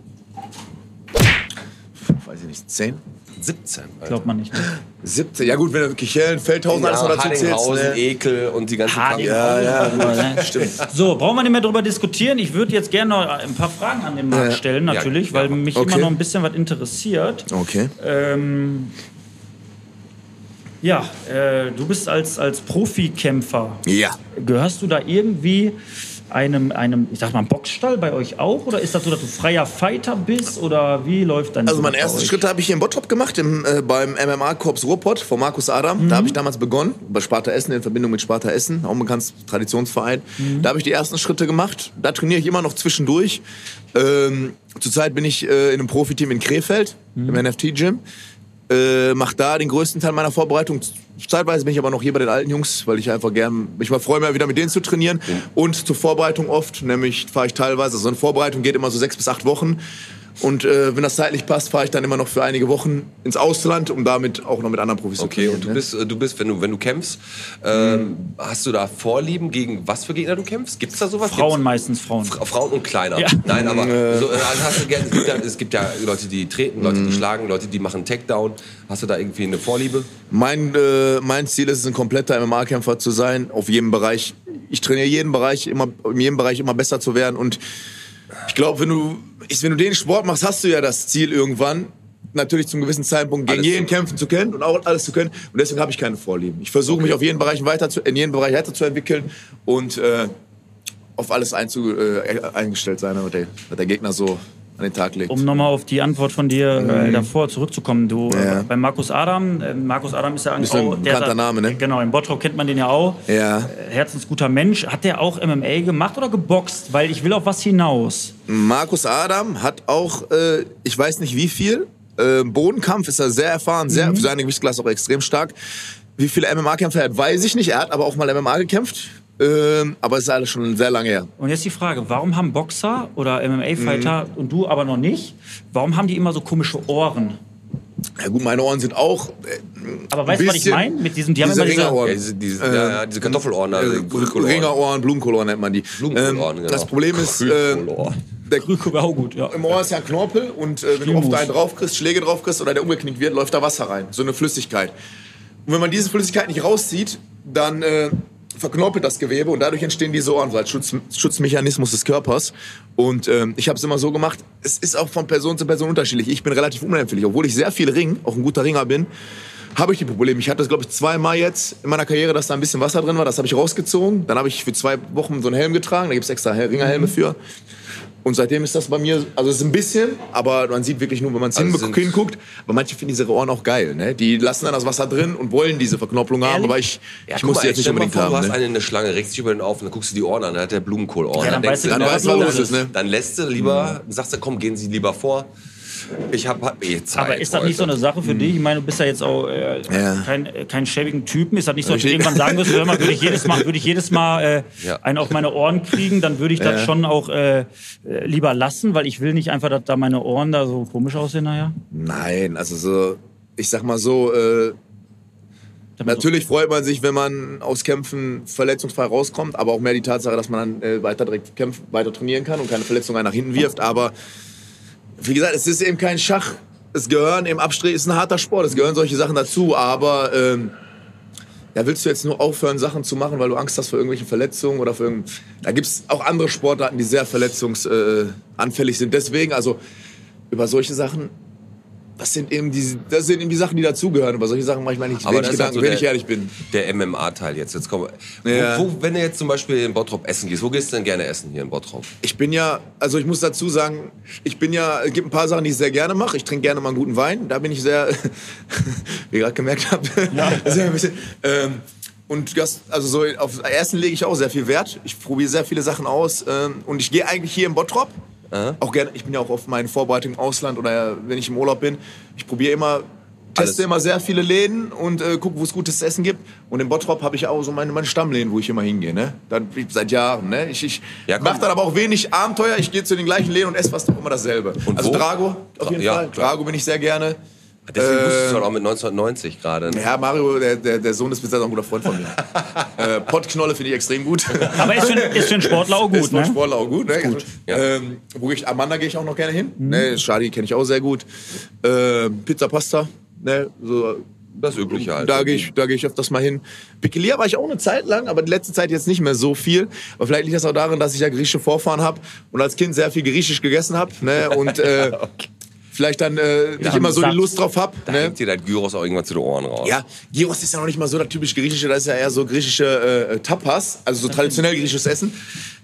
[SPEAKER 5] Weiß ich nicht, 10?
[SPEAKER 1] 17. Alter.
[SPEAKER 2] Glaubt man nicht. Ne?
[SPEAKER 5] 17, ja gut, wenn du Kichellen, Feldhausen, alles noch dazu zählst.
[SPEAKER 1] Hardinghausen, eh.
[SPEAKER 5] Ne?
[SPEAKER 1] Ekel und die ganze
[SPEAKER 2] Harding-
[SPEAKER 5] Ja, ja,
[SPEAKER 2] Aber, ne?
[SPEAKER 5] Stimmt.
[SPEAKER 2] So, brauchen wir nicht mehr darüber diskutieren. Ich würde jetzt gerne noch ein paar Fragen an den Marc
[SPEAKER 5] Ja.
[SPEAKER 2] stellen, natürlich,
[SPEAKER 1] ja,
[SPEAKER 2] weil
[SPEAKER 1] mach.
[SPEAKER 2] mich
[SPEAKER 5] Okay.
[SPEAKER 2] immer noch ein bisschen was interessiert.
[SPEAKER 5] Okay.
[SPEAKER 2] Ähm, ja, äh, du bist als, als Profikämpfer.
[SPEAKER 5] Ja.
[SPEAKER 2] Gehörst du da irgendwie einem, einem, ich sag mal, Boxstall bei euch auch? Oder ist das so, dass du freier Fighter bist? Oder wie läuft dein
[SPEAKER 5] Also
[SPEAKER 2] Leben
[SPEAKER 5] meine
[SPEAKER 2] bei
[SPEAKER 5] ersten
[SPEAKER 2] euch?
[SPEAKER 5] Schritte habe ich hier in Bottrop gemacht, im, äh, beim MMA-Korps Ruhrpott von Markus Adam. Da habe ich damals begonnen, bei Sparta Essen, in Verbindung mit Sparta Essen, auch ein ganz Traditionsverein. Da habe ich die ersten Schritte gemacht. Da trainiere ich immer noch zwischendurch. Ähm, zurzeit bin ich äh, in einem Profiteam in Krefeld, im NFT-Gym. Äh, mach da den größten Teil meiner Vorbereitung. Zeitweise bin ich aber noch hier bei den alten Jungs, weil ich einfach gern, ich mal freue mich wieder mit denen zu trainieren. Und zur Vorbereitung oft, nämlich fahre ich teilweise, also so eine Vorbereitung geht immer so sechs bis acht Wochen. Und äh, wenn das zeitlich passt, fahre ich dann immer noch für einige Wochen ins Ausland, um damit auch noch mit anderen Profis zu
[SPEAKER 1] Okay,
[SPEAKER 5] trainieren.
[SPEAKER 1] und du
[SPEAKER 5] ne? Mhm.
[SPEAKER 1] bist, äh, du bist, wenn du, wenn du kämpfst, ähm, hast du da Vorlieben gegen was für Gegner du kämpfst? Gibt's da sowas?
[SPEAKER 2] Frauen
[SPEAKER 1] Gibt's-
[SPEAKER 2] meistens Frauen.
[SPEAKER 1] Fra- Frauen und kleiner.
[SPEAKER 2] Ja.
[SPEAKER 1] Nein, aber so, äh, also hast du, gerne- es, gibt ja, es gibt ja Leute, die treten, Leute,
[SPEAKER 5] Mhm.
[SPEAKER 1] die schlagen, Leute, die machen Takedown. Hast du da irgendwie eine Vorliebe?
[SPEAKER 5] Mein, äh, mein Ziel ist es, ein kompletter MMA-Kämpfer zu sein, auf jedem Bereich. Ich trainiere jeden Bereich, immer, in jedem Bereich immer besser zu werden. Und ich glaube, wenn du, ich, wenn du den Sport machst, hast du ja das Ziel irgendwann, natürlich zum gewissen Zeitpunkt gegen
[SPEAKER 1] Alles
[SPEAKER 5] jeden
[SPEAKER 1] zu-
[SPEAKER 5] kämpfen zu können und auch alles zu können. Und deswegen habe ich keine Vorlieben. Ich versuche mich auf jeden Bereich weiter zu, in jedem Bereich weiterzuentwickeln und äh, auf alles einzu, äh, eingestellt sein, was der, was der Gegner so an den Tag legt.
[SPEAKER 2] Um nochmal auf die Antwort von dir äh, davor zurückzukommen, du
[SPEAKER 5] Mhm. Ja.
[SPEAKER 2] äh, bei Markus Adam, äh, Markus Adam ist ja eigentlich
[SPEAKER 5] Ist ein
[SPEAKER 2] auch der
[SPEAKER 5] bekannter
[SPEAKER 2] sagt-
[SPEAKER 5] Name, ne?
[SPEAKER 2] Genau, in Bottrop kennt man den ja auch.
[SPEAKER 5] Ja.
[SPEAKER 2] Äh, Herzensguter Mensch, hat der auch MMA gemacht oder geboxt? Weil ich will auf was hinaus.
[SPEAKER 5] Markus Adam hat auch, äh, ich weiß nicht wie viel, äh, Bodenkampf ist er sehr erfahren,
[SPEAKER 2] Mhm.
[SPEAKER 5] sehr, für seine Gewichtsklasse auch extrem stark. Wie viele MMA-Kämpfe er hat, weiß ich nicht. Er hat aber auch mal MMA gekämpft. Ähm, aber es ist alles schon sehr lange her.
[SPEAKER 2] Und jetzt die Frage, warum haben Boxer oder MMA-Fighter
[SPEAKER 5] Mhm.
[SPEAKER 2] und du aber noch nicht, warum haben die immer so komische Ohren?
[SPEAKER 5] Ja gut, meine Ohren sind auch. Äh,
[SPEAKER 2] Aber weißt du, was ich
[SPEAKER 5] bisschen
[SPEAKER 2] meine? Mit diesen, die haben
[SPEAKER 5] diese
[SPEAKER 2] immer diese,
[SPEAKER 5] Ringerohren.
[SPEAKER 1] Ja, diese, diese, ja, ja, diese Kartoffelohren, also
[SPEAKER 5] Oh, Äh,
[SPEAKER 1] die Grünkohlohren.
[SPEAKER 5] Ringerohren, Blumenkoloren nennt man die. Ähm,
[SPEAKER 1] Blumenkoloren, genau.
[SPEAKER 5] Das Problem ist, äh,
[SPEAKER 1] Grünkohlohren.
[SPEAKER 5] der,
[SPEAKER 2] Grünkohl wäre auch gut, ja.
[SPEAKER 5] im Ohr ist ja ein Knorpel und äh, wenn du
[SPEAKER 2] Stimus.
[SPEAKER 5] oft einen draufkriegst, Schläge draufkriegst oder der umgeknickt wird, läuft da Wasser rein. So eine Flüssigkeit. Und wenn man diese Flüssigkeit nicht rauszieht, dann äh, verknorpelt das Gewebe und dadurch entstehen diese Ohren, so als Schutz, Schutzmechanismus des Körpers. Und ähm, ich habe es immer so gemacht, es ist auch von Person zu Person unterschiedlich. Ich bin relativ unempfindlich, obwohl ich sehr viel ring, auch ein guter Ringer bin, habe ich die Probleme. Ich hatte das, glaube ich, zweimal jetzt in meiner Karriere, dass da ein bisschen Wasser drin war. Das habe ich rausgezogen. Dann habe ich für zwei Wochen so einen Helm getragen. Da gibt es extra Hel- Ringerhelme für. Und seitdem ist das bei mir, also es ist ein bisschen, aber man sieht wirklich nur, wenn man es
[SPEAKER 1] Also
[SPEAKER 5] hinbe-
[SPEAKER 1] sind-
[SPEAKER 5] hinguckt. Aber manche finden diese Ohren auch geil. Ne? Die lassen dann das Wasser drin und wollen diese Verknopplung haben.
[SPEAKER 2] Ehrlich?
[SPEAKER 5] Aber ich,
[SPEAKER 1] Ja,
[SPEAKER 5] ich
[SPEAKER 1] guck
[SPEAKER 5] muss
[SPEAKER 1] mal,
[SPEAKER 5] die jetzt nicht
[SPEAKER 1] stell mal
[SPEAKER 5] unbedingt
[SPEAKER 1] vor, Du
[SPEAKER 5] haben.
[SPEAKER 1] hast
[SPEAKER 5] Ne?
[SPEAKER 1] einen in der Schlange, regst dich über den auf und dann guckst du die Ohren an, dann hat der Blumenkohlohren.
[SPEAKER 2] Ja, dann
[SPEAKER 1] denkst
[SPEAKER 2] weißt du
[SPEAKER 5] Dann
[SPEAKER 2] genau,
[SPEAKER 5] weißt du,
[SPEAKER 2] was
[SPEAKER 5] was
[SPEAKER 2] los
[SPEAKER 5] los ist. Ne? Mhm.
[SPEAKER 1] Dann lässt du lieber, sagst du, komm, gehen Sie lieber vor. Ich hab, hab eh Zeit.
[SPEAKER 2] Aber ist das nicht so
[SPEAKER 1] Leute.
[SPEAKER 2] eine Sache für dich? Ich meine, du bist ja jetzt auch äh,
[SPEAKER 5] Hm. Ja.
[SPEAKER 2] kein, äh, kein schäbigen Typen. Ist das nicht so, dass du
[SPEAKER 5] Richtig.
[SPEAKER 2] irgendwann sagen wirst, hör mal, würde ich jedes Mal, würde ich jedes mal äh,
[SPEAKER 1] Ja.
[SPEAKER 2] einen auf meine Ohren kriegen, dann würde ich das schon auch äh, äh, lieber lassen, weil ich will nicht einfach, dass da meine Ohren da so komisch aussehen, naja.
[SPEAKER 5] Nein, also so, ich sag mal so, äh, Natürlich freut man sich, wenn man aus Kämpfen verletzungsfrei rauskommt, aber auch mehr die Tatsache, dass man dann äh, weiter direkt kämpfen, weiter trainieren kann und keine Verletzung einen nach hinten wirft. Aber wie gesagt, es ist eben kein Schach. Es gehören eben Abstrich, ist ein harter Sport, es gehören solche Sachen dazu, aber ähm, ja, willst du jetzt nur aufhören, Sachen zu machen, weil du Angst hast vor irgendwelchen Verletzungen oder vor irgend... Da gibt es auch andere Sportarten, die sehr verletzungsanfällig äh, anfällig sind. Deswegen, also über solche Sachen, das sind eben die, das sind eben die Sachen, die dazugehören. Über solche Sachen mache ich mir nicht
[SPEAKER 1] Aber
[SPEAKER 5] wenig
[SPEAKER 1] das ist halt
[SPEAKER 5] Gedanken,
[SPEAKER 1] so
[SPEAKER 5] wenn
[SPEAKER 1] der-
[SPEAKER 5] ich ehrlich bin.
[SPEAKER 1] Der MMA-Teil jetzt. jetzt komm,
[SPEAKER 5] Ja.
[SPEAKER 1] wo, wo, wenn du jetzt zum Beispiel in Bottrop essen gehst, wo gehst du denn gerne essen hier in Bottrop?
[SPEAKER 5] Ich bin ja, also ich muss dazu sagen, ich bin ja, es gibt ein paar Sachen, die ich sehr gerne mache. Ich trinke gerne mal einen guten Wein. Da bin ich sehr, wie ihr gerade gemerkt habt, sehr ein bisschen. Ähm, und Gast, also so auf Essen lege ich auch sehr viel Wert. Ich probiere sehr viele Sachen aus. Ähm, und ich gehe eigentlich hier im Bottrop. Auch gerne, ich bin ja auch auf meinen Vorbereitungen im Ausland oder wenn ich im Urlaub bin. Ich probiere immer teste immer sehr viele Läden und äh, gucke, wo es gutes Essen gibt. Und in Bottrop habe ich auch so meine, meine Stammläden, wo ich immer hingehe. Ne? Dann, ich- seit Jahren. Ne? Ich, ich
[SPEAKER 1] Ja, komm.
[SPEAKER 5] mache dann aber auch wenig Abenteuer. Ich gehe zu den gleichen Läden und esse fast auch immer dasselbe.
[SPEAKER 1] Und
[SPEAKER 5] also
[SPEAKER 1] wo?
[SPEAKER 5] Drago, auf
[SPEAKER 1] Dra-
[SPEAKER 5] jeden
[SPEAKER 1] ja,
[SPEAKER 5] Fall.
[SPEAKER 1] klar.
[SPEAKER 5] Drago bin ich sehr gerne.
[SPEAKER 1] Deswegen
[SPEAKER 5] Äh,
[SPEAKER 1] wusstest du halt auch mit 1990 gerade. ne?
[SPEAKER 5] Ja, Mario, der, der, der Sohn ist bisher auch ein guter Freund von mir. äh, Pottknolle finde ich extrem gut.
[SPEAKER 2] Aber ist für, einen- ist für einen Sportler auch
[SPEAKER 5] Ist
[SPEAKER 2] gut,
[SPEAKER 5] für
[SPEAKER 2] ne?
[SPEAKER 5] Sportler auch gut. Ne?
[SPEAKER 1] gut, ja.
[SPEAKER 5] ähm, wo ich, Amanda gehe ich auch noch gerne hin.
[SPEAKER 2] Mhm.
[SPEAKER 5] Ne, Shadi kenne ich auch sehr gut. Ähm, Pizza Pasta. Ne? So,
[SPEAKER 1] Das Übliche halt.
[SPEAKER 5] Da gehe ich, da gehe ich öfters mal hin. Piccolia war ich auch eine Zeit lang, aber die letzte Zeit jetzt nicht mehr so viel. Aber vielleicht liegt das auch daran, dass ich ja griechische Vorfahren habe und als Kind sehr viel griechisch gegessen habe. Ne? Und äh, vielleicht dann äh, nicht immer so die
[SPEAKER 2] satt.
[SPEAKER 5] Lust drauf habe.
[SPEAKER 1] Da
[SPEAKER 5] Ne?
[SPEAKER 1] hängt dir dein Gyros auch irgendwann zu den Ohren raus.
[SPEAKER 5] Ja, Gyros ist ja noch nicht mal so das typisch griechische, das ist ja eher so griechische äh, Tapas, also so traditionell griechisches Essen.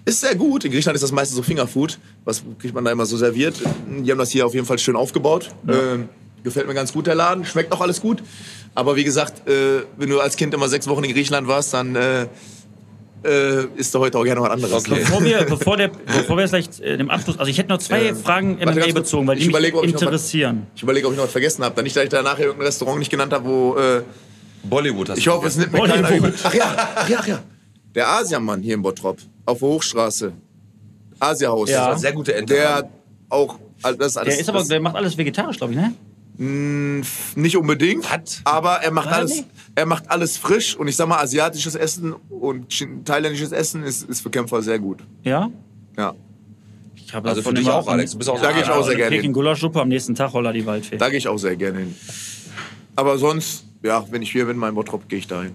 [SPEAKER 5] Ist sehr gut. In Griechenland ist das meistens so Fingerfood, was kriegt man da immer so serviert. Die haben das hier auf jeden Fall schön aufgebaut. Ähm, gefällt mir ganz gut der Laden, schmeckt auch alles gut. Aber wie gesagt, äh, wenn du als Kind immer sechs Wochen in Griechenland warst, dann äh, äh, ist da heute auch gerne was anderes.
[SPEAKER 1] Okay.
[SPEAKER 2] Bevor wir, bevor, der, bevor wir jetzt gleich äh, dem Abschluss, also ich hätte noch zwei
[SPEAKER 5] Äh,
[SPEAKER 2] Fragen
[SPEAKER 5] warte
[SPEAKER 2] MMA
[SPEAKER 5] ganz kurz.
[SPEAKER 2] bezogen, weil die
[SPEAKER 5] Ich
[SPEAKER 2] mich
[SPEAKER 5] überlege, ob ich noch was-
[SPEAKER 2] interessieren.
[SPEAKER 5] Ich überlege, ob ich noch was vergessen habe. Nicht, dass ich da nachher irgendein Restaurant nicht genannt habe, wo... Äh,
[SPEAKER 1] Bollywood hast
[SPEAKER 5] Ich
[SPEAKER 1] du
[SPEAKER 5] hoffe, es
[SPEAKER 1] vergessen.
[SPEAKER 5] nimmt mir
[SPEAKER 2] Bollywood.
[SPEAKER 5] keiner übel. Ach ja, ach ja, ach ja. Der Asiamann hier in Bottrop, auf der Hochstraße. Asiahaus.
[SPEAKER 2] Ja.
[SPEAKER 1] Sehr gute Ente.
[SPEAKER 5] Der hat auch, also das ist alles.
[SPEAKER 2] Der ist aber,
[SPEAKER 5] das,
[SPEAKER 2] der macht alles vegetarisch, glaube ich, ne?
[SPEAKER 5] nicht unbedingt,
[SPEAKER 1] Hat-
[SPEAKER 5] aber er macht
[SPEAKER 2] War er
[SPEAKER 5] alles.
[SPEAKER 2] nicht?
[SPEAKER 5] Er macht alles frisch und ich sag mal, asiatisches Essen und chin- thailändisches Essen ist, ist für Kämpfer sehr gut.
[SPEAKER 2] Ja.
[SPEAKER 5] Ja.
[SPEAKER 2] Ich habe
[SPEAKER 1] Also
[SPEAKER 2] davon
[SPEAKER 1] für dich
[SPEAKER 2] immer
[SPEAKER 1] auch, Alex. Du bist auch
[SPEAKER 5] Da gehe ich auch sehr
[SPEAKER 2] eine
[SPEAKER 5] gerne
[SPEAKER 2] also Peking
[SPEAKER 5] hin.
[SPEAKER 2] Gulaschsuppe am nächsten Tag holla die Waldfee.
[SPEAKER 5] Da gehe ich auch sehr gerne hin. Aber sonst, ja, wenn ich hier bin, mein Bottrop, gehe ich da hin.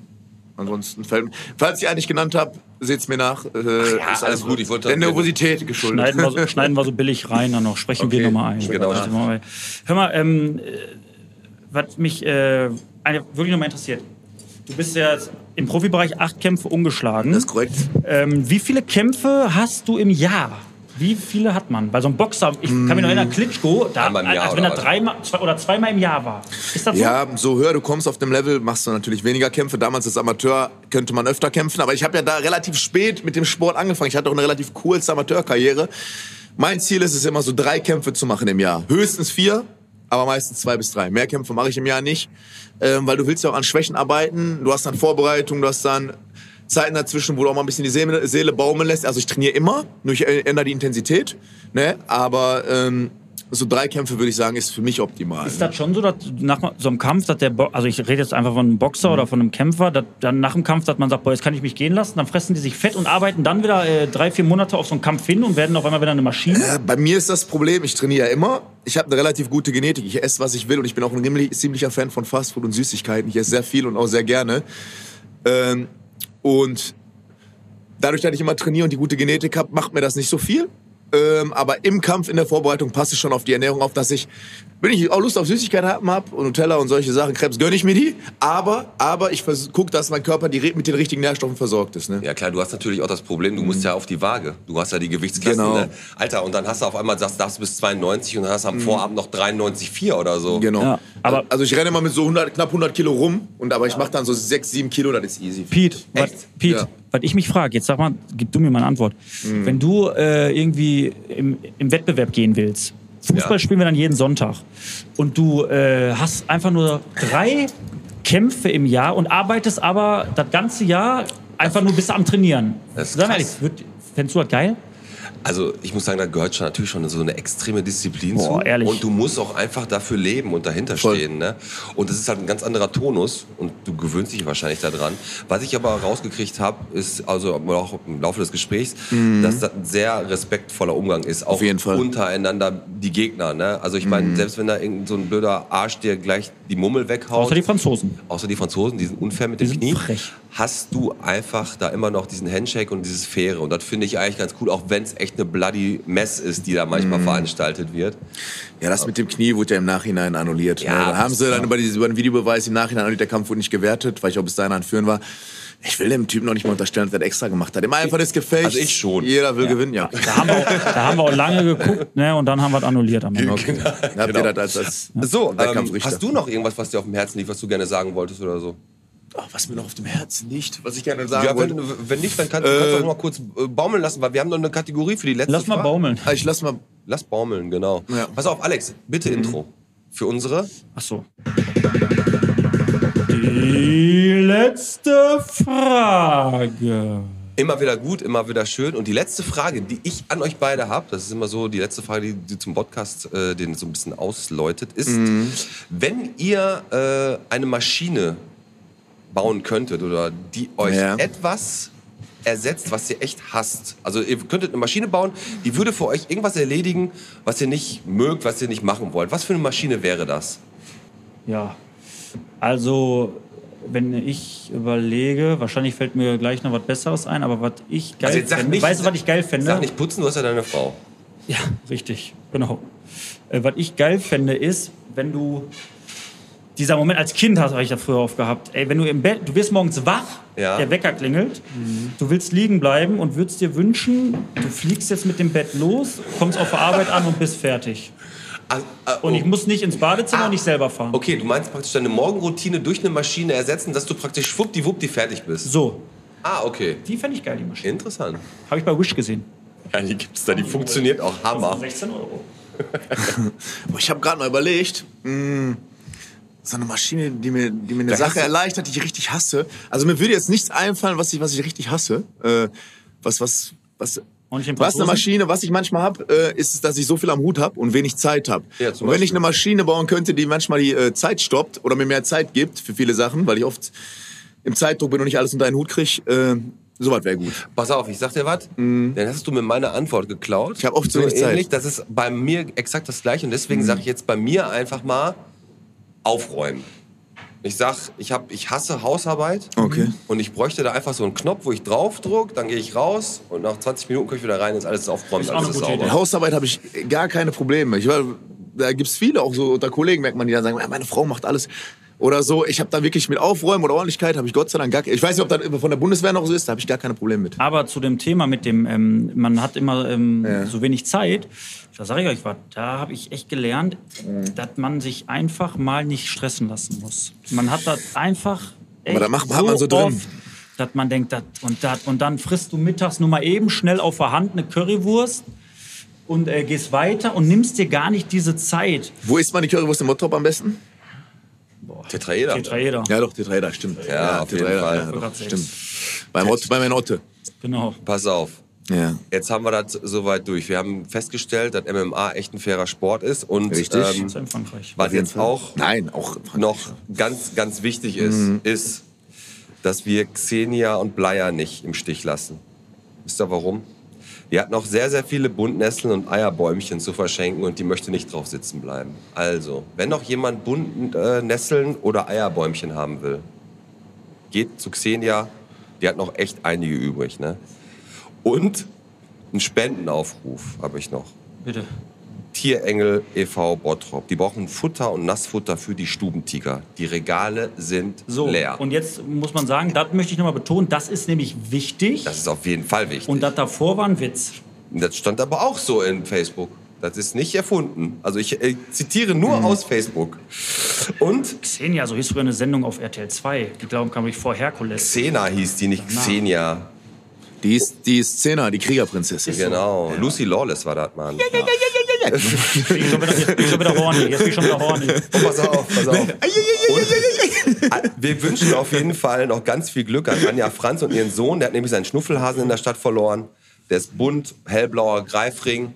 [SPEAKER 5] Ansonsten fällt mir- Falls ich einen nicht genannt habe, seht's mir nach. Äh,
[SPEAKER 1] ja,
[SPEAKER 5] ist
[SPEAKER 1] alles gut, ich wollte-
[SPEAKER 5] Der Nervosität geschuldet.
[SPEAKER 2] Schneiden wir, so, schneiden wir so billig rein, dann noch sprechen wir nochmal ein.
[SPEAKER 1] genau.
[SPEAKER 2] Das machen wir. Hör mal, ähm, äh, was mich äh, eine- wirklich nochmal interessiert. Du bist ja jetzt im Profibereich acht Kämpfe ungeschlagen.
[SPEAKER 5] Das ist korrekt.
[SPEAKER 2] Ähm, wie viele Kämpfe hast du im Jahr? Wie viele hat man? Bei so einem Boxer, ich kann mich noch erinnern, Klitschko, da,
[SPEAKER 1] Hm. Einmal im Jahr
[SPEAKER 2] als wenn er
[SPEAKER 1] oder was?
[SPEAKER 2] dreimal zwei, oder zweimal im Jahr war. Ist das so?
[SPEAKER 5] Ja, so höher du kommst auf dem Level, machst du natürlich weniger Kämpfe. Damals als Amateur könnte man öfter kämpfen, aber ich habe ja da relativ spät mit dem Sport angefangen. Ich hatte auch eine relativ kurze Amateurkarriere. Mein Ziel ist es immer so drei Kämpfe zu machen im Jahr. Höchstens vier, aber meistens zwei bis drei. Mehr Kämpfe mache ich im Jahr nicht, ähm, weil du willst ja auch an Schwächen arbeiten. Du hast dann Vorbereitung, du hast dann Zeiten dazwischen, wo du auch mal ein bisschen die Seele, Seele baumeln lässt. Also ich trainiere immer, nur ich ändere die Intensität. Ne? Aber ähm, so drei Kämpfe würde ich sagen, ist für mich optimal.
[SPEAKER 2] Ist
[SPEAKER 5] ne?
[SPEAKER 2] das schon so, dass nach so einem Kampf, dass der Bo also ich rede jetzt einfach von einem Boxer oder von einem Kämpfer, dass dann nach dem Kampf, dass man sagt, boah, jetzt kann ich mich gehen lassen, dann fressen die sich fett und arbeiten dann wieder äh, drei, vier Monate auf so einen Kampf hin und werden auf einmal wieder eine Maschine.
[SPEAKER 5] Äh, Bei mir ist das Problem, ich trainiere ja immer. Ich habe eine relativ gute Genetik. Ich esse, was ich will. Und ich bin auch ein ziemlich- ziemlicher Fan von Fastfood und Süßigkeiten. Ich esse sehr viel und auch sehr gerne. Ähm, und dadurch, dass ich immer trainiere und die gute Genetik habe, macht mir das nicht so viel. Ähm, aber im Kampf, in der Vorbereitung passe ich schon auf die Ernährung auf, dass ich, wenn ich auch Lust auf Süßigkeiten haben habe und Nutella und solche Sachen, Krebs, gönne ich mir die. Aber, aber ich gucke, dass mein Körper die, mit den richtigen Nährstoffen versorgt ist. Ne?
[SPEAKER 1] Ja klar, du hast natürlich auch das Problem, du musst ja auf die Waage. Du hast ja die Gewichtsklassen.
[SPEAKER 5] Mhm. Genau.
[SPEAKER 1] Ne? Alter, und dann hast du auf einmal, sagst, darfst du bis 92 und dann hast du am Vorabend noch 93,4 oder so.
[SPEAKER 5] Mhm. Genau.
[SPEAKER 2] Ja, aber-
[SPEAKER 5] also ich renne mal mit so 100, knapp 100 Kilo rum und aber ich mache dann so 6, 7 Kilo, das ist easy.
[SPEAKER 2] Pete, was,
[SPEAKER 1] Echt?
[SPEAKER 2] Pete,
[SPEAKER 5] Ja.
[SPEAKER 2] was ich mich frage, jetzt sag mal, gib du mir mal eine Antwort.
[SPEAKER 1] Mhm.
[SPEAKER 2] Wenn du äh, irgendwie im, im Wettbewerb gehen willst, Fußball
[SPEAKER 1] Ja.
[SPEAKER 2] spielen wir dann jeden Sonntag und du äh, hast einfach nur drei Kämpfe im Jahr und arbeitest aber das ganze Jahr einfach nur bis am Trainieren.
[SPEAKER 1] Das ist
[SPEAKER 2] Sag mal
[SPEAKER 1] krass.
[SPEAKER 2] ehrlich, würd- fändest du das geil?
[SPEAKER 1] Also ich muss sagen, da gehört schon natürlich schon so eine extreme Disziplin
[SPEAKER 2] Boah,
[SPEAKER 1] zu.
[SPEAKER 2] ehrlich.
[SPEAKER 1] Und du musst auch einfach dafür leben und dahinter
[SPEAKER 5] Voll.
[SPEAKER 1] stehen. Ne? Und das ist halt ein ganz anderer Tonus und du gewöhnst dich wahrscheinlich daran. Was ich aber rausgekriegt habe, ist also auch im Laufe des Gesprächs,
[SPEAKER 2] Mhm.
[SPEAKER 1] dass das ein sehr respektvoller Umgang ist, auch
[SPEAKER 5] jeden Fall.
[SPEAKER 1] untereinander die Gegner. Ne? Also ich meine,
[SPEAKER 2] Mhm.
[SPEAKER 1] selbst wenn da irgendein so ein blöder Arsch dir gleich die Mummel weghaut,
[SPEAKER 2] Außer die Franzosen.
[SPEAKER 1] außer die Franzosen, die sind unfair mit
[SPEAKER 2] Die
[SPEAKER 1] dem
[SPEAKER 2] sind
[SPEAKER 1] Knie,
[SPEAKER 2] frech.
[SPEAKER 1] hast du einfach da immer noch diesen Handshake und dieses Faire. Und das finde ich eigentlich ganz cool, auch wenn es echt eine bloody Mess ist, die da
[SPEAKER 2] Mhm.
[SPEAKER 1] manchmal veranstaltet wird.
[SPEAKER 5] Ja, das mit dem Knie wurde ja im Nachhinein annulliert.
[SPEAKER 1] Ja,
[SPEAKER 5] ne? Dann haben
[SPEAKER 1] das-
[SPEAKER 5] sie dann über, dieses, über den Videobeweis im Nachhinein annulliert, der Kampf wurde nicht gewertet, weil ich auch bis dahin anführen war. Ich will dem Typen noch nicht mal unterstellen, dass er das extra gemacht hat. Im Eifer des Gefechts.
[SPEAKER 1] Also ich schon.
[SPEAKER 5] Jeder will gewinnen, ja.
[SPEAKER 2] Da haben, wir auch, da haben wir auch lange geguckt ne, und dann haben wir es annulliert am Ende.
[SPEAKER 5] Habt ihr das als, als
[SPEAKER 1] So, ähm,
[SPEAKER 5] Wettkampfrichter?
[SPEAKER 1] hast du noch irgendwas, was dir auf dem Herzen liegt, was du gerne sagen wolltest oder so?
[SPEAKER 5] Ach, Oh, was mir noch auf dem Herzen liegt, was ich gerne sagen
[SPEAKER 1] ja,
[SPEAKER 5] wollte.
[SPEAKER 1] wenn, wenn nicht, dann kannst du
[SPEAKER 5] Äh,
[SPEAKER 1] kannst du noch mal kurz äh, baumeln lassen, weil wir haben noch eine Kategorie für die letzte
[SPEAKER 2] Lass mal
[SPEAKER 1] Frage.
[SPEAKER 2] baumeln.
[SPEAKER 5] Ah, Ich lass mal.
[SPEAKER 1] Lass baumeln, genau.
[SPEAKER 5] Ja.
[SPEAKER 2] Mhm.
[SPEAKER 1] Pass auf, Alex, bitte Intro für unsere
[SPEAKER 2] Ach so. Die letzte Frage.
[SPEAKER 1] Immer wieder gut, immer wieder schön. Und die letzte Frage, die ich an euch beide habe, das ist immer so die letzte Frage, die, die zum Podcast äh, den so ein bisschen ausläutet, ist, wenn ihr äh, eine Maschine bauen könntet oder die euch
[SPEAKER 5] Ja.
[SPEAKER 1] etwas ersetzt, was ihr echt hasst. Also ihr könntet eine Maschine bauen, die würde für euch irgendwas erledigen, was ihr nicht mögt, was ihr nicht machen wollt. Was für eine Maschine wäre das?
[SPEAKER 2] Ja. Also, wenn ich überlege, wahrscheinlich fällt mir gleich noch was Besseres ein, aber was ich geil
[SPEAKER 1] Also jetzt sag
[SPEAKER 2] fände.
[SPEAKER 1] nicht-
[SPEAKER 2] weißt du, was ich geil fände?
[SPEAKER 1] Sag nicht putzen, du hast ja deine Frau.
[SPEAKER 2] Ja, richtig, genau. Äh, was ich geil fände, ist, wenn du dieser Moment als Kind hast, habe ich ja früher oft gehabt. Ey, wenn du im Bett, du wirst morgens wach,
[SPEAKER 1] Ja.
[SPEAKER 2] der Wecker klingelt, du willst liegen bleiben und würdest dir wünschen, du fliegst jetzt mit dem Bett los, kommst auf der Arbeit an und bist fertig. Also,
[SPEAKER 1] Ah, ah,
[SPEAKER 2] Und ich
[SPEAKER 1] oh.
[SPEAKER 2] muss nicht ins Badezimmer und nicht selber fahren.
[SPEAKER 1] Okay, du meinst praktisch deine Morgenroutine durch eine Maschine ersetzen, dass du praktisch schwuppdiwuppdi fertig bist.
[SPEAKER 2] So,
[SPEAKER 1] Ah, okay.
[SPEAKER 2] die fände ich geil, die Maschine.
[SPEAKER 1] Interessant.
[SPEAKER 2] Habe ich bei Wish gesehen.
[SPEAKER 1] Ja, die gibt's da, die funktioniert auch Hammer.
[SPEAKER 2] 16 Euro.
[SPEAKER 5] Boah, Ich habe gerade mal überlegt, mh, so eine Maschine, die mir, die mir eine
[SPEAKER 1] hast
[SPEAKER 5] Sache
[SPEAKER 1] du-
[SPEAKER 5] erleichtert, die ich richtig hasse. Also mir würde jetzt nichts einfallen, was ich, was ich richtig hasse. Äh, was, was, was.
[SPEAKER 2] Auch nicht den
[SPEAKER 5] Was eine
[SPEAKER 2] Franzosen?
[SPEAKER 5] Maschine, was ich manchmal habe, äh, ist, dass ich so viel am Hut habe und wenig Zeit habe.
[SPEAKER 1] Ja,
[SPEAKER 5] und
[SPEAKER 1] zum
[SPEAKER 5] wenn ich
[SPEAKER 1] Beispiel.
[SPEAKER 5] eine Maschine bauen könnte, die manchmal die äh, Zeit stoppt oder mir mehr Zeit gibt für viele Sachen, weil ich oft im Zeitdruck bin und nicht alles unter einen Hut kriege, äh, sowas wäre gut.
[SPEAKER 1] Pass auf, ich sag dir was, dann hast du mir meine Antwort geklaut.
[SPEAKER 5] Mhm. Ich hab oft zu
[SPEAKER 1] so
[SPEAKER 5] wenig Zeit. Mhm.
[SPEAKER 1] ähnlich, das ist bei mir exakt das gleiche und deswegen sage ich jetzt bei mir einfach mal aufräumen. Ich sag, ich hab, ich hasse Hausarbeit.
[SPEAKER 5] Okay.
[SPEAKER 1] Und ich bräuchte da einfach so einen Knopf, wo ich draufdruck, dann gehe ich raus und nach 20 Minuten komme ich wieder rein, ist alles aufgeräumt,
[SPEAKER 2] Ist auch
[SPEAKER 1] alles
[SPEAKER 2] eine
[SPEAKER 1] ist
[SPEAKER 2] gute
[SPEAKER 1] sauber.
[SPEAKER 2] Idee.
[SPEAKER 5] Bei Hausarbeit habe ich gar keine Probleme. Ich, war- da gibt's viele, auch so unter Kollegen merkt man, die dann sagen, "Ja, meine Frau macht alles. Oder so, ich habe da wirklich mit Aufräumen oder Ordentlichkeit, habe ich Gott sei Dank gar Ich weiß nicht, ob das von der Bundeswehr noch so ist, da habe ich gar keine Probleme mit.
[SPEAKER 2] Aber zu dem Thema mit dem, ähm, man hat immer ähm, so wenig Zeit, da sage ich euch was, da habe ich echt gelernt,
[SPEAKER 5] Mhm.
[SPEAKER 2] dass man sich einfach mal nicht stressen lassen muss. Man hat das einfach echt
[SPEAKER 5] da macht- hat man so drin.
[SPEAKER 2] oft, dass man denkt, das und das und dann frisst du mittags nur mal eben schnell auf der Hand eine Currywurst und äh, gehst weiter und nimmst dir gar nicht diese Zeit.
[SPEAKER 5] Wo isst man die Currywurst im Bottrop am besten?
[SPEAKER 1] Tetraeder.
[SPEAKER 2] Tetraeder,
[SPEAKER 5] Ja doch, Tetraeder, stimmt.
[SPEAKER 1] Ja, auf jeden Fall.
[SPEAKER 5] Ja, doch,
[SPEAKER 2] Grad
[SPEAKER 5] stimmt. Beim Ott, bei meiner Otte.
[SPEAKER 2] genau.
[SPEAKER 1] Pass auf.
[SPEAKER 5] Ja.
[SPEAKER 1] Jetzt haben wir das soweit durch. Wir haben festgestellt, dass MMA echt ein fairer Sport ist und
[SPEAKER 5] Richtig.
[SPEAKER 1] ähm,
[SPEAKER 2] Das ist in Frankreich.
[SPEAKER 1] was jetzt auch
[SPEAKER 5] Nein, auch.
[SPEAKER 1] noch ganz, ganz wichtig ist, ist, dass wir Xenia und Bleier nicht im Stich lassen. Wisst ihr warum? Die hat noch sehr, sehr viele Buntnesseln und Eierbäumchen zu verschenken und die möchte nicht drauf sitzen bleiben. Also, wenn noch jemand Buntnesseln oder Eierbäumchen haben will, geht zu Xenia, die hat noch echt einige übrig. Ne? Und einen Spendenaufruf habe ich noch.
[SPEAKER 2] Bitte.
[SPEAKER 1] Tierengel e.V. Bottrop. Die brauchen Futter und Nassfutter für die Stubentiger. Die Regale sind
[SPEAKER 2] So,
[SPEAKER 1] leer.
[SPEAKER 2] und jetzt muss man sagen, das möchte ich nochmal betonen, das ist nämlich wichtig.
[SPEAKER 1] das ist auf jeden Fall wichtig.
[SPEAKER 2] Und das davor war ein Witz.
[SPEAKER 1] das stand aber auch so in Facebook. Das ist nicht erfunden. Also ich äh, zitiere nur
[SPEAKER 2] Mhm.
[SPEAKER 1] aus Facebook. Und
[SPEAKER 2] Xenia, so hieß früher eine Sendung auf RTL 2. Die glauben kam ich vor Herkules.
[SPEAKER 1] Xena hieß die, nicht Xenia.
[SPEAKER 5] Die ist, die ist Zena, die Kriegerprinzessin.
[SPEAKER 1] Genau. Lucy Lawless war das, Mann.
[SPEAKER 2] Ich bin schon wieder, jetzt bin ich schon wieder horny. Jetzt bin ich schon wieder horny.
[SPEAKER 1] Und Oh, pass auf, pass auf. Und äh, wir wünschen auf jeden Fall noch ganz viel Glück an Anja Franz und ihren Sohn. Der hat nämlich seinen Schnuffelhasen in der Stadt verloren. Der ist bunt, hellblauer Greifring.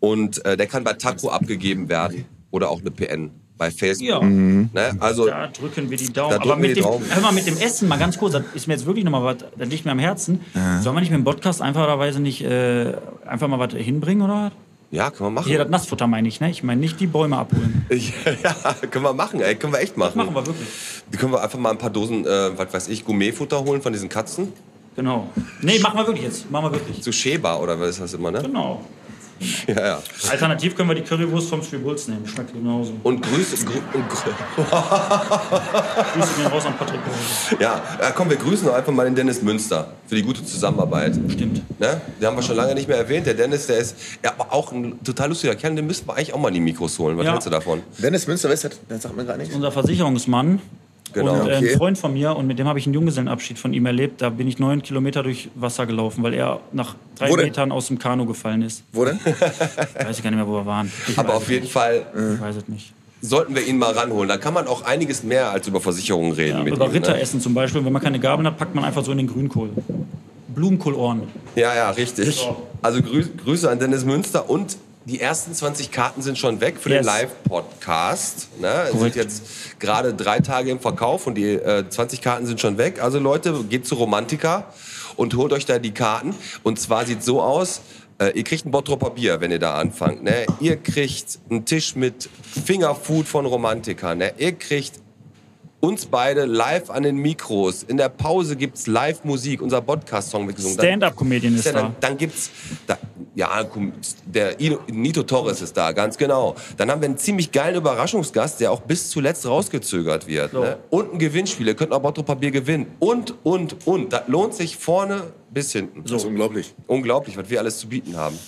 [SPEAKER 1] Und äh, der kann bei Taco abgegeben werden. Oder auch eine PN bei Facebook.
[SPEAKER 2] Ja. Mhm.
[SPEAKER 1] Ne? Also,
[SPEAKER 2] Da drücken wir die Daumen.
[SPEAKER 1] Da
[SPEAKER 2] Aber
[SPEAKER 1] drücken wir
[SPEAKER 2] mit
[SPEAKER 1] die
[SPEAKER 2] dem,
[SPEAKER 1] Daumen.
[SPEAKER 2] hör mal, mit dem Essen, mal ganz kurz, das ist mir jetzt wirklich nochmal was, das liegt mir am Herzen. Sollen wir nicht mit dem Podcast einfacherweise nicht äh, einfach mal was hinbringen, oder?
[SPEAKER 1] ja, können wir machen.
[SPEAKER 2] Hier, das Nassfutter meine ich, ne? Ich meine nicht die Bäume abholen.
[SPEAKER 1] ja, können wir machen, ey. Können wir echt machen.
[SPEAKER 2] Machen wir wirklich.
[SPEAKER 1] wir. Können wir einfach mal ein paar Dosen, äh, was weiß ich, Gourmetfutter holen von diesen Katzen?
[SPEAKER 2] Genau. Nee, machen wir wirklich jetzt. Machen wir wirklich.
[SPEAKER 1] Zu Sheba oder was ist das immer, ne?
[SPEAKER 2] Genau.
[SPEAKER 1] Ja, ja.
[SPEAKER 2] Alternativ können wir die Currywurst vom Schwibulz nehmen. Schmeckt genauso.
[SPEAKER 1] Und Grüße. Grü und grü
[SPEAKER 2] Grüße gehen raus an Patrick. Böhme.
[SPEAKER 1] Ja, äh, komm, wir grüßen doch einfach mal den Dennis Münster für die gute Zusammenarbeit.
[SPEAKER 2] Stimmt.
[SPEAKER 1] Ne? Den haben wir schon lange nicht mehr erwähnt. Der Dennis, der ist ja, aber auch ein total lustiger Kerl. Den müssten wir eigentlich auch mal in die Mikros holen. Was
[SPEAKER 2] Ja.
[SPEAKER 1] hältst du davon?
[SPEAKER 5] Dennis Münsterwest hat, das sagt man gar nicht.
[SPEAKER 2] unser Versicherungsmann.
[SPEAKER 1] Genau.
[SPEAKER 2] Und äh, ein
[SPEAKER 5] Okay.
[SPEAKER 2] Freund von mir und mit dem habe ich einen Junggesellenabschied von ihm erlebt. Da bin ich neun Kilometer durch Wasser gelaufen, weil er nach drei
[SPEAKER 5] Wo denn?
[SPEAKER 2] Metern aus dem Kanu gefallen ist.
[SPEAKER 5] Wo denn?
[SPEAKER 2] Weiß ich gar nicht mehr, wo wir waren. Ich
[SPEAKER 1] Aber
[SPEAKER 2] weiß
[SPEAKER 1] auf
[SPEAKER 2] es
[SPEAKER 1] jeden
[SPEAKER 2] nicht.
[SPEAKER 1] Fall,
[SPEAKER 2] Ich weiß es nicht.
[SPEAKER 1] sollten wir ihn mal ranholen. Da kann man auch einiges mehr als über Versicherungen reden.
[SPEAKER 2] Ja,
[SPEAKER 1] mit
[SPEAKER 2] oder
[SPEAKER 1] ihm, ne?
[SPEAKER 2] Ritteressen zum Beispiel. Wenn man keine Gabeln hat, packt man einfach so in den Grünkohl. Blumenkohlohren.
[SPEAKER 1] Ja, ja, richtig. Also Grü Grüße an Dennis Münster und die ersten 20 Karten sind schon weg für den
[SPEAKER 2] Yes.
[SPEAKER 1] Live-Podcast. Ne? Es sind
[SPEAKER 2] Korrekt.
[SPEAKER 1] jetzt gerade drei Tage im Verkauf und die äh, 20 Karten sind schon weg. Also Leute, geht zu Romantika und holt euch da die Karten. Und zwar sieht so aus, äh, ihr kriegt ein Bottroper Bier, wenn ihr da anfangt. Ne? Ihr kriegt einen Tisch mit Fingerfood von Romantika. Ne? Ihr kriegt uns beide live an den Mikros. In der Pause gibt's Live-Musik. Unser Podcast-Song wird gesungen. Dann-
[SPEAKER 2] Stand-up-Comedian ist
[SPEAKER 1] ja, dann,
[SPEAKER 2] da.
[SPEAKER 1] dann gibt's da, ja komm, der Ino, Nito Torres ist da, ganz genau. Dann haben wir einen ziemlich geilen Überraschungsgast, der auch bis zuletzt rausgezögert wird. Ne? Und ein Gewinnspiel, ihr könnt auch Bottroper Bier gewinnen. Und und und, das lohnt sich vorne bis hinten.
[SPEAKER 5] Das ist unglaublich.
[SPEAKER 1] Unglaublich, was wir alles zu bieten haben.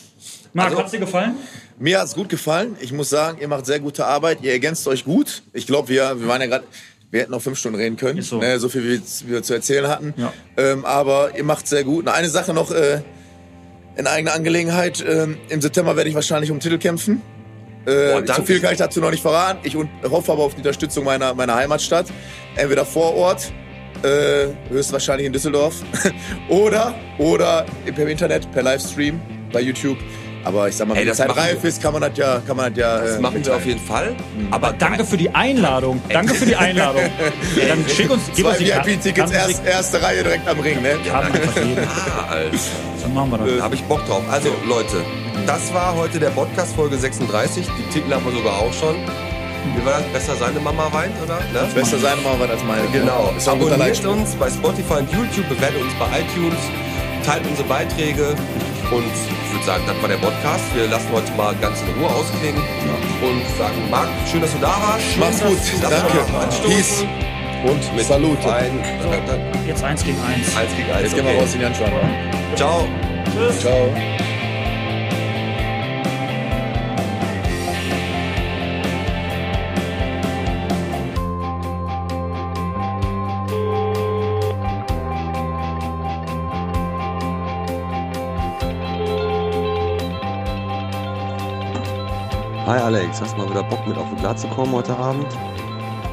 [SPEAKER 2] Marc,
[SPEAKER 1] also-
[SPEAKER 2] hat's dir gefallen?
[SPEAKER 5] Mir hat's gut gefallen. Ich muss sagen, ihr macht sehr gute Arbeit. Ihr ergänzt euch gut. Ich glaube, wir, wir waren ja gerade, wir hätten noch fünf Stunden reden können.
[SPEAKER 2] Ist so.
[SPEAKER 5] Ne, so viel, wie wir- wie wir zu erzählen hatten.
[SPEAKER 2] Ja.
[SPEAKER 5] Ähm, aber ihr macht sehr gut. Und eine Sache noch äh, in eigener Angelegenheit. Ähm, Im September werde ich wahrscheinlich um den Titel kämpfen. Äh,
[SPEAKER 1] Boah, danke.
[SPEAKER 5] zu viel kann ich dazu noch nicht verraten. Ich un- hoffe aber auf die Unterstützung meiner, meiner Heimatstadt. Entweder vor Ort, äh, höchstwahrscheinlich in Düsseldorf, oder, oder per Internet, per Livestream, bei YouTube. Aber ich sag mal,
[SPEAKER 1] Ey,
[SPEAKER 5] wenn die
[SPEAKER 1] das
[SPEAKER 5] Zeit
[SPEAKER 1] machen
[SPEAKER 5] reif
[SPEAKER 1] wir.
[SPEAKER 5] ist, kann man das ja, kann man das ja.
[SPEAKER 1] Das
[SPEAKER 5] äh,
[SPEAKER 1] machen wir
[SPEAKER 5] mitteilen.
[SPEAKER 1] auf jeden Fall. Aber
[SPEAKER 2] Ähm, mhm. Danke für die Einladung. Danke für die Einladung. Dann schick uns, gib uns die
[SPEAKER 5] Zwei
[SPEAKER 2] Karten.
[SPEAKER 5] VIP-Tickets,
[SPEAKER 2] Dann
[SPEAKER 5] erst, erste Reihe direkt am Ring, ne?
[SPEAKER 2] Karten vergeben.
[SPEAKER 1] Ah, Alter.
[SPEAKER 2] So machen wir das.
[SPEAKER 1] Da habe ich Bock drauf. Also, Leute, das war heute der Podcast Folge 36. Die Titel haben wir sogar auch schon. Wie war das? Besser seine Mama weint, oder? Ne?
[SPEAKER 5] Besser sein mal was als meine.
[SPEAKER 1] Genau.
[SPEAKER 5] Ist auch ein guter
[SPEAKER 1] Abonniert
[SPEAKER 5] Leitspruch.
[SPEAKER 1] uns bei Spotify und YouTube, bewertet uns bei iTunes, teilt unsere Beiträge und ich würde sagen, das war der Podcast. Wir lassen heute mal ganz in Ruhe ausklingen und sagen, Marc, schön, dass du da warst.
[SPEAKER 5] Mach's gut.
[SPEAKER 1] Lass uns
[SPEAKER 5] Danke.
[SPEAKER 1] mal anstoßen.
[SPEAKER 5] Peace. Und
[SPEAKER 1] Mit
[SPEAKER 5] Salut.
[SPEAKER 1] Ein, Äh,
[SPEAKER 2] Jetzt eins gegen eins.
[SPEAKER 1] eins gegen eins.
[SPEAKER 5] Jetzt gehen wir
[SPEAKER 1] okay.
[SPEAKER 5] raus in die Anschlag.
[SPEAKER 1] Ciao.
[SPEAKER 5] Ciao.
[SPEAKER 7] Hi Alex, hast mal wieder Bock mit auf den Platz zu kommen heute Abend?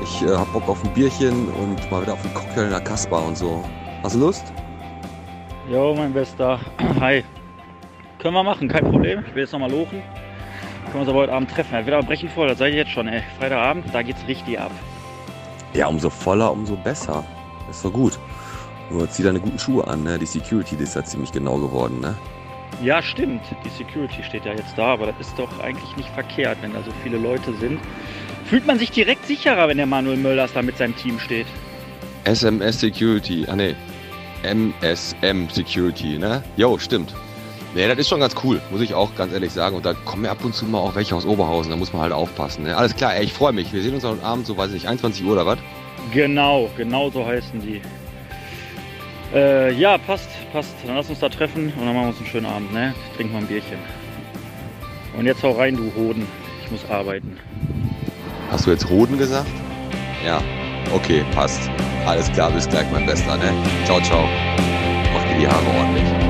[SPEAKER 7] Ich äh, hab Bock auf ein Bierchen und mal wieder auf einen Cocktail in der Kasper und so. Hast du Lust?
[SPEAKER 2] Jo, mein Bester. Hi. Können wir machen, kein Problem. Ich will jetzt nochmal lochen. Können wir uns aber heute Abend treffen. Ja, wieder brechen voll, das seid ihr jetzt schon, ey. Freitagabend, da geht's richtig ab.
[SPEAKER 7] Ja, umso voller, umso besser. Ist doch gut. Nur zieh deine guten Schuhe an, ne? Die Security, die ist ja ziemlich genau geworden, ne?
[SPEAKER 8] Ja, stimmt. Die Security steht ja jetzt da, aber das ist doch eigentlich nicht verkehrt, wenn da so viele Leute sind. Fühlt man sich direkt sicherer, wenn der Manuel Möllers da mit seinem Team steht.
[SPEAKER 9] SMS Security, ah ne, MSM Security, ne? Jo, stimmt. Ne, das ist schon ganz cool, muss ich auch ganz ehrlich sagen. Und da kommen ja ab und zu mal auch welche aus Oberhausen, da muss man halt aufpassen. Ne? Alles klar, ey, ich freue mich. Wir sehen uns heute Abend, so weiß ich nicht, 21 Uhr oder was?
[SPEAKER 8] Genau, genau so heißen die. Äh, ja, passt, passt. Dann lass uns da treffen und dann machen wir uns einen schönen Abend, ne? Trinken wir ein Bierchen. Und jetzt hau rein, du Hoden. Ich muss arbeiten.
[SPEAKER 9] Hast du jetzt Hoden gesagt? Ja, okay, passt. Alles klar, bis gleich, mein Bester, ne? Ciao, ciao. Mach dir die Haare ordentlich.